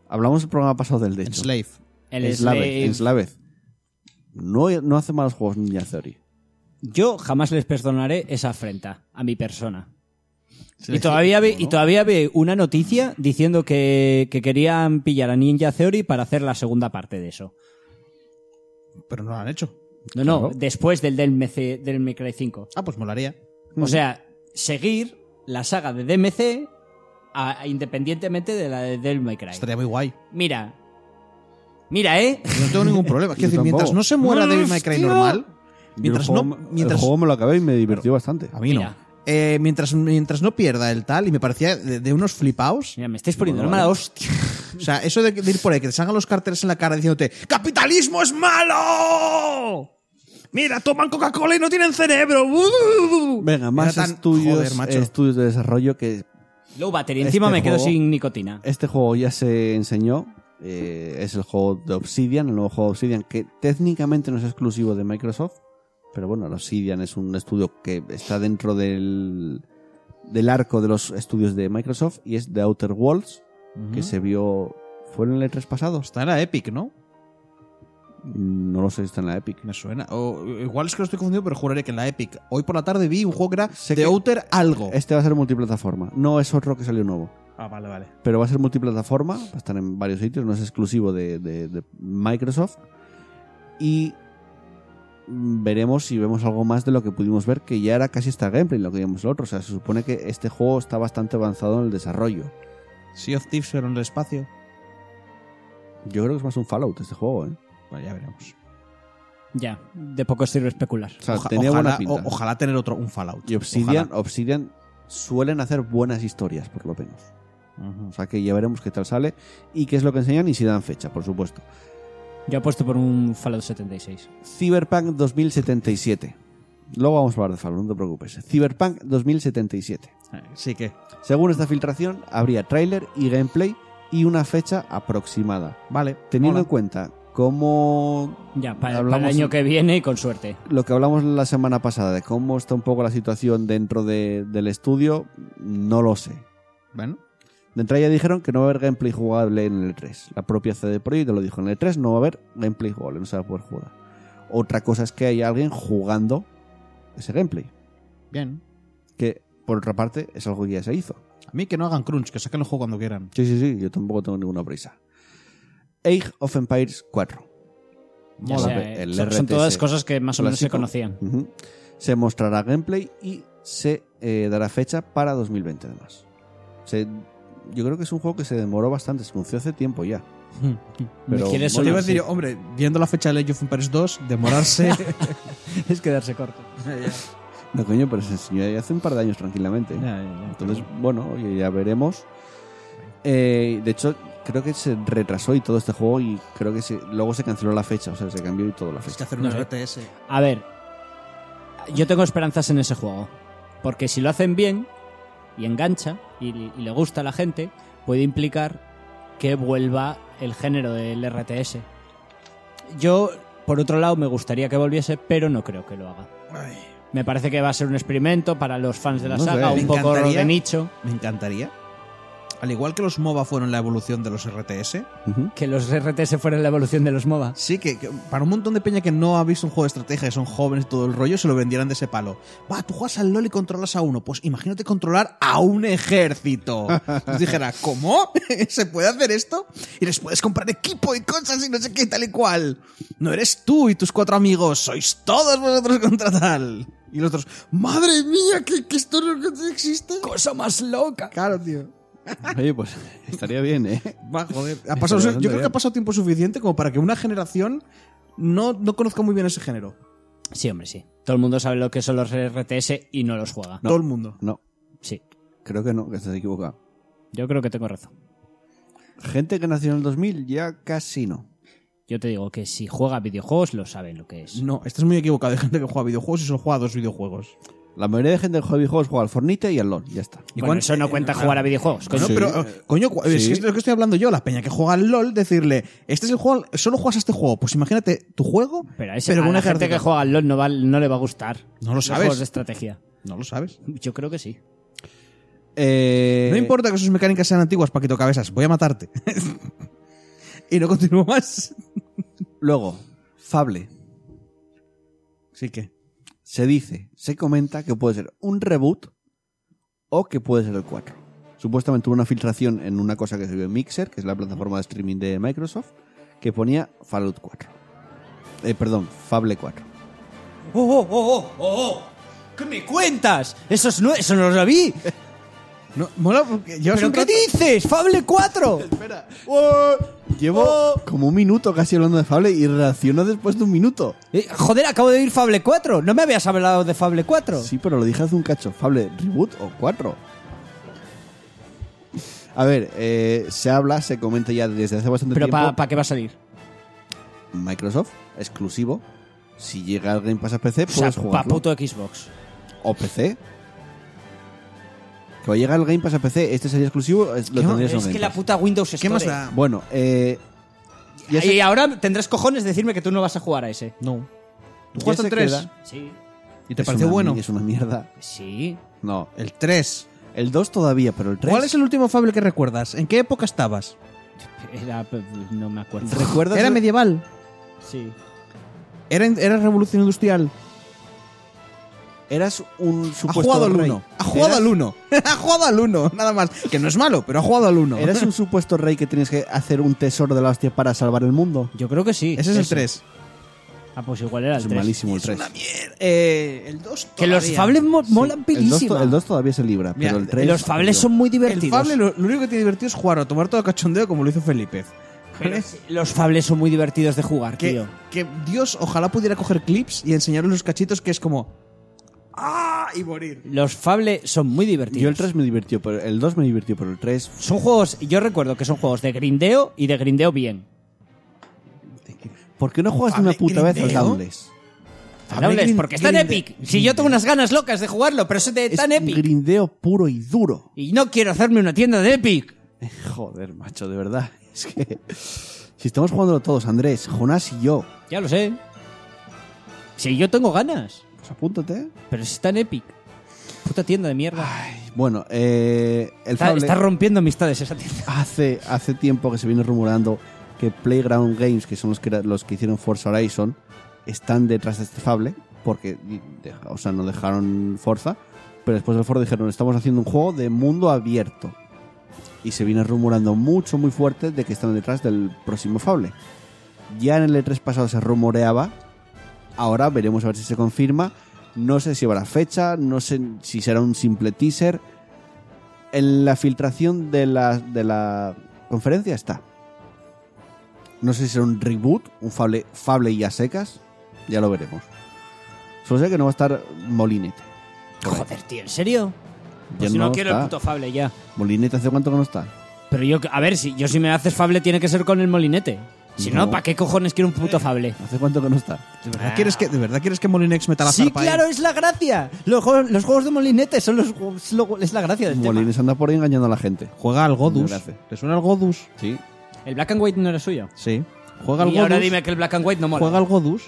S1: Hablamos el programa pasado del de hecho.
S2: Slave.
S4: El
S1: Slaveth,
S4: Slave.
S1: Slaveth. No, no hace malos juegos Ninja Theory.
S4: Yo jamás les perdonaré esa afrenta a mi persona. Y todavía, ve, y todavía ve una noticia diciendo que, que querían pillar a Ninja Theory para hacer la segunda parte de eso.
S2: Pero no lo han hecho.
S4: No, no,
S1: Claro.
S4: después del DMC, del Mecray 5.
S2: Ah, pues molaría.
S4: O sea, seguir la saga de DMC a- a- independientemente de la de Del May Cry.
S2: Estaría muy guay.
S4: Mira. Mira, ¿eh?
S2: Yo no tengo
S1: (laughs)
S2: ningún problema. Quiero
S1: Yo
S2: decir, mientras
S1: tampoco.
S2: no se muera Devil May Cry
S4: Hostia.
S2: normal,
S1: Yo
S2: mientras
S1: el
S2: no,
S1: juego, el
S2: mientras
S1: juego me lo acabé y me divirtió bastante.
S2: a mí no.
S4: Mira.
S2: Eh, mientras, mientras no pierda el tal, y me parecía de, de unos flipaos.
S4: Mira, me estáis poniendo una mala hostia.
S2: O sea, eso de, de ir por ahí, que te salgan los carteles en la cara diciéndote ¡Capitalismo es malo! Mira, toman Coca-Cola y no tienen cerebro. ¡Uh!
S1: Venga, más
S2: Era tan-
S1: estudios,
S2: Joder, macho.
S1: estudios de desarrollo que
S4: Low battery. Encima
S1: Este
S4: me quedo
S1: juego-
S4: sin nicotina.
S1: este juego ya se enseñó. eh, es el juego de Obsidian, el nuevo juego de Obsidian, que técnicamente no es exclusivo de Microsoft. Pero bueno, el Obsidian es un estudio que está dentro del, del arco de los estudios de Microsoft y es The Outer Worlds, que se vio. ¿Fue en el E E3 pasado?
S2: Está en la Epic, ¿no?
S1: No lo sé, está en la Epic.
S2: Me suena. O, igual es que lo estoy confundiendo, pero juraré que en la Epic. Hoy por la tarde vi un juego que era
S1: Sé
S2: The
S1: que-
S2: Outer algo.
S1: Este va a ser multiplataforma. No es otro que salió nuevo.
S2: Ah, vale, vale.
S1: pero va a ser multiplataforma, va a estar en varios sitios, no es exclusivo de, de- de Microsoft. Y veremos si vemos algo más de lo que pudimos ver, que ya era casi hasta gameplay lo que vimos el otro. O sea, se supone que este juego está bastante avanzado en el desarrollo.
S2: Sea of Thieves pero en el espacio.
S1: Yo creo que es más un Fallout este juego, ¿eh?
S2: Bueno, Pues ya veremos.
S4: Ya, de poco sirve especular.
S1: O sea,
S2: Oja-
S1: tenía buena
S2: ojalá,
S1: pinta.
S2: o- ojalá tener otro, un Fallout.
S1: y Obsidian,
S2: Ojalá.
S1: Obsidian suelen hacer buenas historias, por lo menos. O sea que ya veremos qué tal sale y qué es lo que enseñan y si dan fecha, por supuesto.
S4: Yo apuesto por un Fallout 76.
S1: Cyberpunk 2077. Luego vamos a hablar de Fallout, no te preocupes. Cyberpunk 2077.
S2: Eh, Sí que.
S1: Según esta filtración, habría tráiler y gameplay y una fecha aproximada.
S2: Vale.
S1: Teniendo en
S2: mola.
S1: cuenta cómo
S4: Ya, para, para el
S1: Hablamos-
S4: año que viene y con suerte.
S1: lo que hablamos la semana pasada de cómo está un poco la situación dentro de- del estudio, no lo sé.
S2: Bueno.
S1: De entrada ya dijeron que no va a haber gameplay jugable en el E3. La propia CD Projekt lo dijo en el E3, no va a haber gameplay jugable, no se va a poder jugar. Otra cosa es que hay alguien jugando ese gameplay.
S2: Bien.
S1: que por otra parte es algo que ya se hizo.
S2: A mí que no hagan crunch, que saquen el juego cuando quieran.
S1: Sí, sí, sí, yo tampoco tengo ninguna prisa. Age of Empires 4.
S4: Ya
S1: Mola.
S4: sea, eh,
S1: El
S4: son, son
S1: RTS
S4: todas cosas que más o menos se
S1: clásico.
S4: conocían.
S1: Ujú. Se mostrará gameplay y se eh, dará fecha para 2020 además. Se yo creo que es un juego que se demoró bastante, se anunció hace tiempo ya. Pero
S4: quieres
S2: Yo
S1: mola,
S2: iba
S4: (laughs)
S2: a
S1: sí.
S2: decir, yo, hombre, viendo la fecha de Age of Empires 2,
S1: (laughs)
S2: demorarse.
S3: es quedarse corto.
S1: No, coño, pero se enseñó ahí hace un par de años tranquilamente. Entonces, bueno, oye, ya veremos. Eh, de hecho, creo que se retrasó y todo este juego y creo que se- luego se canceló la fecha, o sea, se cambió y todo la
S2: Tienes
S1: fecha.
S2: pues, que hacer unos
S4: No, eh.
S2: BTS.
S4: A ver, yo tengo esperanzas en ese juego. Porque si lo hacen bien y engancha y, y le gusta a la gente, puede implicar que vuelva el género del RTS. Yo, por otro lado, me gustaría que volviese, pero no creo que lo haga. Me parece que va a ser un experimento para los fans de la
S1: No
S4: saga,
S1: sé.
S4: un
S1: Me
S4: poco
S2: encantaría.
S4: de nicho.
S2: Me encantaría. Al igual que los MOBA fueron la evolución de los RTS,
S1: Ujú.
S4: Que los RTS fueran la evolución de los MOBA.
S2: sí que, que para un montón de peña que no ha visto un juego de estrategia, que son jóvenes y todo el rollo, se lo vendieran de ese palo. Va, tú juegas al LOL y controlas a uno. Pues imagínate controlar a un ejército. Entonces dijera, ¿cómo? (laughs) ¿Se puede hacer esto? Y les puedes comprar equipo y cosas y no sé qué, tal y cual. No eres tú y tus cuatro amigos, sois todos vosotros contra tal. Y los otros, madre mía, que, que esto no existe.
S4: Cosa más loca.
S2: Claro, tío.
S1: (laughs) Oye, pues estaría bien, ¿eh?
S2: Va, joder. Ha pasado- yo creo que ha pasado tiempo suficiente como para que una generación no, no conozca muy bien ese género.
S4: Sí, hombre, sí. Todo el mundo sabe lo que son los RTS y no los juega.
S2: Todo el mundo.
S1: No,
S4: Sí,
S1: creo que no, que estás equivocado.
S4: yo creo que tengo razón.
S1: Gente que nació en el 2000, ya casi no.
S4: Yo te digo que si juega videojuegos lo saben lo que es.
S2: No, estás muy equivocado. Hay gente que juega videojuegos y solo juega a dos videojuegos.
S1: La mayoría de gente que juega videojuegos juega al Fornite y al LoL, ya está.
S4: Bueno, eso eh, no cuenta jugar a videojuegos.
S2: Coño,
S4: coño.
S1: Sí.
S2: pero, eh, coño, cu- es
S1: Sí.
S2: que es de lo que estoy hablando yo. La peña que juega al LOL, decirle, este es el juego, al- solo juegas a este juego. Pues imagínate tu juego,
S4: Pero
S2: pero,
S4: a, ese, a
S2: con un
S4: la gente
S2: ejército.
S4: que juega al LoL no, va- no le va a gustar.
S2: No lo
S4: los
S2: sabes.
S4: juegos de estrategia.
S2: No lo sabes.
S4: Yo creo que sí.
S1: Eh,
S2: No importa que sus mecánicas sean antiguas, Paquito Cabezas. Voy a matarte. (laughs) y no continúo más. (laughs)
S1: Luego, Fable.
S2: Así que.
S1: Se dice, se comenta que puede ser un reboot o que puede ser el 4. Supuestamente hubo una filtración en una cosa que se vio en Mixer, que es la plataforma de streaming de Microsoft, que ponía Fallout 4. Eh, perdón, Fable 4.
S4: ¡Oh, oh, oh, oh! ¿Qué me cuentas? Eso, es no, eso no lo sabí.
S2: No, mola porque llevas un rato-
S4: dices? ¡Fable 4!
S1: Llevo como un minuto casi hablando de Fable y reacciono después de un minuto.
S4: Eh, joder, acabo de oír Fable 4. No me habías hablado de Fable 4.
S1: Sí, pero lo dije hace un cacho. Fable, reboot o 4. A ver, eh, se habla, se comenta ya desde hace bastante
S4: Pero
S1: tiempo.
S4: ¿para qué va a salir?
S1: Microsoft, exclusivo. Si llega el Game Pass a PC,
S4: O
S1: puedes
S4: sea, para
S1: jugarlo.
S4: puto Xbox.
S1: O PC. Que va a llegar el Game Pass a PC, este sería exclusivo, es- lo
S2: ¿Qué?
S1: tendrías en
S4: Es
S1: Game
S4: que la
S1: Pass.
S4: puta Windows
S2: ¿Qué más
S4: Store.
S2: da?
S1: Bueno, eh, ya se-
S4: Y ahora tendrás cojones de decirme que tú no vas a jugar a ese.
S2: No. ¿Tú
S1: Ya
S2: jugaste
S1: se
S2: el 3?
S1: queda.
S4: Sí.
S2: ¿Y te
S1: es
S2: pareció
S1: una-
S2: bueno?
S1: Es una mierda.
S4: Sí.
S1: No.
S2: El 3.
S1: El 2 todavía, pero el 3.
S2: ¿Cuál es el último Fable que recuerdas? ¿En qué época estabas?
S4: Era, no me acuerdo.
S1: ¿Recuerdas?
S2: ¿Era
S1: el-
S2: medieval?
S4: Sí.
S2: ¿Era, era revolución industrial?
S1: Eras un
S2: Ha
S1: supuesto
S2: jugado al
S1: rey.
S2: 1. Ha jugado
S1: Eras-
S2: al 1. (laughs) ha jugado al 1, nada más. Que no es malo, pero ha jugado al 1. (laughs)
S1: Eras un supuesto rey que tienes que hacer un tesoro de la hostia para salvar el mundo.
S4: Yo creo que sí.
S2: Ese es el
S4: Ese.
S2: 3.
S4: Ah, pues igual era el
S1: Es
S4: 3.
S1: malísimo el 3.
S2: eh, el 2
S4: Que los fables mo- molan
S1: El 2,
S4: pilísima.
S1: todavía se libra,
S2: Mira,
S1: pero el 3.
S4: los fables son muy
S2: El
S4: divertidos.
S2: fable lo, lo único que tiene divertido es jugar o tomar todo cachondeo como lo hizo Felipe.
S4: Pero sí, los fables son muy divertidos de jugar,
S2: Que,
S4: tío.
S2: que Dios ojalá pudiera coger clips y enseñaros los cachitos que es como... ¡Ah! Y morir.
S4: Los fables son muy divertidos.
S1: Yo el 3 me divirtió, pero el 2 me divirtió, pero el 3
S4: Son juegos, yo recuerdo que son juegos de grindeo y de grindeo bien.
S1: ¿Por qué no juegas de una
S2: Fable
S1: puta vez al
S2: Grindeo.
S1: Downless?
S2: Fable
S4: Nobles,
S2: grind-
S4: porque es tan
S2: grinde-
S4: epic. Si yo tengo unas ganas locas de jugarlo, pero es de
S1: Es
S4: tan
S1: un
S4: epic.
S1: grindeo puro y duro.
S4: Y no quiero hacerme una tienda de epic.
S1: Joder, macho, de verdad. (laughs) Es que. Si estamos jugándolo todos, Andrés, Jonás y yo,
S4: Ya lo sé. Si yo tengo ganas,
S1: pues apúntate.
S4: pero es tan epic. Puta tienda de mierda.
S1: Bueno, eh, el
S4: Está,
S1: Fable
S4: está rompiendo amistades
S1: (laughs)
S4: esa tienda.
S1: hace, hace tiempo que se viene rumorando que Playground Games, que son los que, era- los que hicieron Forza Horizon, están detrás de este Fable, porque, deja- o sea, no dejaron Forza, pero después del Forza dijeron, estamos haciendo un juego de mundo abierto. Y se viene rumorando mucho, muy fuerte, de que están detrás del próximo Fable. Ya en el E3 pasado se rumoreaba, ahora veremos a ver si se confirma. No sé si habrá fecha, no sé si será un simple teaser. en la filtración de la, de la conferencia está. No sé si será un reboot, un fable, fable y a secas. Ya lo veremos. Solo sé que no va a estar Molinete.
S4: Joder, tío, ¿en serio?
S1: Ya
S4: Pues si no, quiero
S1: está.
S4: el puto Fable ya.
S1: Molinete hace cuánto que no está.
S4: Pero yo, a ver, si yo si me haces Fable tiene que ser con el molinete. Si no,
S1: No.
S4: ¿para qué cojones quiero un puto Fable?
S1: Hace cuánto que no está.
S2: ¿De verdad, quieres que, ¿De verdad quieres que Molinex meta la
S3: Sí,
S2: zarpa ahí?
S3: claro, es la gracia. Los juegos, los juegos de molinete son los, ju- es lo- es la gracia del tema.
S1: Molines anda por ahí engañando a la gente.
S2: Juega al Godus.
S1: Me hace.
S2: ¿Te suena al Godus?
S1: Sí.
S4: El Black and White no era suyo.
S2: Sí.
S4: Y
S2: Juega al Godus.
S4: ahora dime que el Black and White no mola.
S2: Juega al Godus.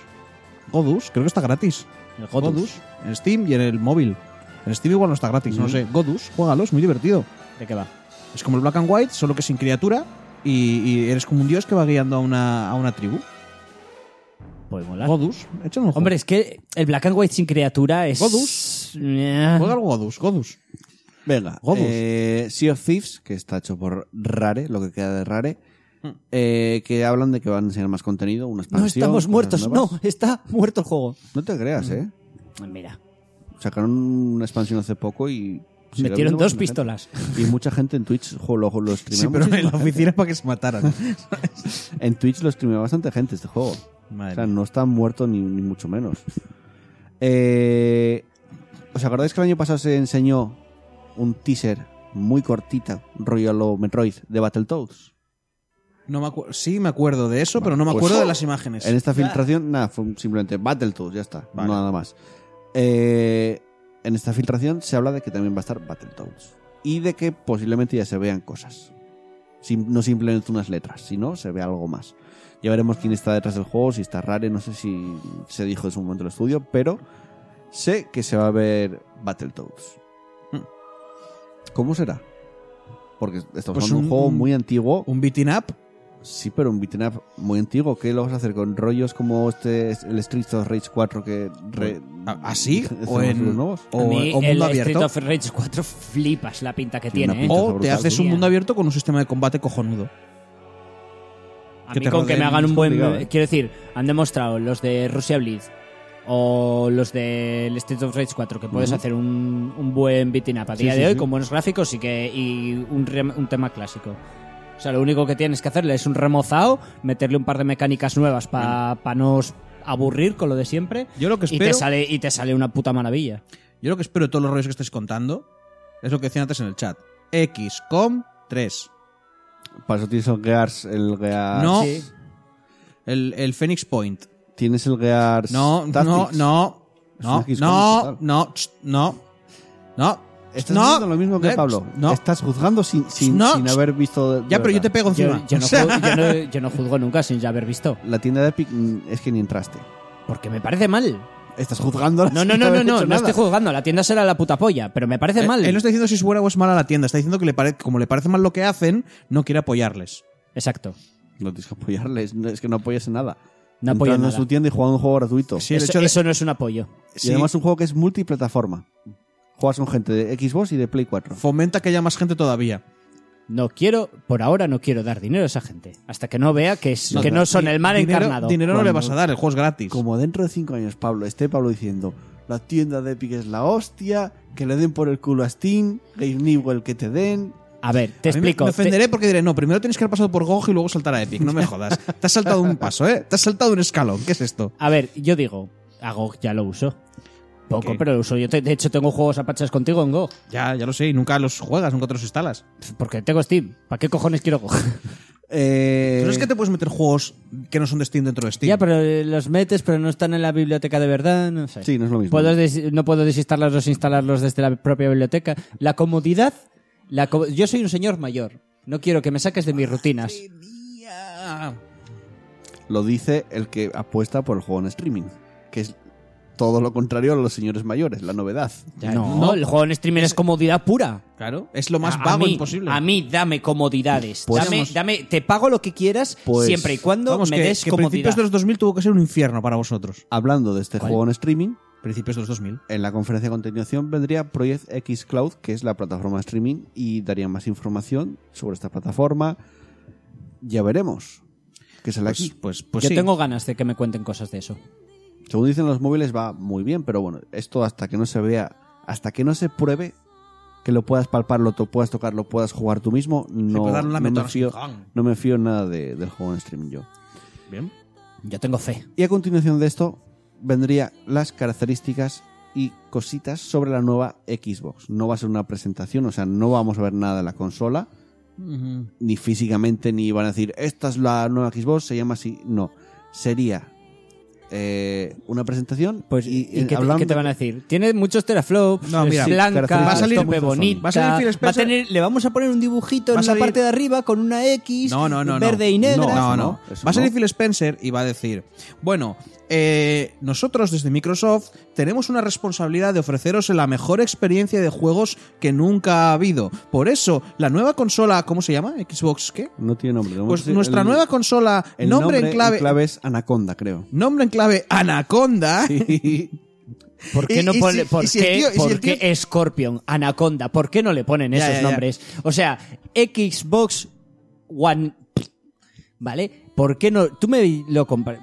S2: Godus, creo que está gratis.
S4: El Godus.
S2: Godus. En Steam y en el móvil. En Steam igual no está gratis, no sé. Godus, juégalo, es muy divertido.
S4: ¿De qué va?
S2: Es como el Black and White, solo que sin criatura. Y, y eres como un dios que va guiando a una, a una tribu.
S4: Puede molar.
S2: Godus, échale un ojo.
S4: Hombre, es que el Black and White sin criatura es.
S2: Godus.
S4: Eh.
S2: Juega al Godus, Godus.
S1: Venga,
S2: Godus.
S1: eh, Sea of Thieves, que está hecho por Rare, lo que queda de Rare, eh, que hablan de que van a enseñar más contenido, una
S3: No
S1: expansión.
S3: estamos
S1: cosas
S3: muertos,
S1: nuevas.
S3: no, está muerto el juego.
S1: No te creas, ¿eh?
S4: Mira,
S1: Sacaron una expansión hace poco y... sigue
S4: metieron
S1: habiendo
S4: dos
S1: bastante
S4: pistolas.
S1: gente. Y mucha gente en Twitch jo, lo, lo streamea
S2: Sí, pero en
S1: muchísima
S2: la oficina para que se mataran.
S1: gente. (laughs) En Twitch lo streamea bastante gente este juego.
S2: (laughs) Madre
S1: O sea,
S2: mía.
S1: no está muerto ni, ni mucho menos. Eh, ¿Os acordáis que el año pasado se enseñó un teaser muy cortita, rollo a lo Metroid, de Battletoads?
S2: No me acu- sí, me acuerdo de eso,
S1: Vale,
S2: pero no me
S1: pues-
S2: acuerdo de las imágenes.
S1: En esta filtración, nada, fue un- simplemente Battletoads, ya está,
S2: Vale.
S1: nada más. Eh, en esta filtración se habla de que también va a estar Battletoads. Y de que posiblemente ya se vean cosas. Sim- no simplemente unas letras, sino se ve algo más. Ya veremos quién está detrás del juego, si está Rare, no sé si se dijo en su momento el estudio, pero sé que se va a ver Battletoads.
S2: Hmm.
S1: ¿Cómo será? Porque estamos
S2: Pues
S1: hablando de un
S2: un-
S1: juego muy antiguo.
S2: Un beating up.
S1: Sí, pero un beat'em up muy antiguo. ¿Qué lo vas a hacer con rollos como este, el Street of Rage 4 que... re- (laughs)
S2: a- ¿Así?
S1: hacemos
S2: ¿O en
S1: los nuevos?
S2: o,
S4: A mí
S2: o
S4: el
S2: mundo
S4: Street
S2: abierto?
S4: of Rage 4 flipas la pinta que
S1: Tiene
S4: tiene, ¿eh?
S1: una
S2: O
S1: pinta
S2: te
S1: brutal.
S2: haces un
S4: Hostia.
S2: mundo abierto con un sistema de combate cojonudo.
S4: A
S2: que
S4: mí
S2: te
S4: con que
S2: rodeen
S4: me hagan
S1: es
S4: un buen...
S1: complicado, ¿eh?
S4: Quiero decir, han demostrado los de Russia Blitz o los del Street of Rage 4 que puedes
S1: Ujú.
S4: hacer un, un buen beating up a
S1: Sí,
S4: día
S1: sí,
S4: de hoy
S1: sí.
S4: con buenos gráficos y, que, y un, rem- un tema clásico. O sea, lo único que tienes que hacerle es un remozado, meterle un par de mecánicas nuevas para no s- aburrir con lo de siempre
S2: Yo lo que
S4: y te,
S2: espero,
S4: sale, y te sale una puta maravilla.
S2: yo lo que espero de todos los rollos que estáis contando es lo que decían antes en el chat. XCOM 3.
S1: Para eso tienes el Gears... El Gears
S2: no. El, el Phoenix Point.
S1: Tienes el Gears...
S2: No, no,
S1: Tactics.
S2: no.
S1: Es
S2: No,
S1: un XCOM
S2: no,
S1: total.
S2: no, ch, no, no.
S1: Estás
S2: no,
S1: haciendo lo mismo que
S2: eh,
S1: Pablo.
S2: No.
S1: Estás juzgando sin, sin,
S2: No.
S1: sin haber visto... de- de
S2: ya, pero yo te
S1: verdad.
S2: pego
S4: Yo,
S2: encima.
S4: yo
S2: (laughs) O
S4: no
S2: sea,
S4: juzgo, yo no- yo no juzgo nunca sin ya haber visto.
S1: La tienda de Epic mm, es que ni entraste.
S4: Porque me parece
S2: (laughs)
S4: mal.
S1: Estás juzgando
S4: No, no, no, no, no, no estoy juzgando. La tienda será la puta polla, pero me parece
S2: eh,
S4: mal.
S2: Él no está diciendo si es buena o es mala la tienda. Está diciendo que, le pare- que como le parece mal lo que hacen, no quiere apoyarles.
S4: Exacto.
S1: No tienes que apoyarles. no, Es que no apoyas en nada.
S4: No apoyas
S1: Entrando en
S4: nada.
S1: su tienda y jugando un juego gratuito.
S2: Sí, el
S4: eso,
S2: hecho de-
S4: eso no es un apoyo.
S1: Y
S2: sí,
S1: además un juego que es multiplataforma. Juegas con gente de Xbox y de Play 4.
S2: fomenta que haya más gente todavía.
S4: No quiero, por ahora no quiero dar dinero a esa gente. Hasta que no vea que, es- que
S1: no,
S4: no son el mal
S2: dinero,
S4: encarnado.
S2: Dinero no le
S1: Cuando-
S2: vas a dar, el juego es gratis.
S1: Como dentro de cinco años, Pablo, esté Pablo diciendo la tienda de Epic es la hostia, que le den por el culo a Steam, Game Newell que te den.
S4: A ver, te
S2: A mí me-
S4: explico.
S2: Me
S4: te-
S2: ofenderé porque diré, no, primero tienes que haber pasado por GOG y luego saltar a Epic. No
S4: (laughs)
S2: me jodas. Te has saltado un paso, ¿eh? Te has saltado un escalón. ¿Qué es esto?
S4: A ver, yo digo, a GOG ya lo uso. Poco,
S2: Ok.
S4: pero lo uso. Yo te- de hecho tengo juegos apaches contigo en GOG.
S2: Ya, ya lo sé. Y nunca los juegas, nunca te los instalas.
S4: Porque tengo Steam. ¿Para qué cojones quiero GOG?
S1: Eh,
S2: Pero es que te puedes meter juegos que no son de Steam dentro de Steam.
S3: Ya, pero eh, los metes, pero no están en la biblioteca de verdad, no sé.
S1: Sí, no es lo mismo.
S3: Puedo des- no puedo desinstalarlos o instalarlos desde la propia biblioteca. La comodidad, la co- yo soy un señor mayor. No quiero que me saques de mis rutinas.
S2: Tenía.
S1: Lo dice el que apuesta por el juego en streaming, que es todo lo contrario a los señores mayores, la novedad.
S4: no,
S2: no.
S4: el juego en streamer es comodidad pura.
S2: Claro. Es lo más
S4: A- a
S2: vago
S4: mí-
S2: imposible.
S4: A mí dame comodidades.
S1: Pues-
S4: dame, dame- te pago lo que quieras
S1: Pues-
S4: siempre y cuando
S2: Vamos,
S4: me
S2: que,
S4: des
S2: que
S4: comodidad.
S2: principios de los 2000 tuvo que ser un infierno para vosotros.
S1: Hablando de este
S4: ¿Cuál?
S1: juego en streaming,
S2: Principios de los 2000.
S1: en la conferencia a continuación vendría Project X Cloud, que es la plataforma de streaming, y daría más información sobre esta plataforma. Ya veremos. Que sale
S2: Pues,
S1: aquí.
S2: pues, pues
S4: Yo
S2: sí.
S4: tengo ganas de que me cuenten cosas de eso.
S1: Según dicen los móviles va muy bien, pero bueno, esto hasta que no se vea, hasta que no se pruebe, que lo puedas palpar, lo to- puedas tocar, lo puedas jugar tú mismo, no,
S2: puedes darle una
S1: no, me,
S2: metona
S1: fío,
S2: sin jam.
S1: no me fío nada de- del juego en streaming yo.
S2: Bien.
S4: Yo tengo fe.
S1: Y a continuación de esto vendría las características y cositas sobre la nueva Xbox. No va a ser una presentación, o sea, no vamos a ver nada de la consola, ni físicamente, ni van a decir, esta es la nueva Xbox, se llama así. No, sería eh, una presentación.
S3: Pues, ¿y
S1: y, eh,
S3: qué te-
S1: hablando-
S3: qué te van a decir? Tiene muchos teraflops,
S2: No,
S3: es
S2: mira,
S3: blanca,
S1: características.
S3: va
S1: Va a salir-
S3: tope bonita.
S2: va a salir Phil
S3: va a
S2: Spencer.
S3: tener- le vamos a poner un dibujito
S2: Va a
S3: en la
S2: salir-
S3: parte de arriba con una X
S2: No, no, no. no.
S3: verde y negra.
S2: No, no.
S1: no, eso
S2: va a salir
S1: no.
S2: Phil Spencer y va a decir: Bueno, eh, nosotros desde Microsoft tenemos una responsabilidad de ofreceros la mejor experiencia de juegos que nunca ha habido. Por eso, la nueva consola, ¿cómo se llama? ¿Xbox qué?
S1: No tiene nombre. vamos a
S2: Pues
S1: decir,
S2: nuestra
S1: el-
S2: nueva consola,
S1: el
S2: nombre, en clave.
S1: es Anaconda, creo.
S2: Nombre en clave Anaconda.
S4: ¿Por qué
S2: Y-
S4: no
S2: y
S4: pone-
S2: si-
S4: por
S2: y si el
S4: qué-
S2: tío- y si el
S4: por qué
S2: tío-
S4: Scorpion, Anaconda? ¿Por qué no le ponen
S2: Ya,
S4: esos
S2: ya, ya.
S4: nombres? O sea, Xbox One. ¿Vale? ¿Por qué no? Tú me lo compras.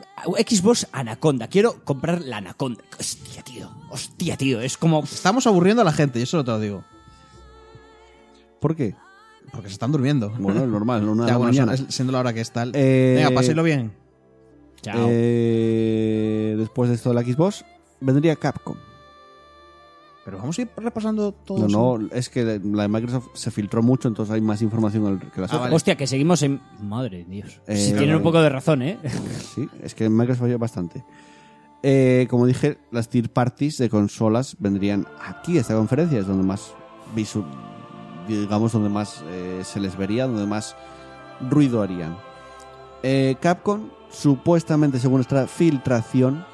S4: Xbox Anaconda. Quiero comprar la Anaconda. Hostia, tío. Hostia, tío. Es como.
S2: (laughs) Estamos aburriendo a la gente, yo solo te lo digo.
S1: ¿Por qué?
S2: Porque se están durmiendo.
S1: Bueno, es normal, una de
S2: Ya,
S1: la
S2: bueno,
S1: mañana.
S2: es- siendo la hora que es tal.
S1: Eh,
S2: Venga, pásenlo bien.
S4: Chao.
S1: Eh, después de esto de la Xbox, vendría Capcom.
S2: Pero vamos a ir repasando todo.
S1: No, no, es que la de Microsoft se filtró mucho, entonces hay más información que las
S2: Ah,
S1: otras.
S2: vale.
S4: Hostia, que seguimos en. Madre Dios.
S1: Eh,
S4: si tienen
S1: vale.
S4: un poco de razón,
S2: (laughs)
S4: ¿eh?
S1: Sí, es que Microsoft falló bastante. Eh, como dije, las tier parties de consolas vendrían aquí, a esta conferencia, es donde más visu- digamos, donde más eh, se les vería, donde más ruido harían. Eh, Capcom, supuestamente, según nuestra filtración,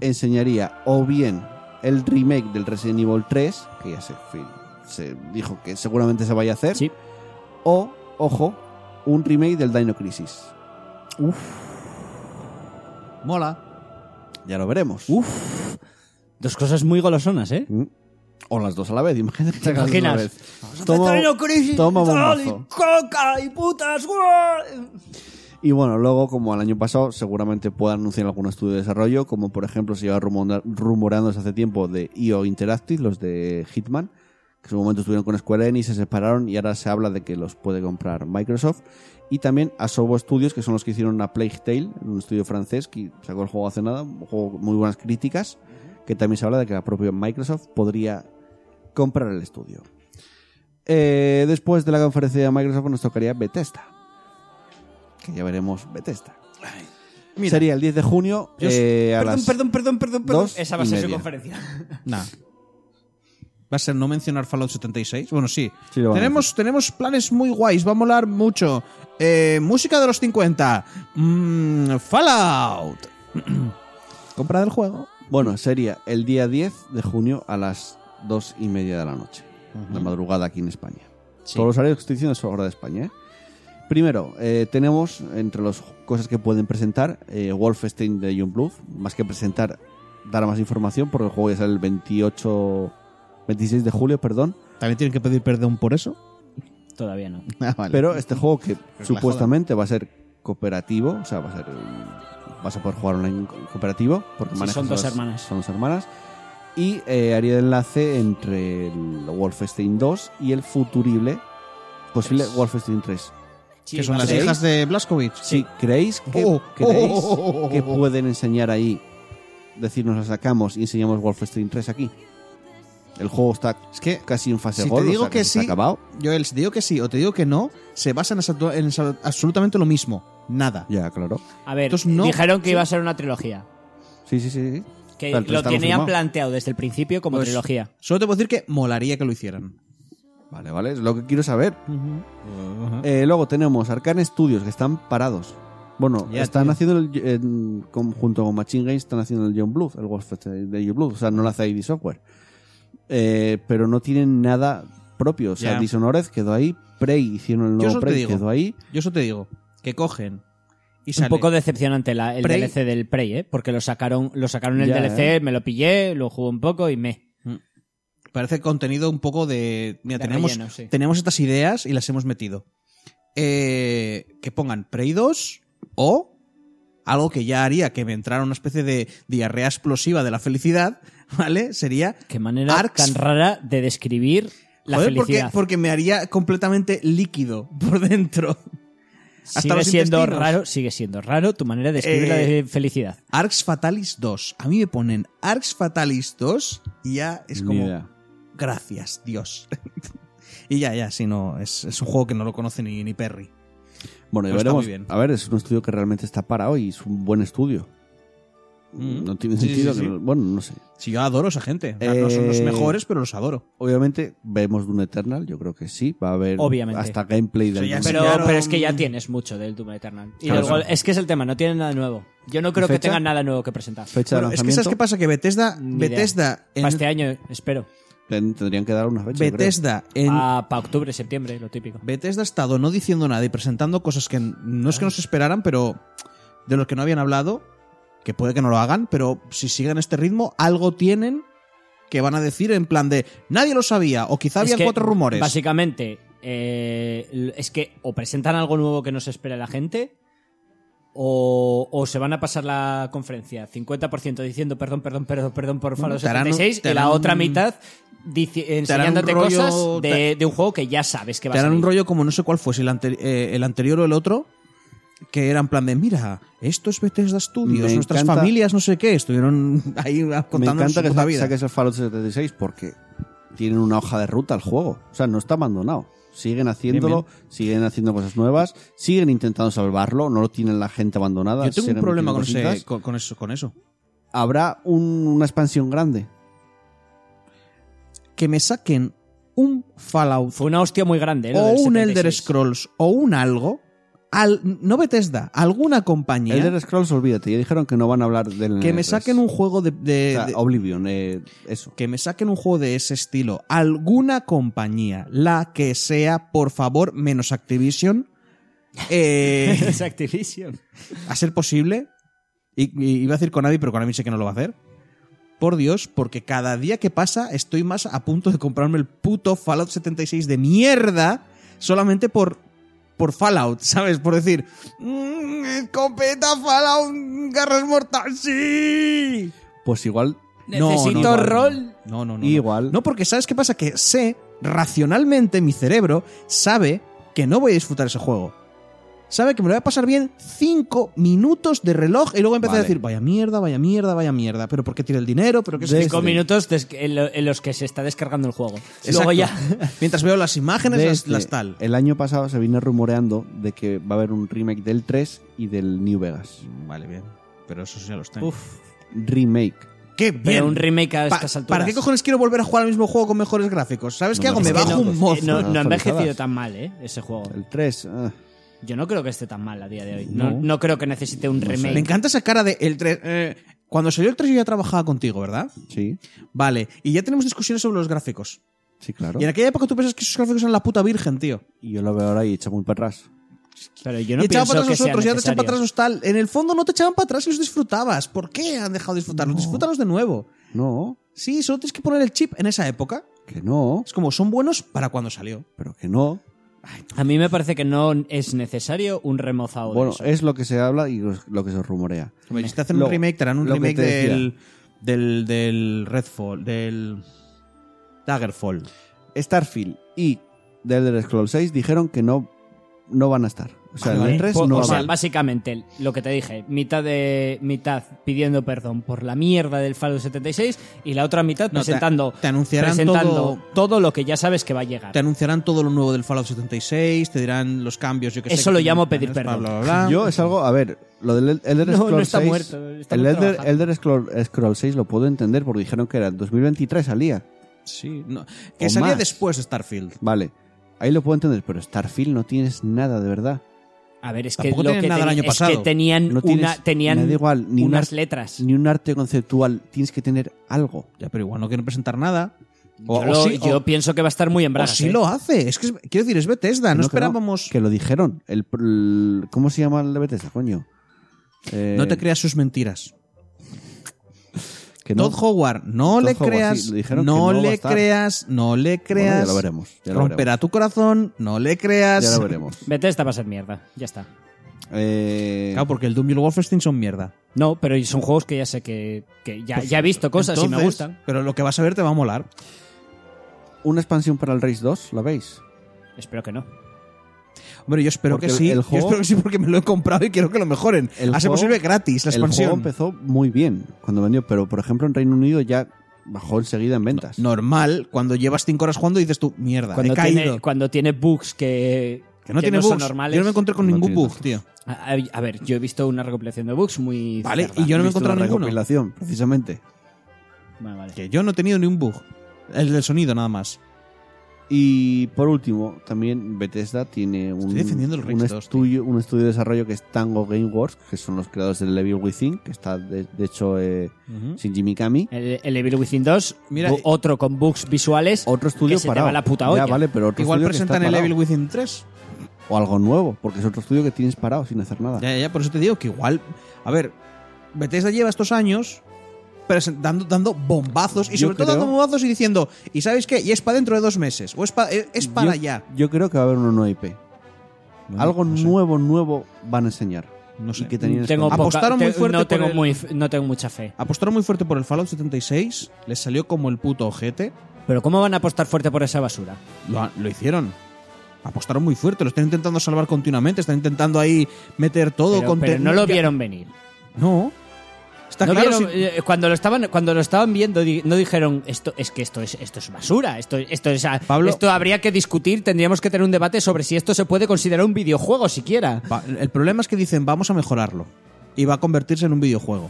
S1: enseñaría o bien el remake del Resident Evil 3, que ya se, fil- se dijo que seguramente se vaya a hacer,
S4: Sí.
S1: o, ojo, un remake del Dino Crisis.
S2: Mola.
S1: Ya lo veremos.
S4: Uf. Dos cosas muy golosonas, ¿eh?
S1: Mm. O las dos a la vez, imagínate. que
S4: ¿Te
S1: las dos a la
S4: imaginas?
S1: vez. Toma, toma bombazo.
S4: coca y putas.
S1: Y bueno, luego, como el año pasado, seguramente pueda anunciar algún estudio de desarrollo, como por ejemplo se lleva rumora- rumorando desde hace tiempo de IO Interactive, los de Hitman, que en su momento estuvieron con Square Enix, se separaron y ahora se habla de que los puede comprar Microsoft. Y también Asobo Studios, que son los que hicieron a Plague Tale, un estudio francés que sacó el juego hace nada, un juego con muy buenas críticas, que también se habla de que la propia Microsoft podría comprar el estudio. Eh, después de la conferencia de Microsoft nos tocaría Bethesda, que ya veremos Bethesda.
S2: Mira.
S1: Sería el 10 de junio
S2: Yo
S1: eh, a
S4: Perdón,
S1: las
S4: perdón, perdón, perdón, perdón.
S1: dos
S4: Esa va a
S1: y
S4: ser su
S1: media.
S4: conferencia.
S2: Nah. Va a ser no mencionar Fallout 76. Bueno, sí.
S1: Sí, lo van a
S2: tenemos, tenemos planes muy guays, va a molar mucho. Eh, música de los 50. Mm, Fallout. (clears throat) Compra del juego.
S1: Bueno, sería el día 10 de junio a las 2 y media de la noche. La madrugada aquí en España. Todos los horarios que estoy diciendo son hora de España. ¿eh? Primero, eh, tenemos entre las cosas que pueden presentar eh, Wolfenstein de Youngblood. Más que presentar, dar más información porque el juego ya sale el 28, 26 de julio, perdón.
S2: También tienen que pedir perdón por eso.
S4: Todavía no.
S2: Ah, vale.
S1: Pero este juego que
S2: la
S1: supuestamente va a ser cooperativo, o sea, va a ser eh, vas a poder jugar online co- cooperativo porque
S4: Sí,
S1: manejas
S4: son
S1: a
S4: dos
S1: las-
S4: hermanas.
S1: son dos hermanas y eh, haría el enlace entre el Wolfenstein 2 y el futurible posible Wolfenstein 3.
S2: que son las hijas de Blaskovich.
S1: Si creéis que
S2: Oh,
S1: creéis
S2: oh, oh, oh, oh,
S1: que
S2: oh.
S1: pueden enseñar ahí decirnos la sacamos y enseñamos Wolfenstein 3 aquí. El juego está
S2: Es que
S1: casi en fase
S2: Si te
S1: gol, o
S2: digo
S1: sea,
S2: que
S1: casi está
S2: sí-
S1: acabado.
S2: Joel, si te digo que sí o te digo que no, se basan en esa- en esa- absolutamente lo mismo. Nada.
S1: Ya, claro.
S4: A ver,
S2: Entonces, no-
S4: dijeron que iba a ser una trilogía.
S1: Sí, sí, sí, sí.
S4: Que
S1: Pero el tres
S4: lo
S1: está
S4: tenían
S1: confirmado.
S4: planteado desde el principio como
S2: Pues-
S4: trilogía.
S2: Solo te puedo decir que molaría que lo hicieran.
S1: Vale, vale, es lo que quiero saber. Eh, luego tenemos Arcane Studios, que están parados. Bueno,
S2: Ya,
S1: están
S2: tío.
S1: haciendo el, en- con- junto con Machine Games, están haciendo el John Bluth, el Wolfenstein de John Bluth, o sea, no lo hace ID Software. Eh, pero no tienen nada propio, o sea,
S2: Ya.
S1: Dishonored quedó ahí, Prey hicieron el
S2: Yo
S1: nuevo
S2: solo te
S1: Prey,
S2: digo.
S1: quedó ahí.
S2: Yo eso te digo. Que cogen y
S4: Un
S2: sale.
S4: poco decepcionante la- el
S2: Prey-
S4: DLC del Prey, ¿eh? Porque lo sacaron, lo sacaron el
S1: Ya,
S4: DLC, me lo pillé, lo jugué un poco y me.
S2: Parece contenido un poco de. Mira,
S4: De
S2: tenemos,
S4: relleno, sí.
S2: tenemos estas ideas y las hemos metido. Eh, que pongan Prey 2 o algo que ya haría que me entrara una especie de diarrea explosiva de la felicidad, (laughs) ¿vale? Sería
S4: Qué manera
S2: Arcs-
S4: tan rara de describir la
S2: Joder, porque,
S4: felicidad.
S2: porque me haría completamente líquido (laughs) por dentro. Hasta
S4: sigue
S2: los
S4: siendo
S2: intestinos. Eh,
S4: raro, sigue siendo raro tu manera de escribir la de felicidad.
S2: Arx Fatalis 2. A mí me ponen Arx Fatalis 2 y ya es
S1: Ni
S2: como.
S1: idea.
S2: Gracias, Dios. (laughs) y ya, ya, si no. Es, es un juego que no lo conoce ni, ni Perry.
S1: Bueno, ya
S2: Pues está
S1: veremos.
S2: muy bien.
S1: A ver, es un estudio que realmente está para hoy. Es un buen estudio.
S2: Mm.
S1: No tiene
S2: Sí,
S1: sentido.
S2: sí,
S1: que
S2: sí.
S1: no- bueno, no sé.
S2: Si yo adoro a esa gente. O sea, No son los
S1: Eh,
S2: mejores, pero los adoro.
S1: Obviamente, vemos Doom Eternal. Yo creo que sí. Va a haber
S4: Obviamente.
S1: hasta gameplay
S2: Eso
S1: del
S2: ya
S1: Doom.
S2: sí.
S4: Pero,
S2: enseñaron-
S4: pero es que ya tienes mucho del Doom Eternal. Y
S1: Claro.
S4: del Gol- es que es el tema, no tiene nada nuevo. Yo no creo que
S1: ¿Fecha?
S4: tengan nada nuevo que presentar.
S1: Fecha de
S2: Bueno, es que ¿sabes
S1: lanzamiento.
S2: qué pasa? Que Bethesda,
S4: Ni idea.
S2: Bethesda en,
S4: Para este año, espero.
S1: Ten- Tendrían que dar una fecha. yo creo.
S2: Bethesda en,
S4: Para octubre, septiembre, lo típico.
S2: Bethesda ha estado no diciendo nada y presentando cosas que no es que no se esperaran, pero de los que no habían hablado, que puede que no lo hagan, pero si siguen este ritmo, algo tienen que van a decir en plan de nadie lo sabía o quizá
S4: Es
S2: habían
S4: que,
S2: cuatro rumores.
S4: Básicamente, eh, l- es que o presentan algo nuevo que no se espera la gente, o, o se van a pasar la conferencia 50% diciendo perdón, perdón, perdón, perdón por
S2: Bueno,
S4: Fallout
S2: te harán un-
S4: 76,
S2: te
S4: y la
S2: harán
S4: otra
S2: un-
S4: mitad dici-
S2: harán un
S4: enseñándote
S2: rollo-
S4: cosas de, de un juego que ya sabes que va
S2: Te
S4: a
S2: harán un
S4: salir.
S2: rollo como no sé cuál fuese el, anteri- eh, el anterior o el otro, que era en plan de mira, esto es Bethesda Studios,
S1: Me
S2: nuestras
S1: encanta-
S2: familias, no sé qué, estuvieron (laughs) ahí
S1: Me
S2: contando
S1: encanta
S2: su
S1: que
S2: puta
S1: sa-
S2: vida.
S1: saques el Fallout 76 porque tienen una hoja de ruta al juego. O sea, no está abandonado. Siguen haciéndolo, siguen haciendo cosas nuevas, siguen intentando salvarlo, no lo tienen la gente abandonada.
S2: Yo tengo un
S1: siguen
S2: problema con,
S1: metiendo
S2: ese-
S1: cositas.
S2: con- con eso, con eso.
S1: Habrá un- una expansión grande.
S2: Que me saquen un Fallout
S4: Fue una hostia muy grande. ¿eh? lo
S2: o
S4: del
S2: un
S4: 76.
S2: Elder Scrolls o un algo, al, no Bethesda, alguna compañía
S1: Elder Scrolls, olvídate, ya dijeron que no van a hablar del.
S2: que me
S1: E3.
S2: saquen un juego de, de-
S1: O sea,
S2: de-
S1: Oblivion, eh, eso.
S2: que me saquen un juego de ese estilo, alguna compañía, la que sea, por favor, menos Activision,
S4: (laughs)
S1: (laughs)
S2: eh,
S4: Es Activision.
S2: a ser posible. Y, y iba a decir Konami, pero Konami sé que no lo va a hacer. Por Dios, porque cada día que pasa estoy más a punto de comprarme el puto Fallout 76 de mierda solamente por, por Fallout, ¿sabes? Por decir, "Mm, escopeta Fallout, garras mortal, sí.
S1: Pues igual.
S2: No,
S4: Necesito
S2: no, no, no.
S4: rol.
S2: No, no, no.
S1: Igual.
S2: No, porque ¿sabes qué pasa? Que sé, racionalmente, mi cerebro sabe que no voy a disfrutar ese juego. Sabe que me lo voy a pasar bien cinco minutos de reloj y luego empecé a
S1: Vale.
S2: decir, vaya mierda, vaya mierda, vaya mierda. Pero ¿por qué tira el dinero? ¿Pero qué
S1: este.
S2: es esto?".
S4: este. Cinco minutos des- en, lo- en los que se está descargando el juego.
S2: Exacto.
S4: Luego ya.
S2: (laughs) Mientras veo las imágenes, las,
S1: Desde
S2: las tal.
S1: este, El año pasado se viene rumoreando de que va a haber un remake del 3 y del New Vegas.
S2: Vale, bien. Pero eso ya los tengo.
S4: Uf,
S1: Remake.
S2: ¡Qué bien!
S4: pero un remake a
S2: Pa-
S4: estas alturas.
S2: ¿Para qué cojones quiero volver a jugar al mismo juego con mejores gráficos? ¿Sabes
S1: No
S2: qué
S1: me
S2: hago? Me
S1: jodas.
S2: bajo
S4: no,
S2: un mozo.
S4: eh, no- no ha
S1: Actualizadas.
S4: envejecido tan mal, ¿eh? Ese juego.
S1: El 3. ah.
S4: Yo no creo que esté tan mal a día de hoy. No, no creo que necesite un remake.
S2: Me encanta esa cara de el 3. cuando salió el 3 yo ya trabajaba contigo, ¿verdad?
S1: Sí,
S2: Vale. Y ya tenemos discusiones sobre los gráficos.
S1: sí, claro.
S2: Y en aquella época tú pensas que esos gráficos eran la puta virgen, tío.
S1: Y yo lo veo ahora y echa muy para atrás.
S4: Pero yo
S2: y
S4: no
S2: echaban
S4: pienso
S2: para atrás
S4: que sea
S2: nosotros, ya te echan
S4: necesario.
S2: para atrás los tal. En el fondo no te echaban para atrás y los disfrutabas. ¿Por qué han dejado de disfrutarlos? Disfrútalos de nuevo.
S1: No,
S2: Sí, solo tienes que poner el chip en esa época.
S1: que no,
S2: Es como, son buenos para cuando salió.
S1: pero que no.
S4: A mí me parece que no es necesario un remozado
S1: Bueno,
S4: de eso.
S1: es lo que se habla y los- lo que se rumorea.
S2: Hombre, Si te hacen un
S1: Luego,
S2: remake, te harán un
S1: lo que
S2: remake
S1: te decía.
S2: del, del, del Redfall, del Daggerfall.
S1: Starfield y The Elder Scrolls 6 dijeron que no, no van a estar. O sea,
S2: Vale,
S1: el
S2: Ah, vale. Pues,
S1: 3
S4: Po-
S1: no va
S4: o
S1: a
S4: sea,
S1: haber.
S4: básicamente, lo que te dije, mitad de mitad pidiendo perdón por la mierda del Fallout 76 y la otra mitad
S2: No, te-
S4: presentando,
S2: te anunciarán
S4: presentando
S2: todo-
S4: lo que ya sabes que va a llegar.
S2: Te anunciarán todo lo nuevo del Fallout 76, te dirán los cambios, yo qué sé.
S4: Eso
S2: que
S4: lo
S2: tienen
S4: llamo
S2: planes,
S4: pedir
S2: bla,
S4: perdón.
S2: Bla, bla, bla.
S1: Yo es algo, a ver, lo del Elder
S4: No, no
S1: Scrolls
S4: está
S1: 6,
S4: muerto, está
S1: el Elder,
S4: trabajando.
S1: Elder Scroll- Scrolls 6 lo pudo entender porque dijeron que era en 2023 salía.
S2: Sí, no. Que
S1: O
S2: salía
S1: más.
S2: después de Starfield.
S1: Vale, ahí lo puedo entender, pero Starfield no tienes nada de verdad.
S4: A ver, es que
S2: Tampoco
S4: lo
S2: tienen
S4: que,
S2: nada el
S4: teni-
S2: año
S4: es
S2: pasado.
S4: que tenían,
S1: No tienes-
S4: una, tenían
S1: me da igual, ni un
S4: unas
S1: ar-
S4: letras.
S1: Ni un arte conceptual, tienes que tener algo.
S2: Ya, pero igual no quieren presentar nada. O-
S4: yo
S2: o
S4: lo-
S2: sí,
S4: yo
S2: o-
S4: piento que va a estar muy en
S2: o
S4: bragas.
S2: sí
S4: ¿eh?
S2: lo hace. Es que es- quiero decir, es Bethesda. No,
S1: Que que
S2: esperábamos.
S1: Que lo dijeron. El, pr- el- ¿Cómo se llama el de Bethesda, coño? Eh,
S2: No te creas sus mentiras.
S1: que no.
S2: Todd Howard, no
S1: Todd
S2: le
S1: Howard,
S2: creas.
S1: sí, le
S2: no,
S1: dijeron que no va a
S2: le
S1: estar.
S2: creas, no le
S1: Bueno, ya
S2: creas.
S1: lo veremos. Ya lo
S2: Romperá tu corazón, no le creas.
S1: veremos. Ya lo veremos.
S4: Bethesda va a ser mierda, ya está.
S1: Eh,
S2: Claro, porque el Doom y el Wolfenstein son mierda.
S4: No, pero son juegos que ya sé que, que ya, ya he visto cosas y Pues me
S2: Pues Entonces,
S4: gustan.
S2: Pero lo que vas a ver te va a molar.
S1: una expansión para el Race 2, ¿la veis?
S4: Espero que no.
S2: Hombre, yo espero
S1: Porque
S2: que
S1: el-
S2: sí.
S1: el
S2: yo
S1: juego-
S2: espero que sí porque me lo he comprado y quiero que lo mejoren.
S1: El
S2: Hace
S1: juego-
S2: posible gratis la
S1: el juego
S2: expansión.
S1: empezó muy bien cuando vendió, pero por ejemplo en Reino Unido ya bajó enseguida en ventas.
S2: Normal, cuando llevas 5 horas jugando dices tú, mierda,
S4: Cuando
S2: he caído.
S4: tiene, cuando tiene bugs que,
S2: que no tiene
S4: son
S2: bugs.
S4: normales.
S2: Yo no me encontré con
S1: No
S2: ningún
S1: tiene
S2: bug, tío.
S4: a, a- a ver, yo he visto una recopilación de bugs muy.
S2: Vale,
S4: cerda.
S2: y yo no me he
S1: Visto
S2: encontrado
S1: una
S2: ninguno.
S1: recopilación, precisamente.
S4: Vale, vale.
S2: Que yo no he tenido ni un bug. El del sonido nada más.
S1: Y por último, también Bethesda tiene un,
S2: Estoy defendiendo el
S1: un,
S2: Rage 2,
S1: estudio, un estudio de desarrollo que es Tango Gameworks, que son los creadores del Level Within, que está de, de hecho eh, Shinji Mikami.
S2: Eh,
S4: El, el Evil Within 2,
S2: Mira, eh-
S4: o- otro con bugs visuales.
S1: Otro estudio
S4: se te
S1: parado.
S4: va la puta
S1: Ya,
S4: olla.
S1: vale, pero otro
S2: Igual
S1: Pues estudio que
S2: presentan
S1: está
S2: el
S1: parado.
S2: Evil Within 3.
S1: O algo nuevo, porque es otro estudio que tienes parado sin hacer nada.
S2: Ya, ya, ya, por eso te digo que igual. A ver, Bethesda lleva estos años presen- dando, dando bombazos y
S1: Yo
S2: sobre todo
S1: creo-
S2: dando bombazos y diciendo, ¿y sabes qué? Y es para dentro de dos meses. O es, pa- eh, es para
S1: yo,
S2: allá.
S1: Yo creo que va a haber una nueva IP. Algo
S2: no sé.
S1: nuevo, nuevo van a enseñar.
S2: No sé.
S1: Y que tenían
S4: Tengo
S1: escondido.
S4: poca-
S2: Apostaron muy
S4: te-
S2: fuerte
S4: no
S2: por
S4: tengo,
S2: el-
S4: muy f- no tengo mucha fe.
S2: Apostaron muy fuerte por el Fallout 76, les salió como el puto ojete.
S4: Pero ¿cómo van a apostar fuerte por esa basura?
S2: Lo, ha- lo hicieron. Apostaron muy fuerte, lo están intentando salvar continuamente, están intentando ahí meter todo
S4: Pero,
S2: conten-
S4: pero no lo vieron venir.
S2: No. Está
S4: No
S2: claro.
S4: vieron-
S2: si-
S4: eh, cuando, lo estaban, cuando lo estaban viendo, di- no dijeron esto es que esto es, esto es basura. Esto, esto, es, a-
S2: Pablo-
S4: esto habría que discutir, tendríamos que tener un debate sobre si esto se puede considerar un videojuego siquiera.
S2: Va- el problema es que dicen, vamos a mejorarlo. Y va a convertirse en un videojuego.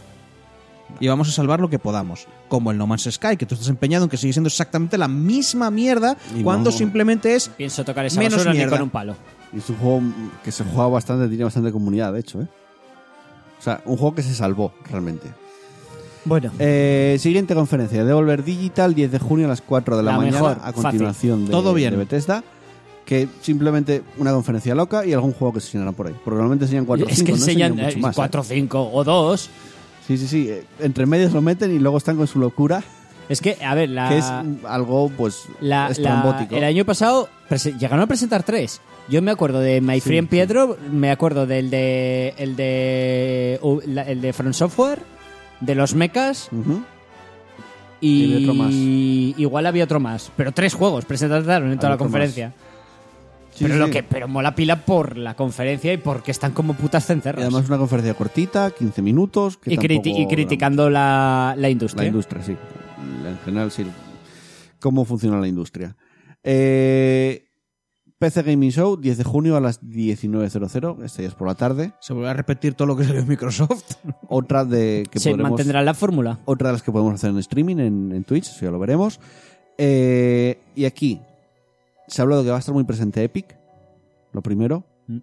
S2: Y vamos a salvar lo que podamos. Como el No Man's Sky, que tú estás empeñado en que sigue siendo exactamente la misma mierda
S1: Y
S2: cuando
S1: no.
S2: simplemente es...
S4: Pienso tocar esa
S2: Menos
S4: basura ni
S2: mierda.
S4: con un palo.
S1: Ah, Y es un juego que se juega bastante, tiene bastante comunidad, de hecho, ¿eh? O sea, un juego que se salvó, realmente.
S4: Bueno,
S1: Eh, siguiente conferencia, Devolver Digital, 10 de junio a las 4 de la,
S4: La
S1: mañana,
S4: mejor,
S1: a continuación de,
S2: Todo bien.
S1: de Bethesda. Que simplemente una conferencia loca y algún juego que se enseñará por ahí. Porque normalmente enseñan 4 o
S4: es
S1: 5,
S4: que
S1: no enseñan
S4: enseñan
S1: mucho más. ¿eh?
S4: 4 o 5 o 2.
S1: Sí, sí, sí. eh, Entre medios lo meten y luego están con su locura,
S4: Es que, a ver, la,
S1: que es mm, algo, pues,
S4: Ah. la- la-
S1: estrambótico.
S4: el año pasado prese- llegaron a presentar tres. Yo me acuerdo de My Friend Pietro, me acuerdo del de el de u- la- el de From Software, de los mechas
S1: Ujú.
S4: y
S1: había otro más.
S4: igual había otro más, pero tres juegos presentaron en
S1: Había
S4: toda la
S1: otro
S4: conferencia.
S1: Sí,
S4: pero
S1: sí,
S4: lo
S1: sí.
S4: que pero mola pila por la conferencia y porque están como putas
S1: Y
S4: cencerras.
S1: además una conferencia cortita, 15 minutos. Que
S4: Y, criti-
S1: tampoco
S4: y criticando la, la industria.
S1: La industria, sí. En general, sí. Cómo funciona la industria. Eh, PC Gaming Show, 10 de junio a las 19.00. Este ya es por la tarde.
S2: Se vuelve a repetir todo lo que salió en Microsoft.
S1: Otra de que
S4: Se
S1: podremos-
S4: mantendrá la fórmula.
S1: Otra de las que podemos hacer en streaming, en, en Twitch, eso ya lo veremos. Eh, y aquí se ha hablado que va a estar muy presente Epic. Lo primero.
S4: Mm.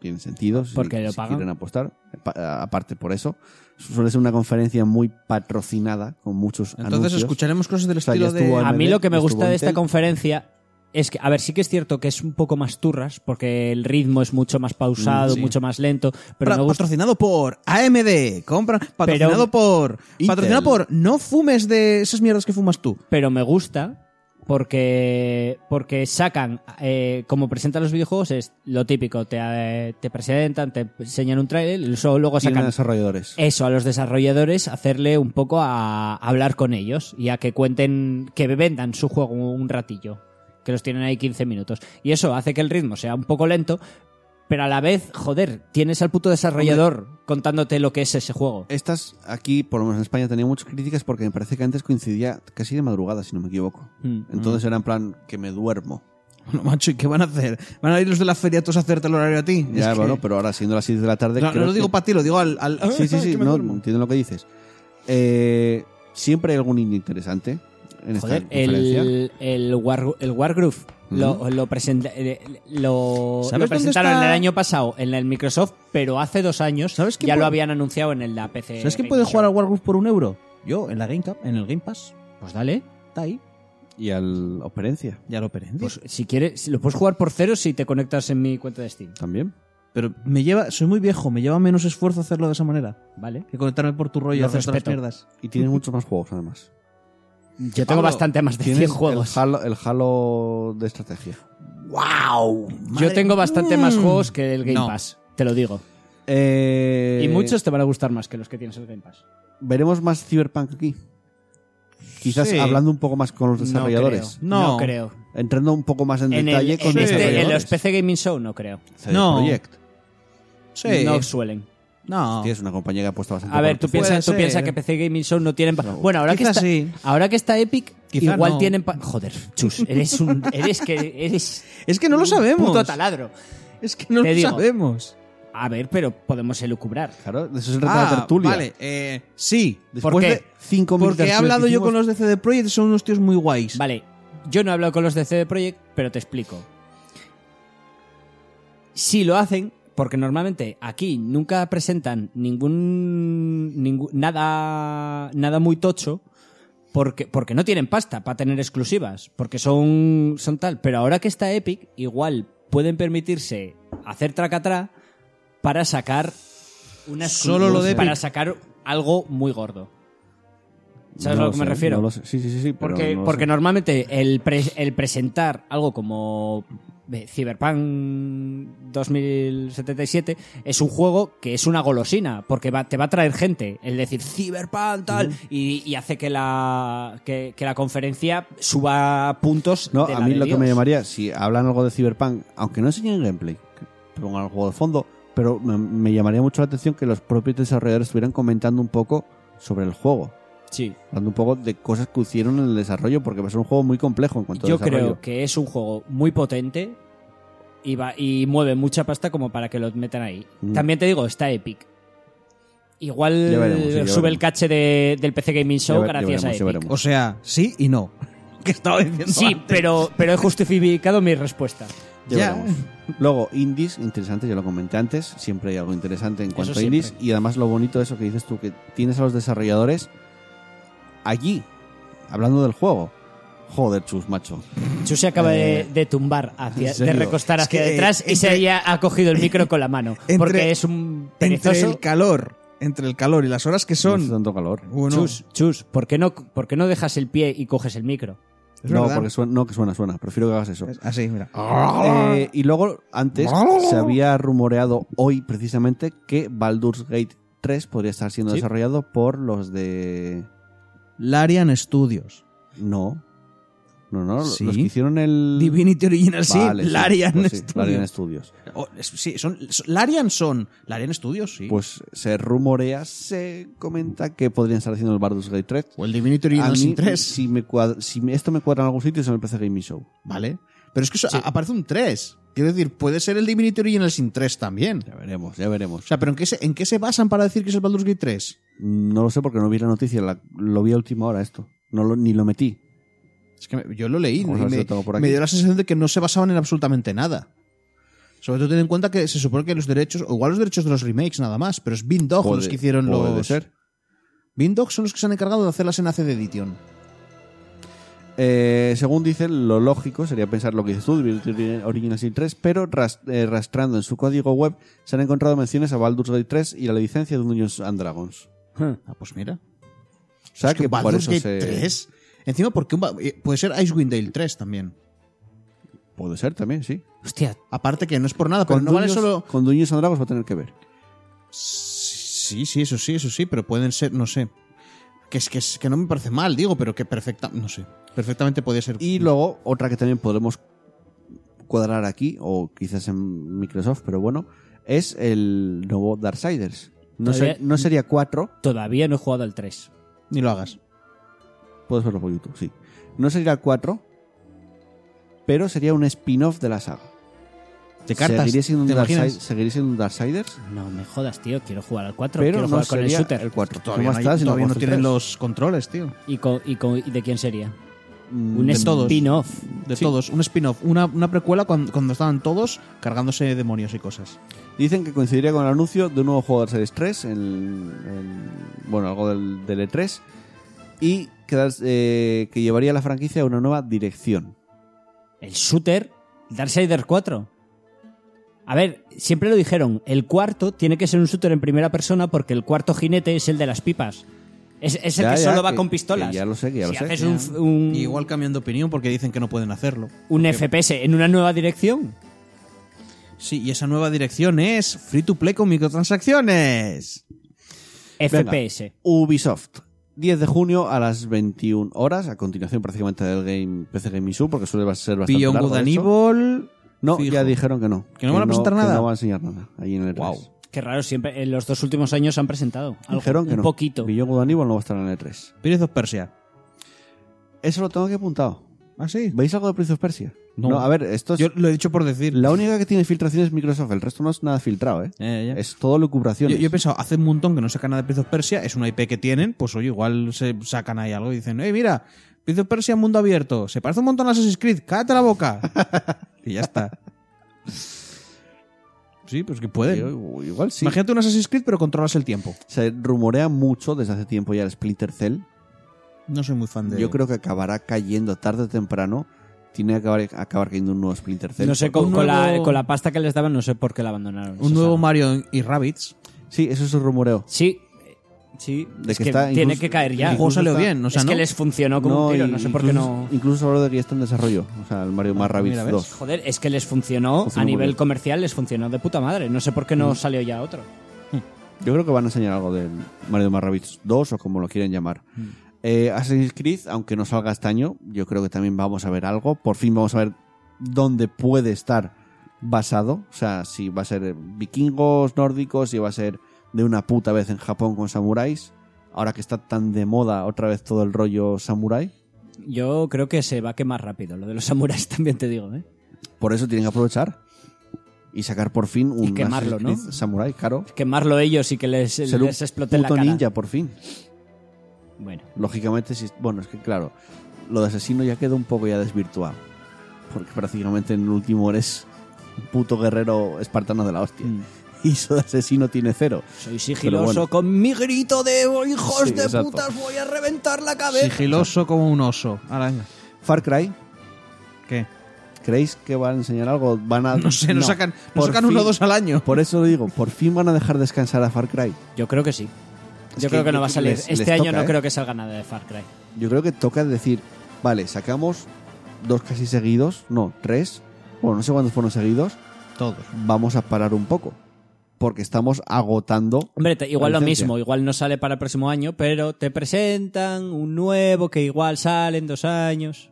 S1: Tiene sentido. Si,
S4: Porque lo
S1: si
S4: pagan.
S1: quieren apostar. Pa- Aparte por eso. Suele ser una conferencia muy patrocinada con muchos
S2: Entonces
S1: anuncios.
S2: escucharemos cosas del
S1: O sea, ya
S2: estilo
S1: estuvo
S2: de...
S1: AMD,
S4: A mí lo que me
S1: estuvo
S4: gusta de esta
S1: Intel.
S4: conferencia es que, a ver, sí que es cierto que es un poco más turras, porque el ritmo es mucho más pausado,
S2: Mm, sí.
S4: mucho más lento, pero
S2: Pra-
S4: me gusta.
S2: Patrocinado por AMD. Compra. Patrocinado por.
S1: Intel.
S2: Patrocinado por. No fumes de esas mierdas que fumas tú. (laughs)
S4: Pero me gusta porque, porque sacan, eh, como presentan los videojuegos, es lo típico. Te, eh, te presentan, te enseñan un trailer, luego
S1: Tienen
S4: sacan Eh.
S1: desarrolladores.
S4: eso a los desarrolladores, hacerle un poco a hablar con ellos y a que cuenten, que vendan su juego un ratillo, que los tienen ahí 15 minutos. Y eso hace que el ritmo sea un poco lento, pero a la vez, joder, tienes al puto desarrollador contándote lo que es ese juego.
S1: Estas aquí, por lo menos en España, tenía muchas críticas porque me parece que antes coincidía casi de madrugada, si no me equivoco.
S4: Mm.
S1: Entonces era en plan que me duermo.
S2: Bueno, macho, ¿y qué van a hacer? ¿Van a ir los de la feria todos a hacerte el horario a ti?
S1: ya,
S2: Es que-
S1: bueno, pero ahora siendo las 6 de la tarde.
S2: No, no
S1: creo
S2: lo digo
S1: que-
S2: para ti, lo digo al. al-
S1: Sí, sí,
S2: Ay,
S1: sí,
S2: que me
S1: no,
S2: duermo.
S1: entiendo lo que dices. Eh, siempre hay algún indie interesante en esta
S4: Joder,
S1: conferencia.
S4: el, el, War, el Wargroove lo, lo, presenta- eh, lo,
S2: Mm. ¿Sabes
S4: lo
S2: dónde
S4: presentaron
S2: está?
S4: el año pasado en el Microsoft, pero hace dos años
S2: ¿Sabes quién
S4: ya lo
S2: puede-
S4: habían anunciado en el la PC.
S2: ¿Sabes quién
S4: Gaming
S2: puede
S4: Show.
S2: jugar al Wargroove por un euro? Yo, en la Game Cup, en el Game Pass.
S4: Pues dale.
S2: Está ahí.
S1: Y al Operencia
S2: Ya lo operé.
S4: Pues si quieres, lo puedes jugar por cero si te conectas en mi cuenta de Steam.
S1: también.
S2: pero me lleva. Soy muy viejo, me lleva menos esfuerzo hacerlo de esa manera
S4: Vale.
S2: que conectarme por tu rollo y
S4: Lo
S2: hacer todas las
S4: respeto.
S2: mierdas.
S1: Y tienen muchos más juegos, además.
S4: Yo tengo bastante más de 100
S1: Tienes
S4: juegos.
S1: El Halo, el Halo de estrategia.
S2: ¡Wow!
S4: Yo tengo bastante más juegos que el Game
S2: No.
S4: Pass, te lo digo.
S1: Eh,
S4: Y muchos te van a gustar más que los que tienes el Game Pass.
S1: Veremos más Cyberpunk aquí. Quizás
S2: Sí.
S1: hablando un poco más con los
S4: No
S1: desarrolladores.
S4: creo.
S2: No.
S4: No creo.
S1: Entrando un poco más en,
S4: En, el-
S1: detalle con
S4: en
S1: los
S4: este- en los
S1: desarrolladores.
S4: PC Gaming Show no creo.
S1: CD
S2: No.
S1: Projekt.
S2: Sí.
S4: No suelen.
S2: No.
S1: Hostia, es una compañía que ha puesto bastante
S4: A ver,
S1: por-
S4: tú piensas, tú
S2: ser.
S4: piensas que PC Gaming Show no tienen... pa- Bueno, ahora que,
S2: Quizás
S4: está,
S2: sí.
S4: ahora que está Epic,
S2: Quizá
S4: igual
S2: no.
S4: tienen... pa- Joder, chus, eres un... Eres que... Eres...
S2: Es que no lo
S4: un
S2: sabemos.
S4: Puto taladro.
S2: Es que no
S4: Te
S2: lo
S4: digo.
S2: sabemos.
S4: A ver, pero podemos elucubrar.
S1: Claro, de eso se trata la
S2: Ah,
S1: tertulia.
S2: Vale, eh, sí.
S1: Después
S4: ¿Por qué?
S1: de 5.000
S2: Porque he
S1: tertulias
S2: hablado
S1: que
S2: yo
S1: hicimos-
S2: con los de CD Projekt, son unos tíos muy guays.
S4: Vale, yo no he hablado con los de CD Projekt, pero te explico. Si lo hacen, porque normalmente aquí nunca presentan ningún, ningú- nada nada muy tocho porque porque no tienen pasta para tener exclusivas, porque son son tal, pero ahora que está Epic, igual pueden permitirse hacer tracatrá para sacar una exclu-
S2: Solo lo de
S4: para
S2: Epic.
S4: sacar algo muy gordo. ¿Sabes
S1: No
S4: a lo que me
S1: sé,
S4: refiero?
S1: no lo sé. Sí, sí, sí, sí, pero
S4: Porque,
S1: no lo
S4: porque
S1: sé.
S4: normalmente el, pre- el presentar algo como eh, Cyberpunk 2077 es un juego que es una golosina, porque va- te va a traer gente. El decir Cyberpunk tal, y, y hace que la, que, que la conferencia suba puntos.
S1: No,
S4: de
S1: a
S4: la
S1: mí
S4: de
S1: lo que
S4: Dios.
S1: me llamaría, si hablan algo de Cyberpunk, aunque no enseñen gameplay, que pongan el juego de fondo, pero me, me llamaría mucho la atención que los propios desarrolladores estuvieran comentando un poco sobre el juego.
S4: Sí.
S1: Hablando un poco de cosas que hicieron en el desarrollo, porque va a ser un juego muy complejo en cuanto a
S4: Yo
S1: desarrollo.
S4: creo que es un juego muy potente y, va, y mueve mucha pasta como para que lo metan ahí.
S1: Mm.
S4: También te digo, está Epic. Igual
S1: Ya veremos, sí, ya
S4: sube
S1: veremos.
S4: el cache de- del PC Gaming Show
S1: ve- ya
S4: gracias
S1: veremos, ya
S4: a Epic.
S1: veremos.
S2: O sea, sí y no. que (laughs) estaba diciendo
S4: Sí,
S2: antes.
S4: pero, pero he justificado mi respuesta.
S1: Ya
S2: Ya.
S1: veremos. Luego, indies, interesante, ya lo comenté antes, siempre hay algo interesante en cuanto a
S4: siempre.
S1: indies. Y además lo bonito de eso que dices tú, que tienes a los desarrolladores allí, hablando del juego. Joder, chus, macho.
S4: Chu se acaba de, de tumbar, hacia,
S1: Eh, en serio. eh,
S4: de recostar
S2: Es
S4: hacia
S2: que,
S4: detrás y se
S2: entre-
S4: haya- ha cogido el micro con la mano.
S1: (laughs)
S2: Entre-
S4: porque es un
S2: Entre el
S4: perezoso.
S2: calor, entre el calor y las horas que
S1: No hace
S2: son.
S1: tanto calor.
S2: Bueno,
S4: Chus, Chus, ¿por qué, no, ¿por qué no dejas el pie y coges el micro?
S2: es
S1: no,
S2: verdad.
S1: porque suena, no, que suena, suena. Prefiero que hagas eso.
S2: Es Así, mira.
S1: Eh, y luego, antes,
S2: (laughs)
S1: se había rumoreado hoy precisamente que Baldur's Gate 3 podría estar siendo
S4: Sí.
S1: desarrollado por los de...
S2: Larian Studios.
S1: No. No, no,
S2: Sí.
S1: los que hicieron el...
S2: Divinity Original sí,
S1: Mm. Vale, sí,
S2: Larian
S1: pues sí,
S2: Studios.
S1: Larian Studios.
S2: Oh, es- sí, son, son- Larian son. Larian Studios, sí.
S1: Pues se rumorea, se comenta que podrían estar haciendo el Baldur's Gate 3.
S2: o el
S1: A
S2: Divinity Original
S1: mí,
S2: Sin 3.
S1: Si, me cuadra- si me- esto me cuadra en algún sitio, es en el PC Gaming Show.
S2: Vale. Pero es que eso- a- aparece un 3. Quiero decir, puede ser el Divinity Original Sin 3 también.
S1: Ya veremos, ya veremos.
S2: O sea, ¿pero en qué, se, en qué se basan para decir que es el Baldur's Gate 3?
S1: No lo sé porque no vi la noticia, la- lo vi a última hora esto. No lo- ni lo metí.
S2: Es que me- yo lo leí y
S1: Vamos a ver si
S2: me,
S1: lo tengo por aquí.
S2: me dio la sensación de que no se basaban en absolutamente nada. Sobre todo ten en cuenta que se supone que los derechos, o igual los derechos de los remakes nada más, pero es Bean Dog los
S1: Puede-
S2: que hicieron
S1: puede
S2: los.
S1: ser.
S2: Bean Dog son los que se han encargado de hacerlas en ACD Edition.
S1: Eh, según dicen, lo lógico sería pensar lo que dices tú, Divinity Original Sin 3, pero ras- eh, rastrando en su código web se han encontrado menciones a Baldur's Gate 3 y a la licencia de Dungeons and Dragons.
S2: Ah, pues mira.
S1: O sea
S2: Es
S1: que, por
S2: Baldur's
S1: eso
S2: Gate
S1: se...
S2: 3. Encima, porque un ba- eh, puede ser Icewind Dale 3 también.
S1: Puede ser también, sí.
S4: Hostia,
S2: Aparte que no es por nada, pero no vale
S1: Dungeons-
S2: solo.
S1: con Dungeons and Dragons va a tener que ver.
S2: Sí, sí, eso sí, eso sí, pero pueden ser, no sé. Que es que, es, que no me parece mal, digo, pero que perfecta, no sé. Perfectamente podría ser.
S1: Y luego, otra que también podremos cuadrar aquí, o quizás en Microsoft, pero bueno, es el nuevo Darksiders. No, sé-
S4: Todavía-
S1: no sería 4,
S4: todavía no he jugado al 3.
S2: Ni lo hagas.
S1: puedes verlo por YouTube, sí. No sería 4, pero sería un spin-off de la saga.
S2: De cartas.
S1: Seguiría siendo un,
S2: ¿Te
S1: Darkside-
S2: imaginas?
S1: seguiría siendo un Darksiders,
S4: No me jodas, tío. Quiero jugar al 4.
S1: pero
S4: quiero
S1: no
S4: jugar con el
S1: sería
S4: shooter.
S1: el 4.
S2: Todavía no,
S1: ¿Cómo
S2: hay-
S1: estás? Si
S2: todavía no
S1: conoces
S2: tienen
S1: tres?
S2: los controles, tío.
S4: ¿Y, co- y, co- y de quién sería?
S1: Mm,
S4: Un
S1: de-
S2: todos.
S4: spin-off.
S2: De
S1: Sí.
S2: todos, un spin-off, una, una precuela cuan- cuando, estaban todos cargándose demonios y cosas.
S1: Dicen que coincidiría con el anuncio de un nuevo juego de Series 3, el, el- bueno, algo del, del E3, y que, das- eh, que llevaría la franquicia a una nueva dirección.
S4: El shooter. Darksiders 4. A ver, siempre lo dijeron. El cuarto tiene que ser un shooter en primera persona porque el cuarto jinete es el de las pipas. Es, es el
S1: Ya,
S4: que
S1: ya,
S4: solo va
S1: que-
S4: con pistolas.
S1: que ya lo sé, que ya
S4: si
S1: lo sé.
S4: haces un, f-
S1: Mm.
S4: un-
S2: Y igual cambian de opinión porque dicen que no pueden hacerlo.
S4: un FPS en una nueva dirección.
S2: Sí, y esa nueva dirección es free to play con microtransacciones.
S4: FPS.
S1: Ubisoft 10 de junio a las 21 horas, a continuación prácticamente del game PC Gaming Show, porque suele ser bastante
S2: Beyond
S1: largo,
S2: Good
S1: de
S2: and
S1: hecho.
S2: Evil.
S1: No,
S2: fijo.
S1: ya dijeron que no.
S2: ¿Que no van a presentar
S1: que
S2: nada?
S1: no van a enseñar nada ahí en el E E3.
S2: Guau.
S4: Qué raro, siempre en los dos últimos años han presentado. Algo,
S1: Dijeron que
S4: un
S1: no.
S4: poquito.
S1: Beyond Good and Evil no va a estar en el E3.
S2: Pires of Persia.
S1: Eso lo tengo aquí apuntado.
S2: ¿Ah, sí?
S1: ¿Veis algo de Prince of Persia?
S2: No.
S1: a ver, esto es...
S2: Yo lo he dicho por decir.
S1: La única que tiene filtración es Microsoft, el resto no es nada filtrado, ¿eh?
S2: Eh, ya.
S1: Es todo
S2: yo,
S1: lucubración.
S2: yo he pensado, hace un montón que no sacan nada de Prince of Persia, es una IP que tienen, pues oye, igual se sacan ahí algo y dicen, hey, mira, Prince of Persia mundo abierto, se parece un montón a Assassin's Creed, cállate la (laughs) boca. y ya está. Sí, pues que pueden.
S1: Igual sí.
S2: Imagínate un Assassin's Creed, pero controlas el tiempo.
S1: Se rumorea mucho desde hace tiempo ya el Splinter Cell.
S2: No soy muy fan de.
S1: Yo creo que acabará cayendo tarde o temprano. Tiene que acabar, acabar cayendo un nuevo Splinter Cell.
S4: No sé, con,
S2: Un
S4: con la,
S2: nuevo-
S4: con la pasta que les daban, no sé por qué la abandonaron.
S2: Un
S4: Se
S2: nuevo
S4: sabe.
S2: Mario y Rabbits.
S1: Sí, eso es un rumoreo.
S4: Sí, eh, sí.
S1: De
S4: es
S1: que
S4: que,
S1: está
S4: tiene
S1: incluso-
S4: que caer ya.
S2: el juego
S1: incluso
S2: salió
S1: está-
S2: bien, o sea,
S4: es
S2: ¿no?
S4: que les funcionó como un tiro,
S1: y-
S4: no sé por qué
S1: incluso-
S4: no. Ah, pues
S1: Incluso hablo de que ya está en desarrollo. O sea, el Mario más Rabbids
S2: mira, ¿ves?
S1: 2.
S4: Joder, es que les funcionó
S1: Funcionó
S4: a
S1: muy
S4: nivel
S1: bien. Mm.
S4: comercial, les funcionó de puta madre. No sé por qué no salió ya otro.
S1: Yo creo que van a enseñar algo del Mario más Rabbids 2 o como lo quieren llamar.
S4: Mm.
S1: Eh, Assassin's Creed, aunque no salga este año, yo creo que también vamos a ver algo. Por fin vamos a ver dónde puede estar basado. O sea, si va a ser vikingos, nórdicos, si va a ser de una puta vez en Japón con samuráis. Ahora que está tan de moda otra vez todo el rollo samurái.
S4: Yo creo que se va a quemar rápido. Lo de los samuráis (laughs) también te digo, ¿eh?
S1: Por eso tienen que aprovechar y sacar por fin un
S4: quemarlo,
S1: Assassin's
S4: ¿no?
S1: Creed samurái, claro.
S4: Quemarlo ellos y que les,
S1: Ser un
S4: les explote la
S1: puto
S4: cara.
S1: ninja por fin.
S4: Bueno,
S1: lógicamente, si, bueno, es que claro, lo de asesino ya queda un poco ya desvirtuado. Porque prácticamente en el último eres un puto guerrero espartano de la hostia.
S4: Mm.
S1: (laughs) Y eso de asesino tiene cero.
S4: soy sigiloso
S1: bueno.
S4: con mi grito de "Oh, hijos
S1: Sí,
S4: de
S1: exacto.
S4: putas, voy a reventar la cabeza.
S2: Sigiloso como un oso. Ahora, venga.
S1: Far Cry,
S2: ¿Qué?
S1: ¿creéis que van a enseñar algo? Van
S4: (laughs)
S1: a,
S2: No sé, no, sacan, no
S1: Por
S2: sacan
S1: fin-
S2: uno o dos al año.
S1: Por eso lo digo, por fin van a dejar descansar a Far Cry.
S4: Yo creo que sí.
S1: Es
S4: Yo
S1: que
S4: creo que no
S1: yo-
S4: va a salir.
S1: les-
S4: este
S1: les
S4: año
S1: toca,
S4: no
S1: ¿eh?
S4: creo que salga nada de Far Cry.
S1: Yo creo que toca decir, vale, sacamos dos casi seguidos, no, tres, bueno, no sé cuántos fueron seguidos,
S2: Todos.
S1: vamos a parar un poco. Porque estamos agotando
S4: Hombre, te- igual
S1: La
S4: lo
S1: licencia.
S4: mismo, igual no sale para el próximo año, pero te presentan un nuevo que igual sale en dos años.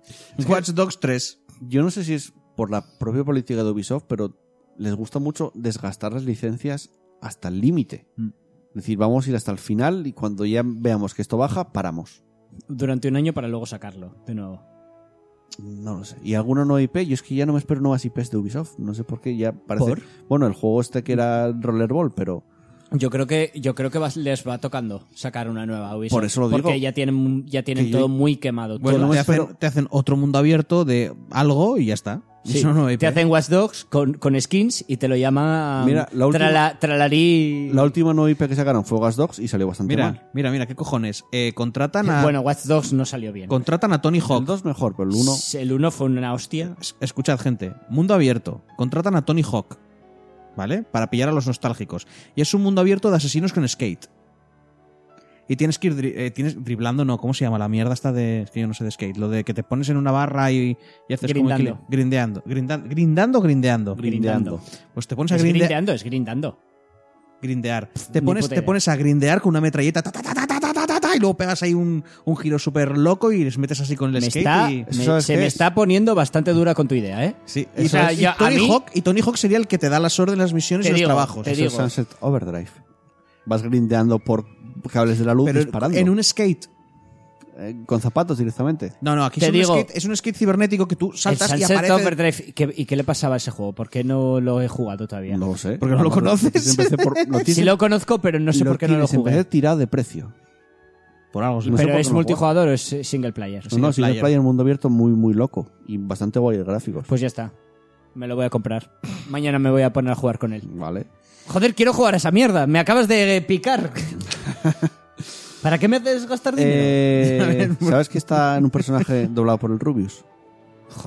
S2: Watch Dogs 3.
S1: yo no sé si es por la propia política de Ubisoft, pero les gusta mucho desgastar las licencias hasta el límite.
S2: Mm.
S1: Es decir, vamos a ir hasta el final y cuando ya veamos que esto baja, paramos.
S4: Durante un año para luego sacarlo de nuevo.
S1: No lo sé. Y alguna nueva IP, yo es que ya no me espero nuevas IPs de Ubisoft. No sé por qué, ya parece.
S4: ¿Por?
S1: Bueno, el juego este que era Rollerball, pero.
S4: Yo creo que, yo creo que vas- les va tocando sacar una nueva Ubisoft.
S1: Por eso lo
S4: Porque
S1: digo.
S4: ya tienen, ya tienen
S1: Que yo-
S4: todo muy quemado.
S2: Bueno,
S4: todo.
S2: te,
S1: me
S2: hacen,
S1: espero-
S2: te hacen otro mundo abierto de algo y ya está.
S4: Sí.
S2: Eso no eh, hay
S4: te
S2: pe-
S4: hacen Watch Dogs con, con skins y te lo llaman
S1: eh, Mira, la última-
S4: trala- tralarí.
S1: La última nueva IP que sacaron fue Gas Dogs y salió bastante mal.
S2: Mira, mira, mira, qué cojones. Eh,
S4: (laughs)
S2: contratan, a,
S4: Bueno, Watch Dogs no salió bien.
S2: contratan a Tony
S1: El
S2: Hawk.
S1: 2 mejor, pero el 1.
S4: El uno fue una hostia.
S2: Es- Escuchad, gente. Mundo abierto. Contratan a Tony Hawk. ¿Vale? Para pillar a los nostálgicos. Y es un mundo abierto de asesinos con skate. Y tienes que ir dri- eh, tienes, driblando, no, ¿cómo se llama? La mierda esta de. Es que yo no sé de skate. Lo de que te pones en una barra y, y haces como.
S4: Grindando.
S2: equili- Grindeando. Grindan- Grindando, grindeando.
S4: Grindando.
S2: Pues te pones a
S4: Es
S2: grindea-
S4: grindando, es grindando.
S2: grindear. Te
S4: ni
S2: pones,
S4: puta
S2: te
S4: idea.
S2: pones a grindear con una metralleta ta, ta, ta, ta, ta, ta, ta, ta, ta, y luego pegas ahí un, un giro súper loco y les metes así con el
S4: Me
S2: skate.
S4: está-
S2: y,
S4: me-
S1: ¿Sabes
S4: se
S1: qué
S4: me
S1: es?
S4: está poniendo bastante dura con tu idea, ¿eh?
S2: sí,
S4: y, o sea,
S2: y
S4: yo- a
S2: Tony
S4: mí-
S2: Hawk, y Tony Hawk sería el que te da las órdenes, las misiones
S4: Te
S2: y los
S4: digo,
S2: trabajos.
S4: te
S1: Eso
S4: digo.
S1: es Sunset Overdrive. Vas grindeando por cables de la luz
S2: Pero
S1: disparando.
S2: en un skate.
S1: Eh, con zapatos directamente.
S2: No, no, aquí
S4: Te
S2: es,
S4: digo.
S2: un skate, es un skate cibernético que tú
S4: El
S2: saltas y
S4: Sunset
S2: aparece.
S4: Overdrive. ¿y qué, y qué le pasaba a ese juego? ¿Por qué no lo he jugado todavía?
S1: No lo sé.
S2: Porque no lo conoces.
S1: tienes en PC por- lo tienes-
S4: Sí lo conozco, pero no sé por qué no lo
S1: tienes en PC
S4: jugué.
S1: tirado de precio.
S2: Por algo.
S1: No sé
S4: ¿Pero
S1: por
S4: es
S1: qué no lo
S4: multijugador o es eh, single player?
S1: No, no,
S2: Single
S1: Single
S2: player.
S1: Player en mundo abierto muy, muy loco. Y bastante guay de gráficos.
S4: Pues ya está. Me lo voy a comprar. Mañana me voy a poner a jugar con él.
S1: Vale.
S4: Joder, quiero jugar a esa mierda. Me acabas de
S1: (laughs)
S4: eh, picar. ¿Para qué me haces gastar dinero?
S1: Eh, ¿Sabes que está en un personaje doblado por el Rubius?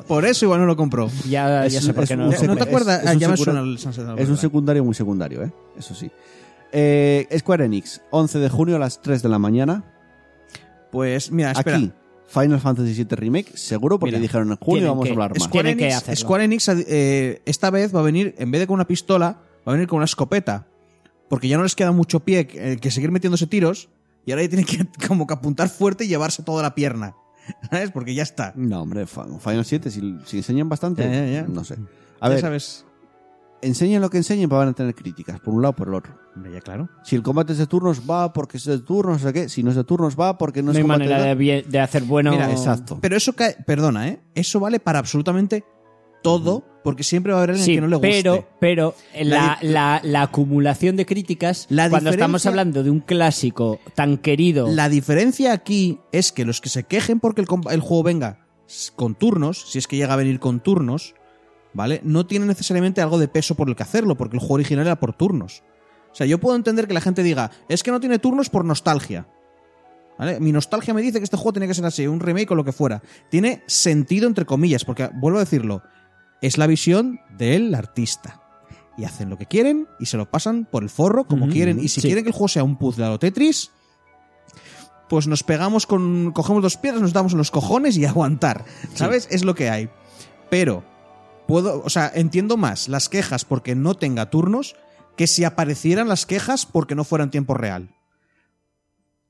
S2: Por eso igual no lo compró.
S4: ya, ya
S1: es-
S4: sé por
S1: es
S4: qué no
S1: un
S4: lo
S2: ¿No
S4: compré.
S2: te
S1: es-
S2: acuerdas?
S1: es
S2: Ah,
S1: un
S2: ya me
S1: seguro-
S2: suena el Sunset
S1: Es un
S2: Overdrive.
S1: secundario muy secundario, ¿eh? Eso sí. Eh, Square Enix, 11 de junio a las 3 de la mañana.
S2: Pues mira, espera.
S1: Aquí, Final Fantasy VII Remake, seguro, porque
S2: Mira,
S1: dijeron en junio
S4: tienen
S1: vamos
S4: que-
S1: a hablar más.
S2: Square
S4: Tiene que
S2: Enix,
S4: hacerlo.
S2: Square Enix, eh, esta vez va a venir, en vez de con una pistola, va a venir con una escopeta. Porque ya no les queda mucho pie eh, que seguir metiéndose tiros. Y ahora ya tiene que (laughs) como que apuntar fuerte y llevarse toda la pierna. (laughs) ¿Sabes? Porque ya está.
S1: No, hombre, fa- Final 7, si, si enseñan bastante,
S2: Ya, ya, ya.
S1: no sé. A
S2: ya
S1: ver,
S2: sabes.
S1: enseñen lo que enseñen, van a tener críticas, por un lado o por el otro.
S2: Hombre, ya claro.
S1: Si el combate es de turnos, va porque es de turnos, no sé qué. Si no es de turnos, va porque no
S4: No,
S1: es
S4: hay
S1: combate
S4: manera de, bien- de hacer bueno.
S1: Mira, exacto.
S2: Pero eso cae, perdona, ¿eh? Eso vale para absolutamente todo, porque siempre va a haber alguien
S4: Sí,
S2: que no le guste.
S4: pero, pero
S2: La
S4: la,
S2: di-
S4: la- la acumulación de críticas,
S2: La
S4: cuando estamos
S2: diferencia-
S4: hablando de un clásico tan querido,
S2: La diferencia aquí es que los que se quejen porque el, com- el juego venga s- con turnos, si es que llega a venir con turnos, ¿vale? No tiene necesariamente algo de peso por el que hacerlo, porque el juego original era por turnos. O sea, yo puedo entender que la gente diga, es que no tiene turnos por nostalgia. ¿Vale? Mi nostalgia me dice que este juego tiene que ser así, un remake o lo que fuera. Tiene sentido, entre comillas, porque, vuelvo a decirlo, es la visión del artista. Y hacen lo que quieren y se lo pasan por el forro como
S4: Ujú,
S2: quieren. Y
S4: sí.
S2: si quieren que el juego sea un puzzle a lo Tetris, pues nos pegamos con. cogemos dos piedras, nos damos en los cojones y aguantar. ¿Sabes? Es lo que hay. Pero puedo, o sea, entiendo más las quejas porque no tenga turnos que si aparecieran las quejas porque no fueran tiempo real.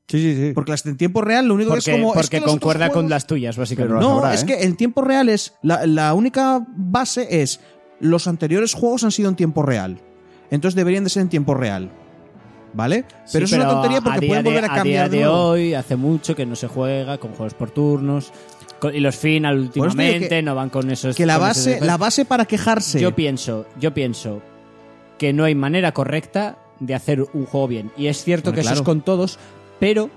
S1: Sí, sí, sí.
S2: Porque las de tiempo real lo único
S4: porque,
S2: que es como es
S4: porque
S2: que los otros
S4: concuerda con
S2: juegos-
S4: las tuyas, básicamente.
S1: Pero
S2: No,
S1: habrá,
S2: es
S1: ¿eh?
S2: que el tiempo real es la, la única base es los anteriores juegos han sido en tiempo real. Entonces deberían de ser en tiempo real. ¿Vale? Pero
S4: Sí,
S2: es una tontería porque
S4: día
S2: pueden
S4: de-
S2: volver a cambiar
S4: A día de,
S2: nuevo.
S4: hoy, hace mucho que no se juega con juegos por turnos. con- y los final
S2: digo
S4: últimamente
S2: que-
S4: no van con esos.
S2: Que la
S4: con
S2: base,
S4: esos-
S2: la base para quejarse.
S4: Yo pienso, yo pienso que no hay manera correcta de hacer un juego bien. Y es cierto
S2: Hombre,
S4: que
S2: claro.
S4: eso es con todos, pero,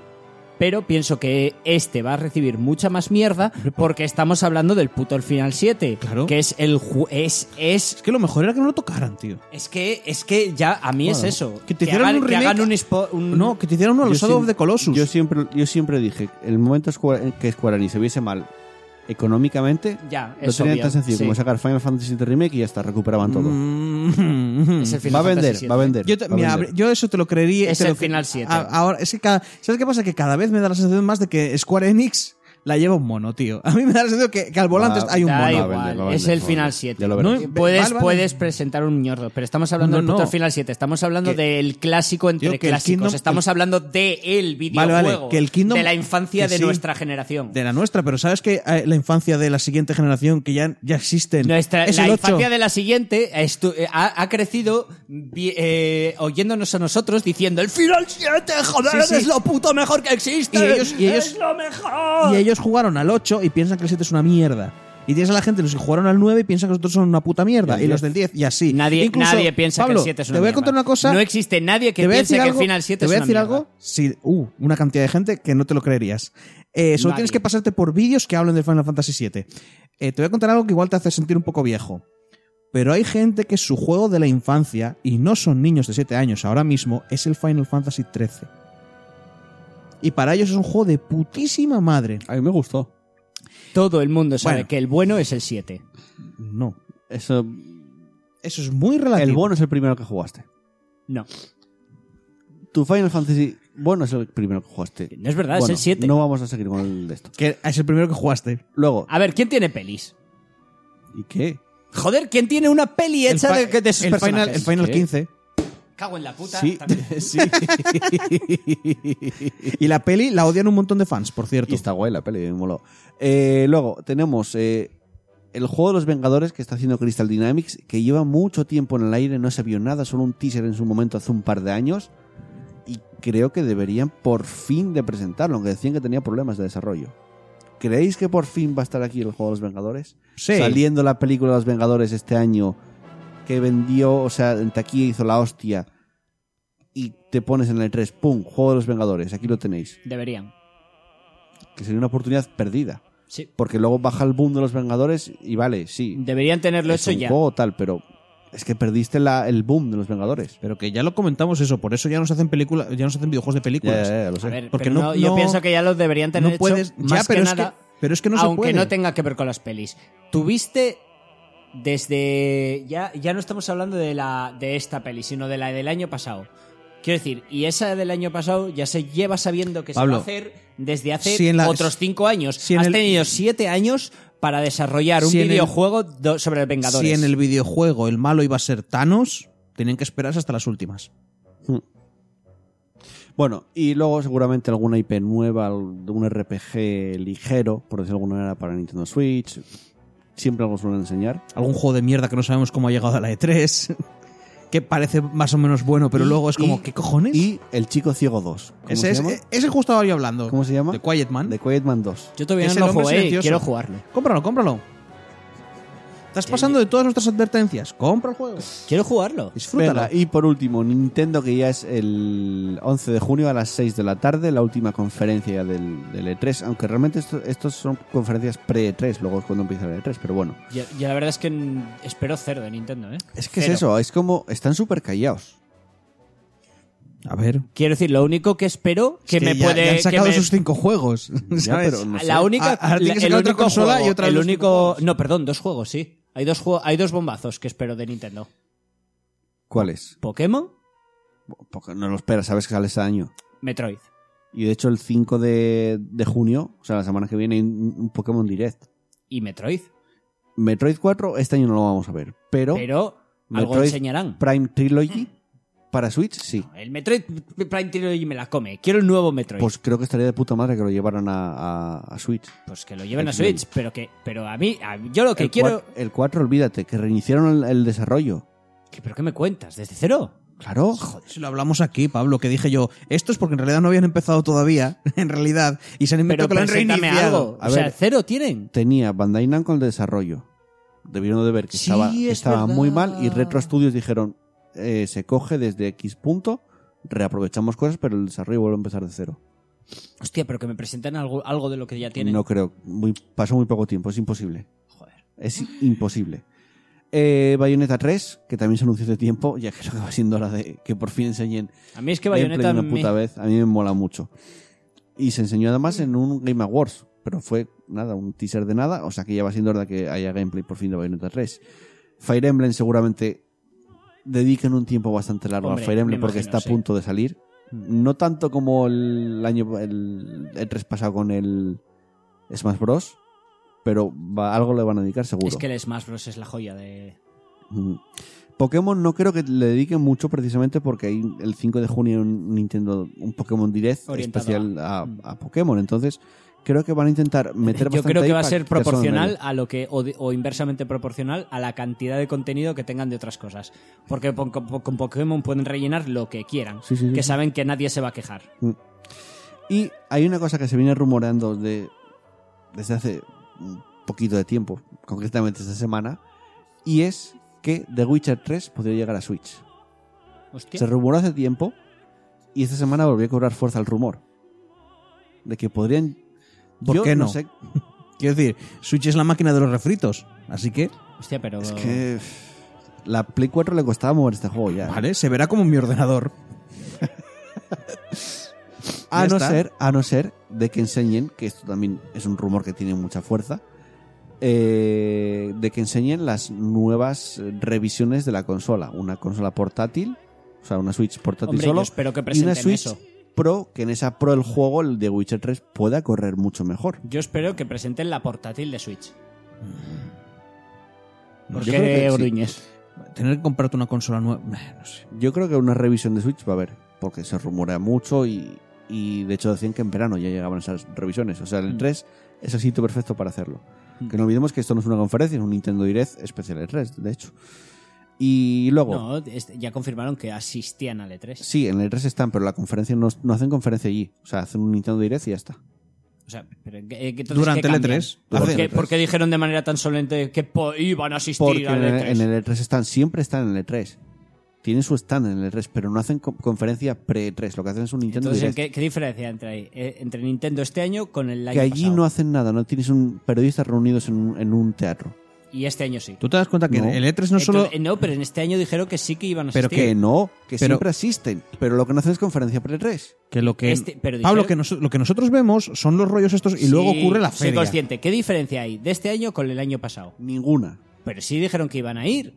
S4: pero pienso que este va a recibir mucha más mierda porque estamos hablando del puto el Final 7.
S2: Claro.
S4: Que es el ju- es, es,
S2: es que lo mejor era que no lo tocaran, tío.
S4: es que es que ya a mí es
S2: Bueno,
S4: eso.
S2: que te hicieran
S4: hagan-
S2: un
S4: que
S2: remake-
S4: hagan un spo- un-
S2: No, que te hicieran uno a
S1: Yo
S2: los Shadow
S1: siem-
S2: of the Colossus.
S1: Yo siempre, yo siempre dije, el momento Square- que Square Enix se viese mal económicamente,
S4: Ya,
S1: lo
S4: es
S1: tenían
S4: obvio,
S1: tan sencillo
S4: sí.
S1: como sacar Final Fantasy VII Remake y ya está, recuperaban todo.
S2: Mm.
S4: Es el
S1: va a
S4: Final
S1: vender,
S4: Fantasy
S1: va a
S4: VII.
S1: vender.
S2: Yo, te-
S1: va a
S2: mira,
S1: vender.
S2: yo eso te lo creería.
S4: Es
S2: te
S4: el
S2: lo cre-
S4: Final 7.
S2: A- Ahora, es que cada- ¿sabes qué pasa? Que cada vez me da la sensación más de que Square Enix la lleva un mono, tío. A mí me da la sensación que, que al volante
S1: Va-
S2: hay un
S4: da
S2: mono.
S1: Va a
S4: igual,
S1: vender, va a
S4: es
S1: vender,
S4: el
S1: va a
S4: Final
S1: vender.
S4: 7.
S1: Ya lo verás.
S2: No,
S4: Puedes,
S2: Vale, vale.
S4: puedes presentar un ñordo, pero estamos hablando
S2: No,
S4: del puto
S2: no.
S4: Final 7. Estamos hablando
S2: Que-
S4: del clásico entre
S2: Tío, que el
S4: clásicos.
S2: Kingdom-
S4: estamos hablando de el videojuego.
S2: Vale, vale, que el Kingdom-
S4: de la infancia
S2: que
S4: de
S2: sí.
S4: nuestra generación.
S2: De la nuestra, pero ¿sabes que eh, la infancia de la siguiente generación que ya, ya existen?
S4: Nuestra-
S2: es
S4: la
S2: el 8.
S4: infancia de la siguiente estu- eh, ha, ha crecido vi- eh, oyéndonos a nosotros diciendo el Final 7, joder,
S2: Sí, sí.
S4: es lo puto mejor que existe.
S2: Y ellos- y ellos-
S4: es lo mejor.
S2: Y ellos jugaron al 8 y piensan que el 7 es una mierda. Y tienes a la gente los que jugaron al 9 y piensan que los otros son una puta mierda.
S1: al
S2: Y, los
S1: 10.
S2: del 10 y así.
S4: Nadie,
S2: Incluso,
S4: nadie piensa
S2: Pablo,
S4: que el 7 es una
S2: Te voy a
S4: mierda.
S2: contar una cosa.
S4: No existe nadie que
S2: Te voy a
S4: piense
S2: decir
S4: que
S2: algo-
S4: el Final 7
S2: Te voy
S4: es
S2: a
S4: una
S2: decir
S4: mierda.
S2: algo. Sí, uh, una cantidad de gente que no te lo creerías. Eh, solo
S4: Nadie.
S2: tienes que pasarte por vídeos que hablan del Final Fantasy VII. Eh, te voy a contar algo que igual te hace sentir un poco viejo. Pero hay gente que su juego de la infancia, y no son niños de 7 años ahora mismo, es el Final Fantasy XIII. Y para ellos es un juego de putísima madre.
S1: A mí me gustó.
S4: Todo el mundo sabe
S2: Bueno.
S4: que el bueno es el 7.
S2: No.
S1: Eso,
S2: Eso es muy relativo.
S1: el bono es el primero que jugaste.
S4: No.
S1: Tu Final Fantasy bono es el primero que jugaste.
S4: No es verdad, Ah, es
S1: Bueno,
S4: el 7.
S1: No vamos a seguir con el de esto.
S2: Que es el primero que jugaste.
S1: Luego, (laughs)
S4: A ver, ¿quién tiene pelis?
S1: ¿y qué?
S4: Joder, ¿quién tiene una peli hecha
S2: fi-
S4: de, que- de sus
S2: el final,
S4: personajes?
S2: el final
S1: ¿Qué?
S4: (laughs)
S2: 15.
S4: Cago en la puta.
S1: Sí,
S2: (laughs)
S4: también.
S1: sí.
S2: Y la peli la odian un montón de fans, por cierto.
S1: Y está guay la peli, me moló. Eh, luego, tenemos eh, el juego de los Vengadores que está haciendo Crystal Dynamics, que lleva mucho tiempo en el aire, no se vio nada, solo un teaser en su momento hace un par de años. Y creo que deberían por fin de presentarlo, aunque decían que tenía problemas de desarrollo. ¿Creéis que por fin va a estar aquí el juego de los Vengadores?
S2: Sí.
S1: Saliendo la película de los Vengadores este año, que vendió, o sea, en taquilla hizo la hostia. Y te pones en el 3, ¡pum! Juego de los Vengadores, aquí lo tenéis
S4: Deberían.
S1: que sería una oportunidad perdida.
S4: Sí.
S1: Porque luego baja el boom de los Vengadores y vale, sí.
S4: Deberían tenerlo
S1: es
S4: hecho
S1: un
S4: ya.
S1: juego tal, pero es que perdiste la- el boom de los Vengadores.
S2: Pero que ya lo comentamos eso, por eso ya nos hacen películas, ya nos hacen videojuegos de
S1: Ya,
S2: películas.
S1: ya, ya, lo sé.
S4: A ver,
S2: Porque
S4: pero
S2: no-
S4: no- yo
S2: no-
S4: pienso que ya lo deberían tener
S2: no puedes,
S4: hecho.
S2: ya,
S4: más
S2: pero
S4: que
S2: es
S4: nada,
S2: que pero es que no se
S4: aunque
S2: puede.
S4: no tenga que ver con las pelis. Tuviste desde ya ya no estamos hablando de la de esta peli, sino de la del año pasado. Quiero decir, y esa del año pasado ya se lleva sabiendo que se
S2: Pablo,
S4: va a hacer desde hace
S2: si en la-
S4: otros cinco años.
S2: si en
S4: Has
S2: el-
S4: tenido siete años para desarrollar un
S2: Si en el-
S4: videojuego do- sobre el Vengadores.
S2: si en el videojuego el malo iba a ser Thanos, tenían que esperarse hasta las últimas.
S1: Bueno, y luego seguramente alguna IP nueva, un RPG ligero, por decirlo de alguna manera, para Nintendo Switch. Siempre algo suelen enseñar.
S2: Algún juego de mierda que no sabemos cómo ha llegado a la E3. (laughs) que parece más o menos bueno, pero luego es como,
S1: y-
S2: ¿qué cojones?
S1: Y El Chico Ciego 2. ¿Cómo
S2: ese,
S1: se
S2: es,
S1: llama?
S2: ese justo estaba yo hablando.
S1: ¿Cómo se llama?
S2: The Quiet Man.
S1: The Quiet Man 2.
S4: Yo todavía
S2: Es
S4: no
S2: el
S4: lo
S2: hombre
S4: jugué y
S2: silencioso.
S4: quiero jugarlo.
S2: Cómpralo, cómpralo. Estás pasando de todas nuestras advertencias. Compra el juego.
S4: Quiero jugarlo.
S2: Disfrútalo.
S1: Venga, y por último, Nintendo, que ya es el 11 de junio a las 6 de la tarde, la última conferencia del, del E3. Aunque realmente esto- estos son conferencias pre-E3, luego es cuando empieza el E3, pero bueno.
S4: Yo, yo la verdad es que mm, espero cero de Nintendo, ¿eh?
S1: Es que
S4: Cero.
S1: es eso, es como. Están súper callados.
S2: A ver.
S4: Quiero decir, lo único que espero que,
S2: Es
S4: me
S2: ya-
S4: puede.
S2: ya han
S4: que
S2: sacado
S4: me-
S2: sus cinco juegos. ¿sabes?
S1: (laughs)
S2: Ah,
S1: Ya, pero no
S4: la
S1: sé.
S4: única.
S2: Ahora tiene que
S4: la- el
S2: sacar otra
S4: único
S2: consola
S4: juego-
S2: y otra vez
S4: el
S2: los
S4: único.
S2: videojuegos.
S4: No, perdón, dos juegos, sí. Hay dos, juego- hay dos bombazos que espero de Nintendo:
S1: ¿Cuál es?
S4: Pokémon,
S1: Porque no lo esperas, sabes que sale este año.
S4: Metroid.
S1: Y de hecho, el 5 de, de junio, o sea, la semana que viene, hay un un Pokémon Direct.
S4: Y Metroid.
S1: Metroid 4, este año no lo vamos a ver. Pero,
S4: Pero algo
S1: Metroid
S4: enseñarán.
S1: Prime Trilogy
S4: Mm.
S1: para Switch, sí.
S4: El Metroid Prime Trilogy me la come. Quiero el nuevo Metroid. Pues,
S1: Pues creo que estaría de puta madre que lo llevaran a, a- a Switch.
S4: Pues que lo lleven a
S1: el Prime.
S4: Switch, pero que pero a mí a- yo lo que
S1: el
S4: quiero
S1: cua- el 4, olvídate, que reiniciaron el, el desarrollo.
S4: ¿Qué- pero qué me cuentas desde cero.
S1: Claro.
S2: Si lo hablamos aquí, Pablo, que dije yo, esto es porque en realidad no habían empezado todavía, (laughs) en realidad, y se han
S4: Pero
S2: inventado que lo han
S4: preséntame
S2: reiniciado.
S4: algo.
S1: A
S4: o sea,
S1: ver.
S4: cero tienen.
S1: Tenía Bandai Namco el desarrollo. Debieron de ver que
S4: Sí,
S1: estaba, que
S4: es
S1: estaba muy
S4: verdad.
S1: mal y Retro Studios dijeron, eh, se coge desde X punto, reaprovechamos cosas, pero el desarrollo vuelve a empezar de cero.
S4: Hostia, pero que me presenten algo, algo de lo que ya tienen.
S1: No creo, muy, pasó muy poco tiempo, es imposible.
S4: Joder.
S1: Es imposible. Eh, Bayonetta 3, que también se anunció de tiempo, ya creo que va siendo hora de que por fin enseñen
S4: A mí es que
S1: gameplay
S4: Bayonetta
S1: una puta
S4: me-
S1: vez. A mí me mola mucho. Y se enseñó además en un Game Awards, pero fue nada, un teaser de nada, o sea que ya va siendo hora de que haya gameplay por fin de Bayonetta 3. Fire Emblem seguramente dediquen un tiempo bastante largo
S4: Hombre,
S1: a Fire Emblem
S4: me
S1: porque
S4: imagino,
S1: está
S4: sí. Mm.
S1: a punto de salir. No tanto como el año el, el 3 pasado con el Smash Bros, pero va- algo le van a dedicar seguro.
S4: es que el Smash Bros es la joya de
S1: Mm. Pokémon no creo que le dediquen mucho precisamente porque hay el 5 de junio un Nintendo un Pokémon Direct
S4: Orientado
S1: especial a,
S4: Mm. Eh,
S1: a Pokémon. Entonces creo que van a intentar meter
S4: Yo
S1: bastante
S4: creo que
S1: ahí
S4: va a
S1: para
S4: ser
S1: quitar solo en
S4: proporcional
S1: medio.
S4: a lo que o, de- o inversamente proporcional a la cantidad de contenido que tengan de otras cosas, porque pon- con, con Pokémon pueden rellenar lo que quieran,
S1: Sí, sí, sí,
S4: que
S1: sí.
S4: saben que nadie se va a quejar.
S1: Y hay una cosa que se viene rumoreando de, desde hace un poquito de tiempo, concretamente esta semana, y es que The Witcher 3 podría llegar a Switch.
S4: Hostia.
S1: Se rumoró hace tiempo y esta semana volvió a cobrar fuerza el rumor de que podrían...
S2: ¿Por
S1: yo
S2: qué no?
S1: sé-
S2: Quiero decir, Switch es la máquina de los refritos, así que,
S4: Hostia, pero
S1: Es que pff, la Play 4 le costaba mover este juego ya. ¿eh?
S2: vale, se verá como mi ordenador.
S1: A
S2: Ya
S1: no
S2: está.
S1: ser, a no ser de que enseñen, que esto también es un rumor que tiene mucha fuerza, eh, de que enseñen las nuevas eh, revisiones de la consola, una consola portátil, o sea, una Switch portátil
S4: hombre,
S1: solo
S4: yo espero
S1: y
S4: que
S1: una
S4: presenten
S1: Switch
S4: eso.
S1: Pro, que en esa Pro el juego el de Witcher 3 pueda correr mucho mejor.
S4: Yo espero que presenten la portátil de Switch.
S1: Yo creo que
S4: Porque
S1: sí.
S4: Bruñes.
S2: Tener que comprarte una consola nueva, eh, no sé.
S1: Yo creo que una revisión de Switch va a haber, porque se rumorea mucho y, y de hecho decían que en verano ya llegaban esas revisiones. O sea,
S4: Mm.
S1: el 3 es el sitio perfecto para hacerlo. Que no olvidemos que esto no es una conferencia, es un Nintendo Direct especial E3, de hecho. Y luego,
S4: No, es- ya confirmaron que asistían al E E3.
S1: sí, en el E3 están, pero la conferencia no, no hacen conferencia allí. O sea, hacen un Nintendo Direct y ya está.
S4: O sea, pero, eh, entonces,
S2: Durante
S4: ¿qué
S2: el
S4: cambian?
S2: E3.
S4: ¿Por,
S1: Durante
S4: qué,
S1: el E3.
S4: por qué dijeron de manera tan solente que po- iban a asistir
S1: Porque en
S4: al E
S1: el,
S4: E3?
S1: en el E3 están, siempre están en el E3. Tienen su stand en el E3, pero no hacen co- conferencia pre-E3. Lo que hacen es un Nintendo
S4: Entonces,
S1: Direct.
S4: ¿qué, qué diferencia entre, ahí? Eh, entre Nintendo este año con el año
S1: que allí
S4: pasado?
S1: no hacen nada, no tienes un periodistas reunidos en un, en un teatro.
S4: Y este año sí.
S2: Tú te das cuenta que
S1: No.
S2: el E3 no solo...
S4: Entonces, eh, no, pero en este año dijeron que sí que iban a
S2: Pero
S4: asistir.
S1: Que no, que
S2: Pero-
S1: siempre asisten, pero lo que no hacen es conferencia pre-3.
S2: Que lo que...
S4: Este- pero
S2: Pablo,
S4: dijeron-
S2: que nos- lo que nosotros vemos son los rollos estos y luego
S4: Sí,
S2: ocurre la
S4: Soy
S2: feria.
S4: consciente. ¿Qué diferencia hay de este año con el año pasado?
S1: Ninguna.
S4: Pero sí dijeron que iban a ir.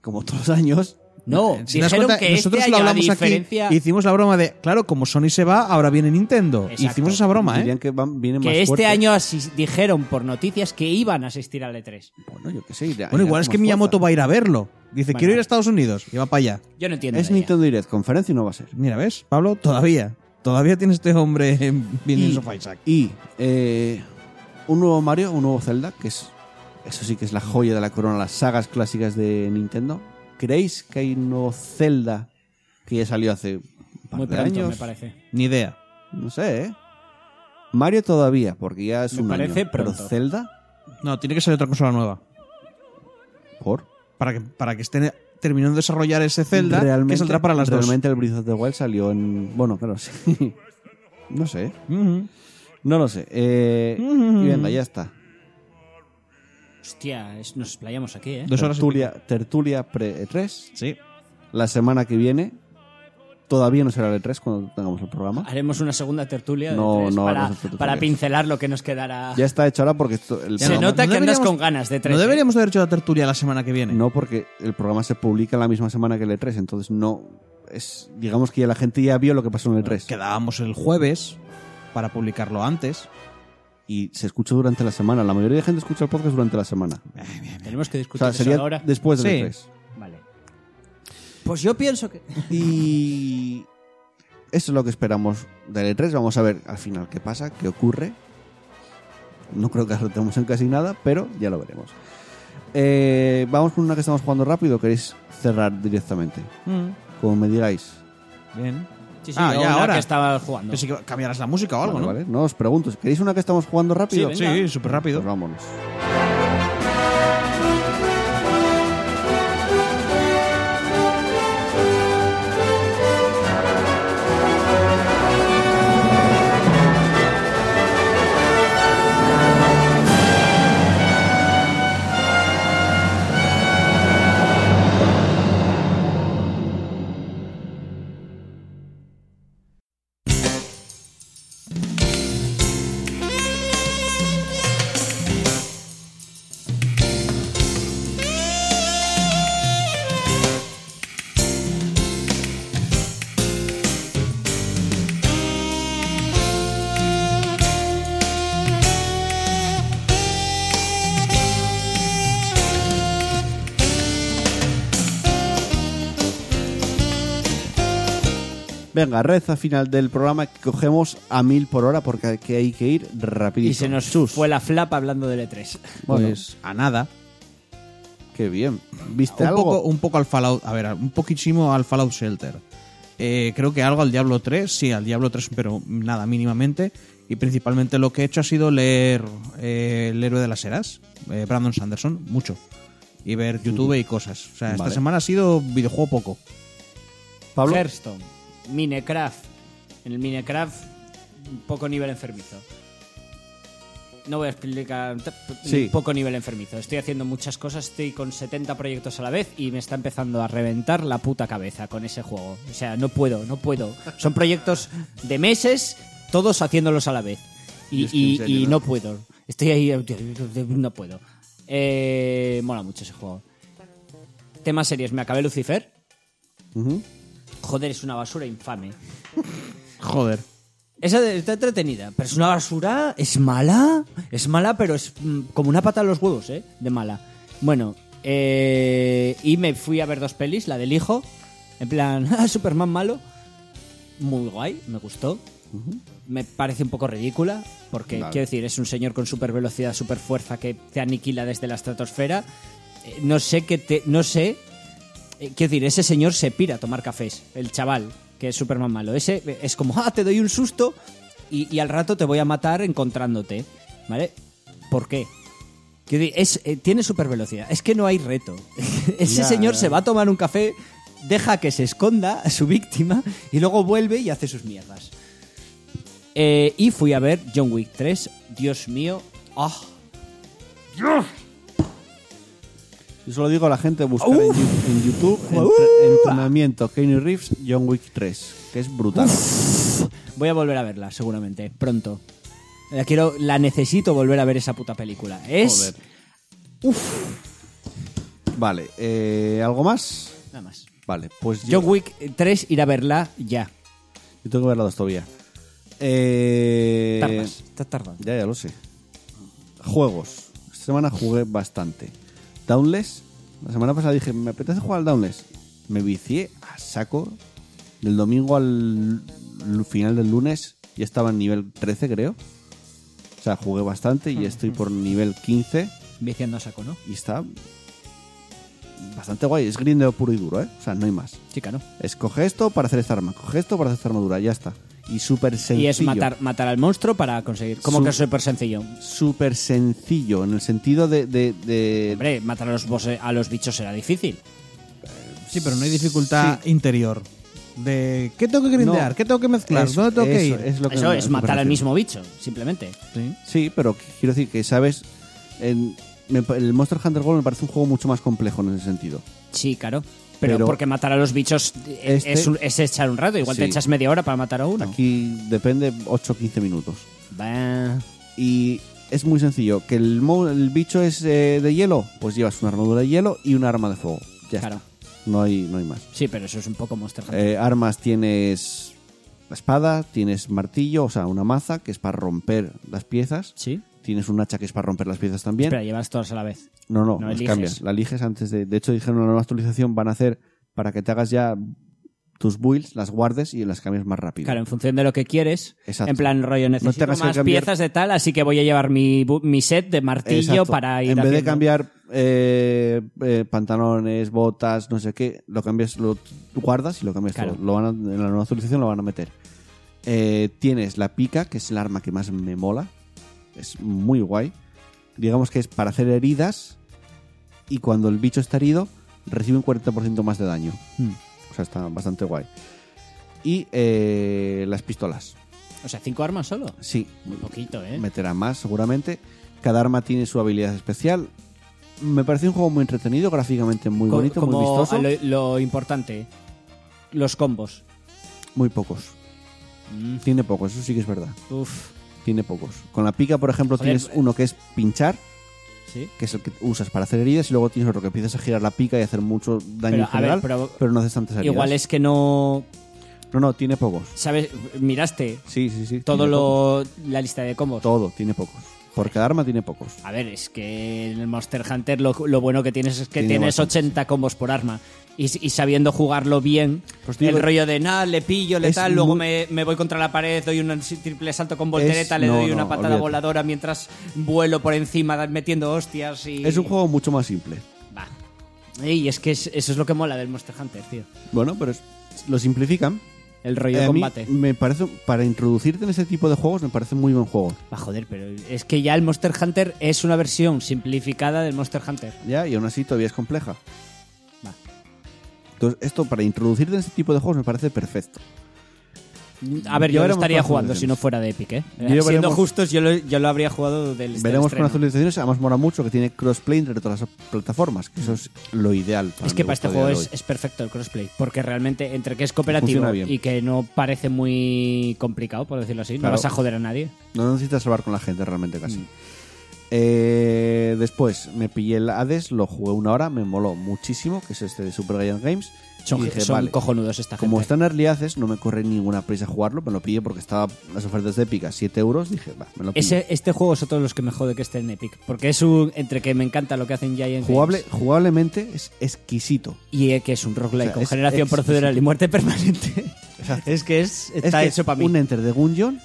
S1: Como todos los años.
S4: No,
S2: Eh, Si te das
S4: dijeron
S2: cuenta,
S4: que
S2: nosotros
S4: este
S2: lo
S4: año la
S2: hablamos
S4: diferencia...
S2: aquí, hicimos la broma de, claro, como Sony se va, ahora viene Nintendo.
S4: Exacto.
S2: Hicimos esa broma, ¿eh?
S1: Dirían que van, vienen más
S4: que este
S1: fuertes.
S4: año asis- dijeron por noticias que iban a asistir al E E3.
S1: Bueno, yo qué sé. irá-
S2: Bueno,
S1: irá
S2: igual es
S1: con
S2: que
S1: más
S2: Miyamoto
S1: fuerza.
S2: va a ir a verlo. Dice, quiero ir a Estados Unidos. Y va para allá.
S4: Yo no entiendo.
S1: Es
S4: de ella.
S1: Nintendo Direct, conferencia y no va a ser.
S2: Mira, ¿ves? Pablo, todavía. Todavía tiene este hombre (laughs) en Binding
S1: Y-
S2: of Isaac.
S1: Y eh, un nuevo Mario, un nuevo Zelda, que es. Eso sí que es la joya de la corona, las sagas clásicas de Nintendo. ¿Creéis que hay un nuevo Zelda que ya salió hace un par
S4: Muy
S1: de
S4: pronto,
S1: años?
S4: me parece.
S2: Ni idea.
S1: No sé, ¿eh? Mario todavía, porque ya es
S4: Me
S1: un
S4: parece
S1: año. Pero
S4: pronto.
S1: Zelda,
S2: No, tiene que salir otra consola nueva.
S1: por.
S2: Para que, para que estén terminando de desarrollar ese Zelda
S1: realmente,
S2: que saldrá para las
S1: Realmente el Breath of the Wild salió en... Bueno, claro, sí. (laughs) no sé.
S2: dos. Ujú.
S1: No lo sé. Eh,
S2: Mm.
S1: Y venga, ya está.
S4: Hostia, es- nos playamos aquí, ¿eh?
S2: Dos horas y
S1: Tertulia, tertulia pre-E3.
S2: Sí.
S1: La semana que viene. Todavía no será el E3 cuando tengamos el programa.
S4: Haremos una segunda tertulia de
S1: No,
S4: tres
S1: no
S4: para,
S1: haremos tertulias.
S4: para pincelar lo que nos quedará.
S1: Ya está hecho ahora porque esto- el
S4: Se
S1: programa-
S4: nota que andas
S2: deberíamos-
S4: con ganas de tres.
S2: No
S4: ¿eh?
S2: deberíamos haber hecho la tertulia la semana que viene.
S1: No, porque el programa se publica la misma semana que el E3, entonces no... Es, digamos que ya la gente ya vio lo que pasó en el E E3.
S2: Quedábamos el jueves para publicarlo antes.
S1: Y se escucha durante la semana. La mayoría de gente escucha el podcast durante la semana.
S4: Tenemos que
S1: O
S4: discutir
S1: sea,
S4: eso
S1: sería
S4: ahora.
S1: después del E
S2: Sí.
S1: E3.
S4: Vale. Pues yo pienso que.
S1: Y eso es lo que esperamos del E3. Vamos a ver al final qué pasa, qué ocurre. No creo que acertemos en casi nada, pero ya lo veremos. Eh, vamos con una que estamos jugando rápido. ¿Queréis cerrar directamente?
S4: Mm.
S1: Como me digáis.
S2: Bien.
S4: Sí, sí,
S2: Ah,
S4: yo
S2: ya,
S4: una
S2: ahora.
S4: que estaba jugando.
S2: Pensé que cambiarás la música o algo,
S1: Vale, vale. os pregunto. ¿Queréis una que estamos jugando rápido?
S4: Sí,
S2: ¿no?
S4: venga.
S2: Sí, súper rápido.
S1: Pues vámonos. Venga, reza final del programa que cogemos a mil por hora porque aquí hay que ir rapidito.
S4: Y se nos fue la flapa hablando del E E3.
S1: Bueno,
S2: Pues a nada.
S1: qué bien. ¿Viste
S2: Un
S1: algo?
S2: poco, un poco al Fallout. A ver, un poquísimo al Fallout Shelter. Eh, creo que algo al Diablo 3. Sí, al Diablo 3, pero nada, mínimamente. Y principalmente lo que he hecho ha sido leer eh, El héroe de las eras, eh, Brandon Sanderson, mucho. Y ver YouTube y cosas. O sea, esta
S1: Vale.
S2: semana ha sido videojuego poco.
S1: Pablo.
S4: Hearthstone, Minecraft. En el Minecraft, un poco nivel enfermizo. No voy a explicar. t- p-
S1: Sí.
S4: Poco nivel enfermizo. Estoy haciendo muchas cosas, estoy con 70 proyectos a la vez y me está empezando a reventar la puta cabeza con ese juego. O sea, no puedo, no puedo. Son proyectos de meses, todos haciéndolos a la vez. Y,
S1: Yo es que
S4: y-
S1: en serio,
S4: y
S1: ¿no?
S4: no puedo. Estoy ahí. No puedo. Eh, mola mucho ese juego. Temas series. Me acabé Lucifer.
S1: Ujú.
S4: Joder, es una basura infame.
S2: Joder.
S4: Esa de- está entretenida, pero es una basura, es mala, es mala, pero es mm, como una pata en los huevos, ¿eh? De mala. Bueno, eh, y me fui a ver dos pelis, la del hijo, en plan, (laughs) ah, Superman malo, muy guay, me gustó. Me parece un poco ridícula, porque
S1: Vale.
S4: quiero decir, es un señor con super velocidad, super fuerza que te aniquila desde la estratosfera. Eh, no sé qué te. No sé eh, quiero decir, ese señor se pira a tomar cafés, el chaval, que es Superman malo. Ese eh, es como, ah, te doy un susto y, y al rato te voy a matar encontrándote. ¿Vale? ¿Por qué? Quiero decir, es, eh, tiene super velocidad. Es que no hay reto. (laughs) ese
S1: Ya,
S4: señor
S1: ya.
S4: se va a tomar un café, deja que se esconda a su víctima y luego vuelve y hace sus mierdas. Eh, y fui a ver John Wick 3. Dios mío. ¡Ah!
S1: Yo solo digo a la gente buscar en,
S4: Uf.
S1: Yu- en YouTube entre-
S4: Uf.
S1: entrenamiento Keanu Reeves John Wick 3, que es brutal.
S4: Voy a volver a verla, seguramente, pronto. La quiero, la necesito volver a ver esa puta película. Es.
S1: Joder. Vale, eh, ¿algo más?
S4: Nada más.
S1: Vale, pues yo,
S4: John Wick 3, ir a verla ya.
S1: yo tengo que ver la dos todavía. Eh,
S4: Tardas, está tardando.
S1: Ya, ya lo sé. Juegos. Esta semana jugué bastante. Downless, La semana pasada dije, me apetece jugar al Downless. Me vicié a saco. Del domingo al l- final del lunes ya estaba en nivel 13, creo. O sea, jugué bastante y estoy por nivel 15.
S4: Viciando a saco, ¿no?
S1: Y está bastante guay. Es grindeo puro y duro, ¿eh? O sea, no hay más.
S4: Chica, ¿no?
S1: Escoge esto para hacer esta arma. Coge esto para hacer esta armadura. Ya está. Y súper sencillo.
S4: Y es matar, matar al monstruo para conseguir. Como
S1: Su-
S4: que es súper sencillo.
S1: Súper sencillo. En el sentido de... de, de-
S4: Hombre, matar a los bosses- a los bichos será difícil.
S2: Sí, pero no hay dificultad interior. De qué tengo que grindear,
S1: No.
S2: qué tengo que mezclar,
S1: Es-
S2: dónde tengo que
S1: eso
S2: ir.
S1: es lo que-
S4: Eso
S1: lo
S4: es
S1: que
S4: matar al
S1: prefiero.
S4: mismo bicho, simplemente.
S2: Sí.
S1: Sí, pero qu- quiero decir que, ¿sabes? En- me pa- el Monster Hunter World me parece un juego mucho más complejo en ese sentido.
S4: Sí, claro. Pero,
S1: Pero-
S4: porque matar a los bichos eh,
S1: Este-
S4: es, un- es echar un rato. Igual te
S1: Sí.
S4: echas media hora para matar a uno.
S1: Aquí depende 8 o 15 minutos.
S4: Bah.
S1: Y es muy sencillo. ¿Que el, mo- el bicho es eh, de hielo? Pues llevas una armadura de hielo y un arma de fuego. Ya
S4: Claro.
S1: está. No hay, no hay más.
S4: Sí, pero eso es un poco Monster Hunter.
S1: Eh, armas tienes la espada, tienes martillo, o sea, una maza que es para romper las piezas.
S4: Sí.
S1: Tienes un hacha que es para romper las piezas también.
S4: Espera, llevas todas a la vez.
S1: No, no,
S4: No
S1: las
S4: eliges.
S1: cambias. La eliges antes de. De hecho, dijeron en una nueva actualización van a hacer para que te hagas ya tus builds, las guardes y las cambias más rápido.
S4: Claro, en función de lo que quieres.
S1: Exacto.
S4: En plan, rollo, necesito
S1: tengas que
S4: más
S1: cambiar-
S4: piezas de tal, así que voy a llevar mi, bu- mi set de martillo
S1: Exacto.
S4: para ir
S1: En vez de
S4: haciendo-
S1: cambiar eh, eh, pantalones, botas, no sé qué, lo cambias, lo guardas y lo cambias
S4: Claro.
S1: todo. Lo van a- en la nueva actualización lo van a meter. Eh, tienes la pica, que es el arma que más me mola. Es muy guay. Digamos que es para hacer heridas y cuando el bicho está herido recibe un 40% más de daño.
S4: Hmm.
S1: O sea, está bastante guay. Y eh, las pistolas.
S4: O sea, cinco armas solo.
S1: Sí,
S4: Muy poquito, ¿eh?
S1: meterá más seguramente. Cada arma tiene su habilidad especial. Me parece un juego muy entretenido, gráficamente muy
S4: Co-
S1: bonito,
S4: como
S1: muy vistoso.
S4: a Lo, lo importante, los combos.
S1: Muy pocos.
S4: Mm.
S1: Tiene pocos, eso sí que es verdad.
S4: Uf,
S1: Tiene pocos. Con la pica, por ejemplo,
S4: Joder, eh.
S1: tienes uno que es pinchar,
S4: sí.
S1: que es el que usas para hacer heridas, y luego tienes otro que empiezas a girar la pica y hacer mucho daño
S4: Pero,
S1: en
S4: a
S1: general,
S4: ver, pero-
S1: pero, no haces tantas heridas.
S4: Igual es que no.
S1: No, no, tiene pocos.
S4: ¿Sabes? Miraste
S1: Sí, sí, sí.
S4: todo
S1: tiene pocos.
S4: lo. la lista de combos.
S1: Todo, tiene pocos. Por cada arma tiene pocos.
S4: A ver, es que en el Monster Hunter lo, lo bueno que tienes es que
S1: Tiene
S4: tienes
S1: bastantes,
S4: 80 combos por arma. Y, s- y sabiendo jugarlo bien,
S1: Pues te
S4: el
S1: digo-
S4: rollo de nada, le pillo, le
S1: Es
S4: tal, luego
S1: muy-
S4: me, me voy contra la pared, doy un triple salto con voltereta,
S1: Es-
S4: le
S1: no,
S4: doy una
S1: no,
S4: patada
S1: olvídate.
S4: voladora mientras vuelo por encima da- metiendo hostias y.
S1: Es un juego mucho más simple.
S4: Va. Y es que es- eso es lo que mola del Monster Hunter, tío.
S1: Bueno, pero es- lo simplifican.
S4: El rollo de
S1: Eh, A mí
S4: combate.
S1: me parece, para introducirte en ese tipo de juegos, me parece muy buen juego.
S4: Va, joder, pero es que ya el Monster Hunter es una versión simplificada del Monster Hunter.
S1: ¿Ya? Y aún así todavía es compleja.
S4: Va.
S1: Entonces, esto para introducirte en ese tipo de juegos me parece perfecto.
S4: A ver,
S1: Ya
S4: yo lo
S1: veremos
S4: estaría
S1: cuántas
S4: jugando
S1: versiones.
S4: si no fuera de Epic, ¿eh?
S1: Ya
S4: Siendo
S1: veremos-
S4: justos, yo lo, yo lo habría jugado del del
S1: Veremos con
S4: estreno.
S1: las actualizaciones. Además, mola mucho que tiene crossplay entre todas las plataformas, que eso es lo ideal.
S4: Es que
S1: mi
S4: para
S1: gusto
S4: este
S1: a
S4: juego
S1: día
S4: es,
S1: de hoy.
S4: es perfecto el crossplay, porque realmente entre que es cooperativo
S1: Funciona bien.
S4: y que no parece muy complicado, por decirlo así,
S1: Claro.
S4: no vas a joder a nadie.
S1: No necesitas hablar con la gente realmente casi.
S4: Mm.
S1: Eh, después me pillé el Hades, lo jugué una hora, me moló muchísimo, que es este de Super Giant Games.
S4: Son,
S1: y dije,
S4: son
S1: vale,
S4: cojonudos esta gente.
S1: Como está en Early Access, no me corre ninguna prisa jugarlo. Me lo pillé porque estaba las ofertas de Epic a 7 euros. Dije, va, me lo pillo.
S4: Ese- este juego es otro de los que me jode que esté en Epic, porque es un entre que me encanta lo que hacen Giant
S1: Jugable,
S4: Games
S1: jugablemente es exquisito.
S4: y eh, que es un roguelike
S1: O sea,
S4: con
S1: es-
S4: generación
S1: es-
S4: procedural
S1: es-
S4: y muerte
S1: (laughs)
S4: permanente.
S1: Exacto.
S4: es que es está
S1: es que
S4: hecho para mí.
S1: Un Enter the Gungeon,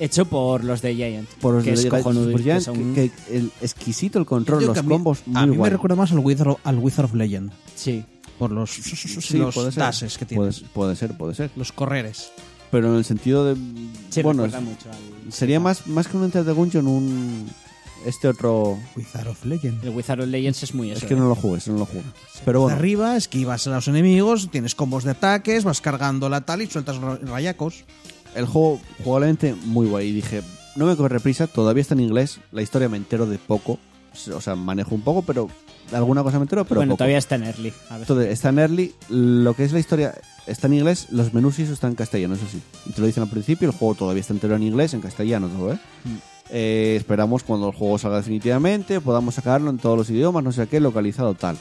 S4: Hecho por los de Giant.
S1: por los
S4: que
S1: de
S4: es
S1: Giant
S4: cojonudo. y
S1: Super
S4: que
S1: Giant,
S4: son-
S1: que- que el exquisito el control,
S2: Yo
S1: los
S2: que a mí-
S1: combos, muy
S2: a mí me
S1: guay.
S2: recuerda más al Wizard, al Wizard of Legend.
S4: Sí.
S2: Por los,
S1: Sí,
S2: los
S1: puede ser.
S2: dashes que tiene.
S1: Puede, puede ser, puede ser.
S2: Los correres.
S1: Pero en el sentido de.
S4: Sí,
S1: bueno, es-
S4: recuerda mucho al-
S1: sería más, más que un Enter the Gungeon, un. Este otro.
S2: Wizard of Legend.
S4: El Wizard of Legends es muy eso.
S1: Es que
S4: ¿eh?
S1: no lo jugué, eso no lo jugué. Pero
S2: De
S1: bueno,
S2: arriba esquivas a los enemigos, tienes combos de ataques, vas cargando la tal y sueltas ra- rayacos.
S1: el juego jugablemente muy guay. Y dije, no me corre prisa, todavía está en inglés. La historia me entero de poco. O sea, manejo un poco, pero. Alguna cosa me entero, pero
S4: bueno,
S1: poco.
S4: todavía está en early. A ver.
S1: Entonces, está en early, lo que es la historia está en inglés, los menús y eso está en castellano, eso sí. Y te lo dicen al principio, el juego todavía está entero en inglés, en castellano todo, ¿eh? Eh, esperamos cuando el juego salga definitivamente, podamos sacarlo en todos los idiomas, no sé qué, localizado tal.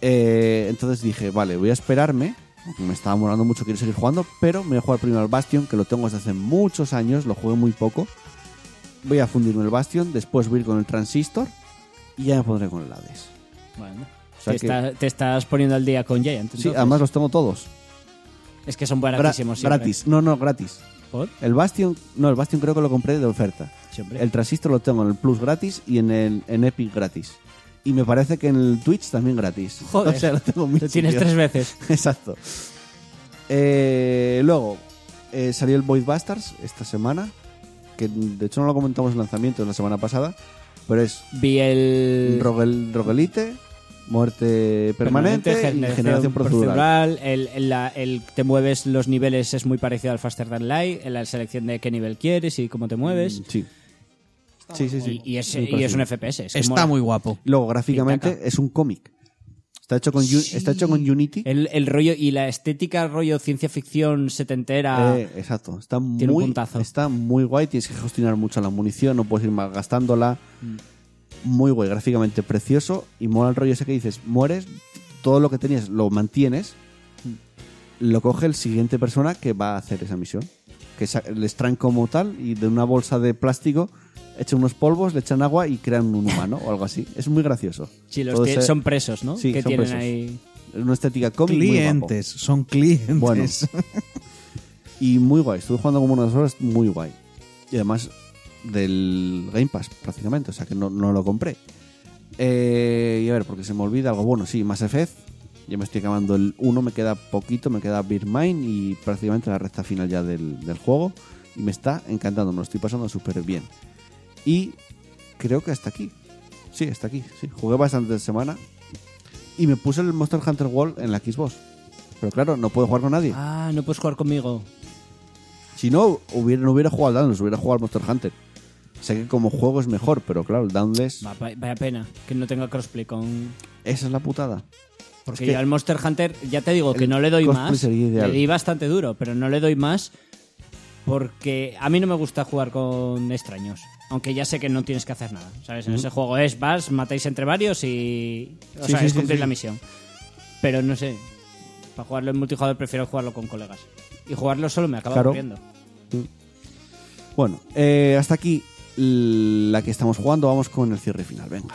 S1: Eh, entonces dije, vale, voy a esperarme. aunque Me estaba molando mucho, quiero seguir jugando, pero me voy a jugar primero al Bastion, que lo tengo desde hace muchos años, lo jugué muy poco. Voy a fundirme el Bastion, después voy a ir con el Transistor y ya me pondré con el Hades.
S4: Bueno.
S1: O sea
S4: te,
S1: que-
S4: está- te estás poniendo al día con Giant.
S1: sí,
S4: entonces.
S1: además los tengo todos.
S4: es que son
S1: Gra-
S4: baratísimos. siempre.
S1: gratis. No, no, gratis.
S4: ¿Por?
S1: El Bastion, no, el Bastion creo que lo compré de oferta.
S4: Siempre.
S1: El Transistor lo tengo en el Plus gratis y en el en Epic gratis. Y me parece que en el Twitch también gratis.
S4: Joder.
S1: O sea, lo tengo en mil
S4: Lo tienes
S1: sitios.
S4: tres veces.
S1: (laughs) Exacto. Eh, luego, eh, salió el Void Bastards esta semana, que de hecho no lo comentamos en lanzamiento la semana pasada, pero es
S4: Vi el.
S1: Rogel- Roguelite, Muerte Permanente, y Generación Procedural.
S4: procedural. El, el- la- el- te mueves los niveles, es muy parecido al Faster Than Light, en la selección de qué nivel quieres y cómo te mueves.
S1: Mm, Sí. Sí, sí, sí.
S4: Y, y es,
S1: Muy
S4: y es
S1: parecido.
S4: un FPS. es que
S2: Está
S4: mola.
S2: muy guapo.
S1: Luego, gráficamente,
S4: Pintaca.
S1: es un cómic. Está hecho con, Uni- está hecho con Unity.
S4: El, el rollo y la estética, rollo ciencia ficción setentera.
S1: Eh, exacto. Está
S4: Tiene un
S1: muy,
S4: puntazo.
S1: está muy guay. Tienes que gestionar mucho la munición, no puedes ir malgastándola.
S4: Mm.
S1: Muy guay, gráficamente precioso. Y mola el rollo ese que dices, mueres, todo lo que tenías lo mantienes,
S4: Mm.
S1: lo coge el siguiente persona que va a hacer esa misión. Que sa- les traen como tal y de una bolsa de plástico echan unos polvos, le echan agua y crean un humano o algo así. Es muy gracioso.
S4: Sí, los
S1: Todo
S4: tie-
S1: ese-
S4: son presos, ¿no?
S1: Sí,
S4: que
S1: son
S4: tienen
S1: presos.
S4: ahí.
S1: Una estética cómica.
S2: Clientes, son clientes. (laughs)
S1: Bueno. (laughs) Y muy guay. Estuve jugando como unas horas muy guay. Y además del Game Pass, prácticamente. O sea que no, no lo compré. Eh, y a ver, porque se me olvida algo bueno. Sí, Mass Effect. Ya me estoy acabando el 1, me queda poquito, me queda Beer Mine y prácticamente la recta final ya del, del juego. Y me está encantando, me lo estoy pasando súper bien. Y creo que hasta aquí. Sí, hasta aquí. Sí. Jugué bastante de semana. Y me puse el Monster Hunter World en la Xbox. Pero claro, no puedo jugar con nadie.
S4: Ah, no puedes jugar conmigo.
S1: Si no, hubiera, no hubiera jugado al Downless, hubiera jugado al Monster Hunter. Sé que como juego es mejor, pero claro, el Downless,
S4: Va- va- Vaya pena que no tenga crossplay con.
S1: esa es la putada.
S4: Porque
S1: Es que-
S4: yo al Monster Hunter, ya te digo que
S1: el
S4: no le doy
S1: crossplay
S4: más.
S1: sería ideal.
S4: Le di bastante duro, pero no le doy más porque a mí no me gusta jugar con extraños. Aunque ya sé que no tienes que hacer nada. ¿Sabes? En ese juego es vas, matáis entre varios y. O
S1: Sí,
S4: sea,
S1: sí,
S4: es
S1: sí,
S4: cumplir
S1: sí.
S4: la misión. Pero no sé. Para jugarlo en multijugador prefiero jugarlo con colegas. Y jugarlo solo me acaba
S1: Claro.
S4: aburriendo.
S1: Bueno, eh, hasta aquí la que estamos jugando. Vamos con el cierre final, venga.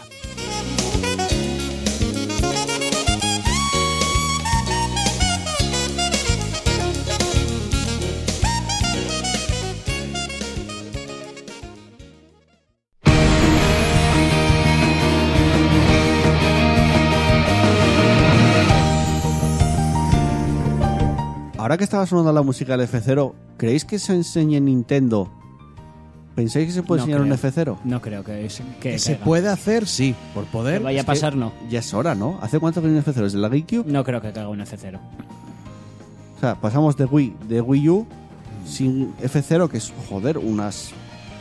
S1: Ahora que estaba sonando la música del F0, ¿creéis que se enseñe Nintendo? ¿Pensáis que se puede
S4: No
S1: enseñar un
S4: creo.
S1: F0?
S4: No creo que, es- que
S2: Que se
S4: caiga.
S2: puede hacer, sí, por
S4: Que
S2: poder.
S4: vaya a
S1: que-
S4: pasar, no.
S1: Ya es hora, ¿no? ¿Hace cuánto que no hay un F0? ¿Desde la GameCube?
S4: No creo que caiga un F0.
S1: O sea, pasamos de Wii, de Wii U sin F0, que es, joder, unas.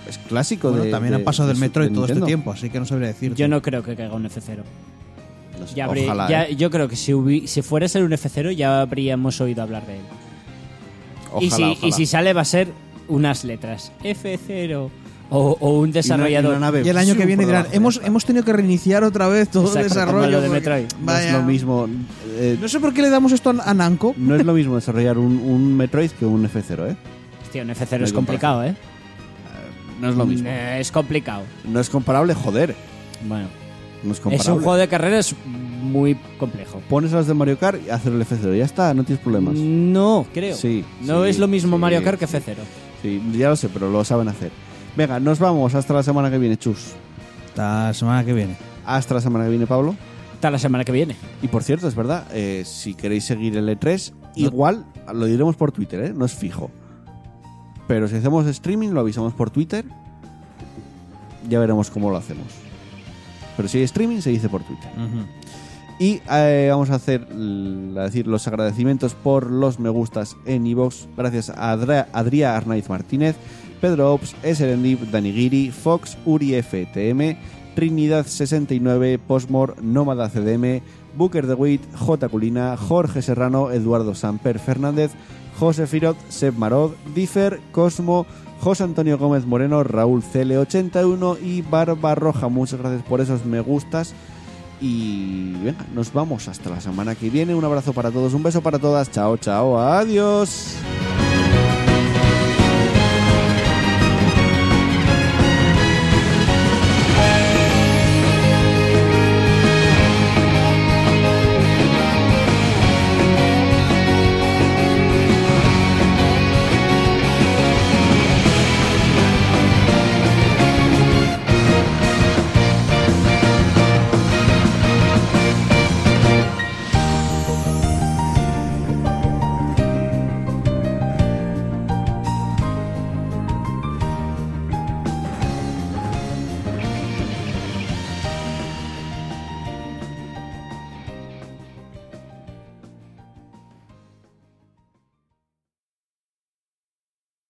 S1: Es clásico
S2: Bueno,
S1: de.
S2: también
S1: de-
S2: han pasado
S1: de
S2: del
S1: su-
S2: metro y
S1: de
S2: todo este
S1: Nintendo.
S2: tiempo, así que no sabría decir.
S4: Yo no creo que caiga un F0.
S1: No sé,
S4: Ya habría-
S1: ojalá,
S4: ya-
S1: ¿eh?
S4: Yo creo que si, hubi- si fuera a ser un F0 ya habríamos oído hablar de él.
S1: Ojalá,
S4: y, si, y
S1: ojalá.
S4: si sale va a ser unas letras. F0 o, o un desarrollador.
S1: Y una- y una nave,
S2: Y el año
S1: sí,
S2: que
S1: por
S2: viene dirán,
S1: debajo,
S2: hemos,
S1: ya está.
S2: hemos tenido que reiniciar otra vez todo el
S4: Exacto, como
S2: desarrollo.
S4: lo de
S2: porque-
S4: Metroid.
S1: No
S2: Vaya.
S1: es lo mismo. eh,
S2: No sé por qué le damos esto a, a Namco.
S1: no es lo mismo desarrollar un, un Metroid que un F0, ¿eh?
S4: Hostia, un F0
S1: No hay
S4: es complicado, ¿eh?
S1: No es lo mismo.
S4: Eh, es complicado.
S1: No es comparable, joder.
S4: Bueno,
S1: No es
S4: es
S1: comparable.
S4: un juego de carreras muy complejo.
S1: Pones a los de Mario Kart y hacer el F0. Ya está, no tienes problemas.
S4: Mm. No, creo.
S1: Sí,
S4: no
S1: sí,
S4: es lo mismo
S1: sí,
S4: Mario Kart que
S1: sí.
S4: F0.
S1: Sí, ya lo sé, pero lo saben hacer. Venga, nos vamos. Hasta la semana que viene, chus.
S2: Hasta la semana que viene.
S1: Hasta la semana que viene, Pablo.
S4: Hasta la semana que viene.
S1: Y por cierto, es verdad, eh, si queréis seguir el E3, igual lo diremos por Twitter, ¿eh? no es fijo. Pero si hacemos streaming, lo avisamos por Twitter. Ya veremos cómo lo hacemos. Pero si hay streaming, se dice por Twitter. Y eh, vamos a hacer l- a decir los agradecimientos por los me gustas en iVoox. Gracias a Adria, Adrià Arnaiz Martínez, Pedro Ops, Eserendip, Dani Guiri, Fox, Uri FTM, Trinidad69, Postmore, Nómada CDM, Booker de Witt, J. Culina, Jorge Serrano, Eduardo Samper Fernández, José Firot, Seb Marod, Differ, Cosmo, José Antonio Gómez Moreno, Raúl CL81 y Barbarroja. Muchas gracias por esos me gustas. Y venga, nos vamos hasta la semana que viene. Un abrazo para todos, un beso para todas. Chao, chao, adiós.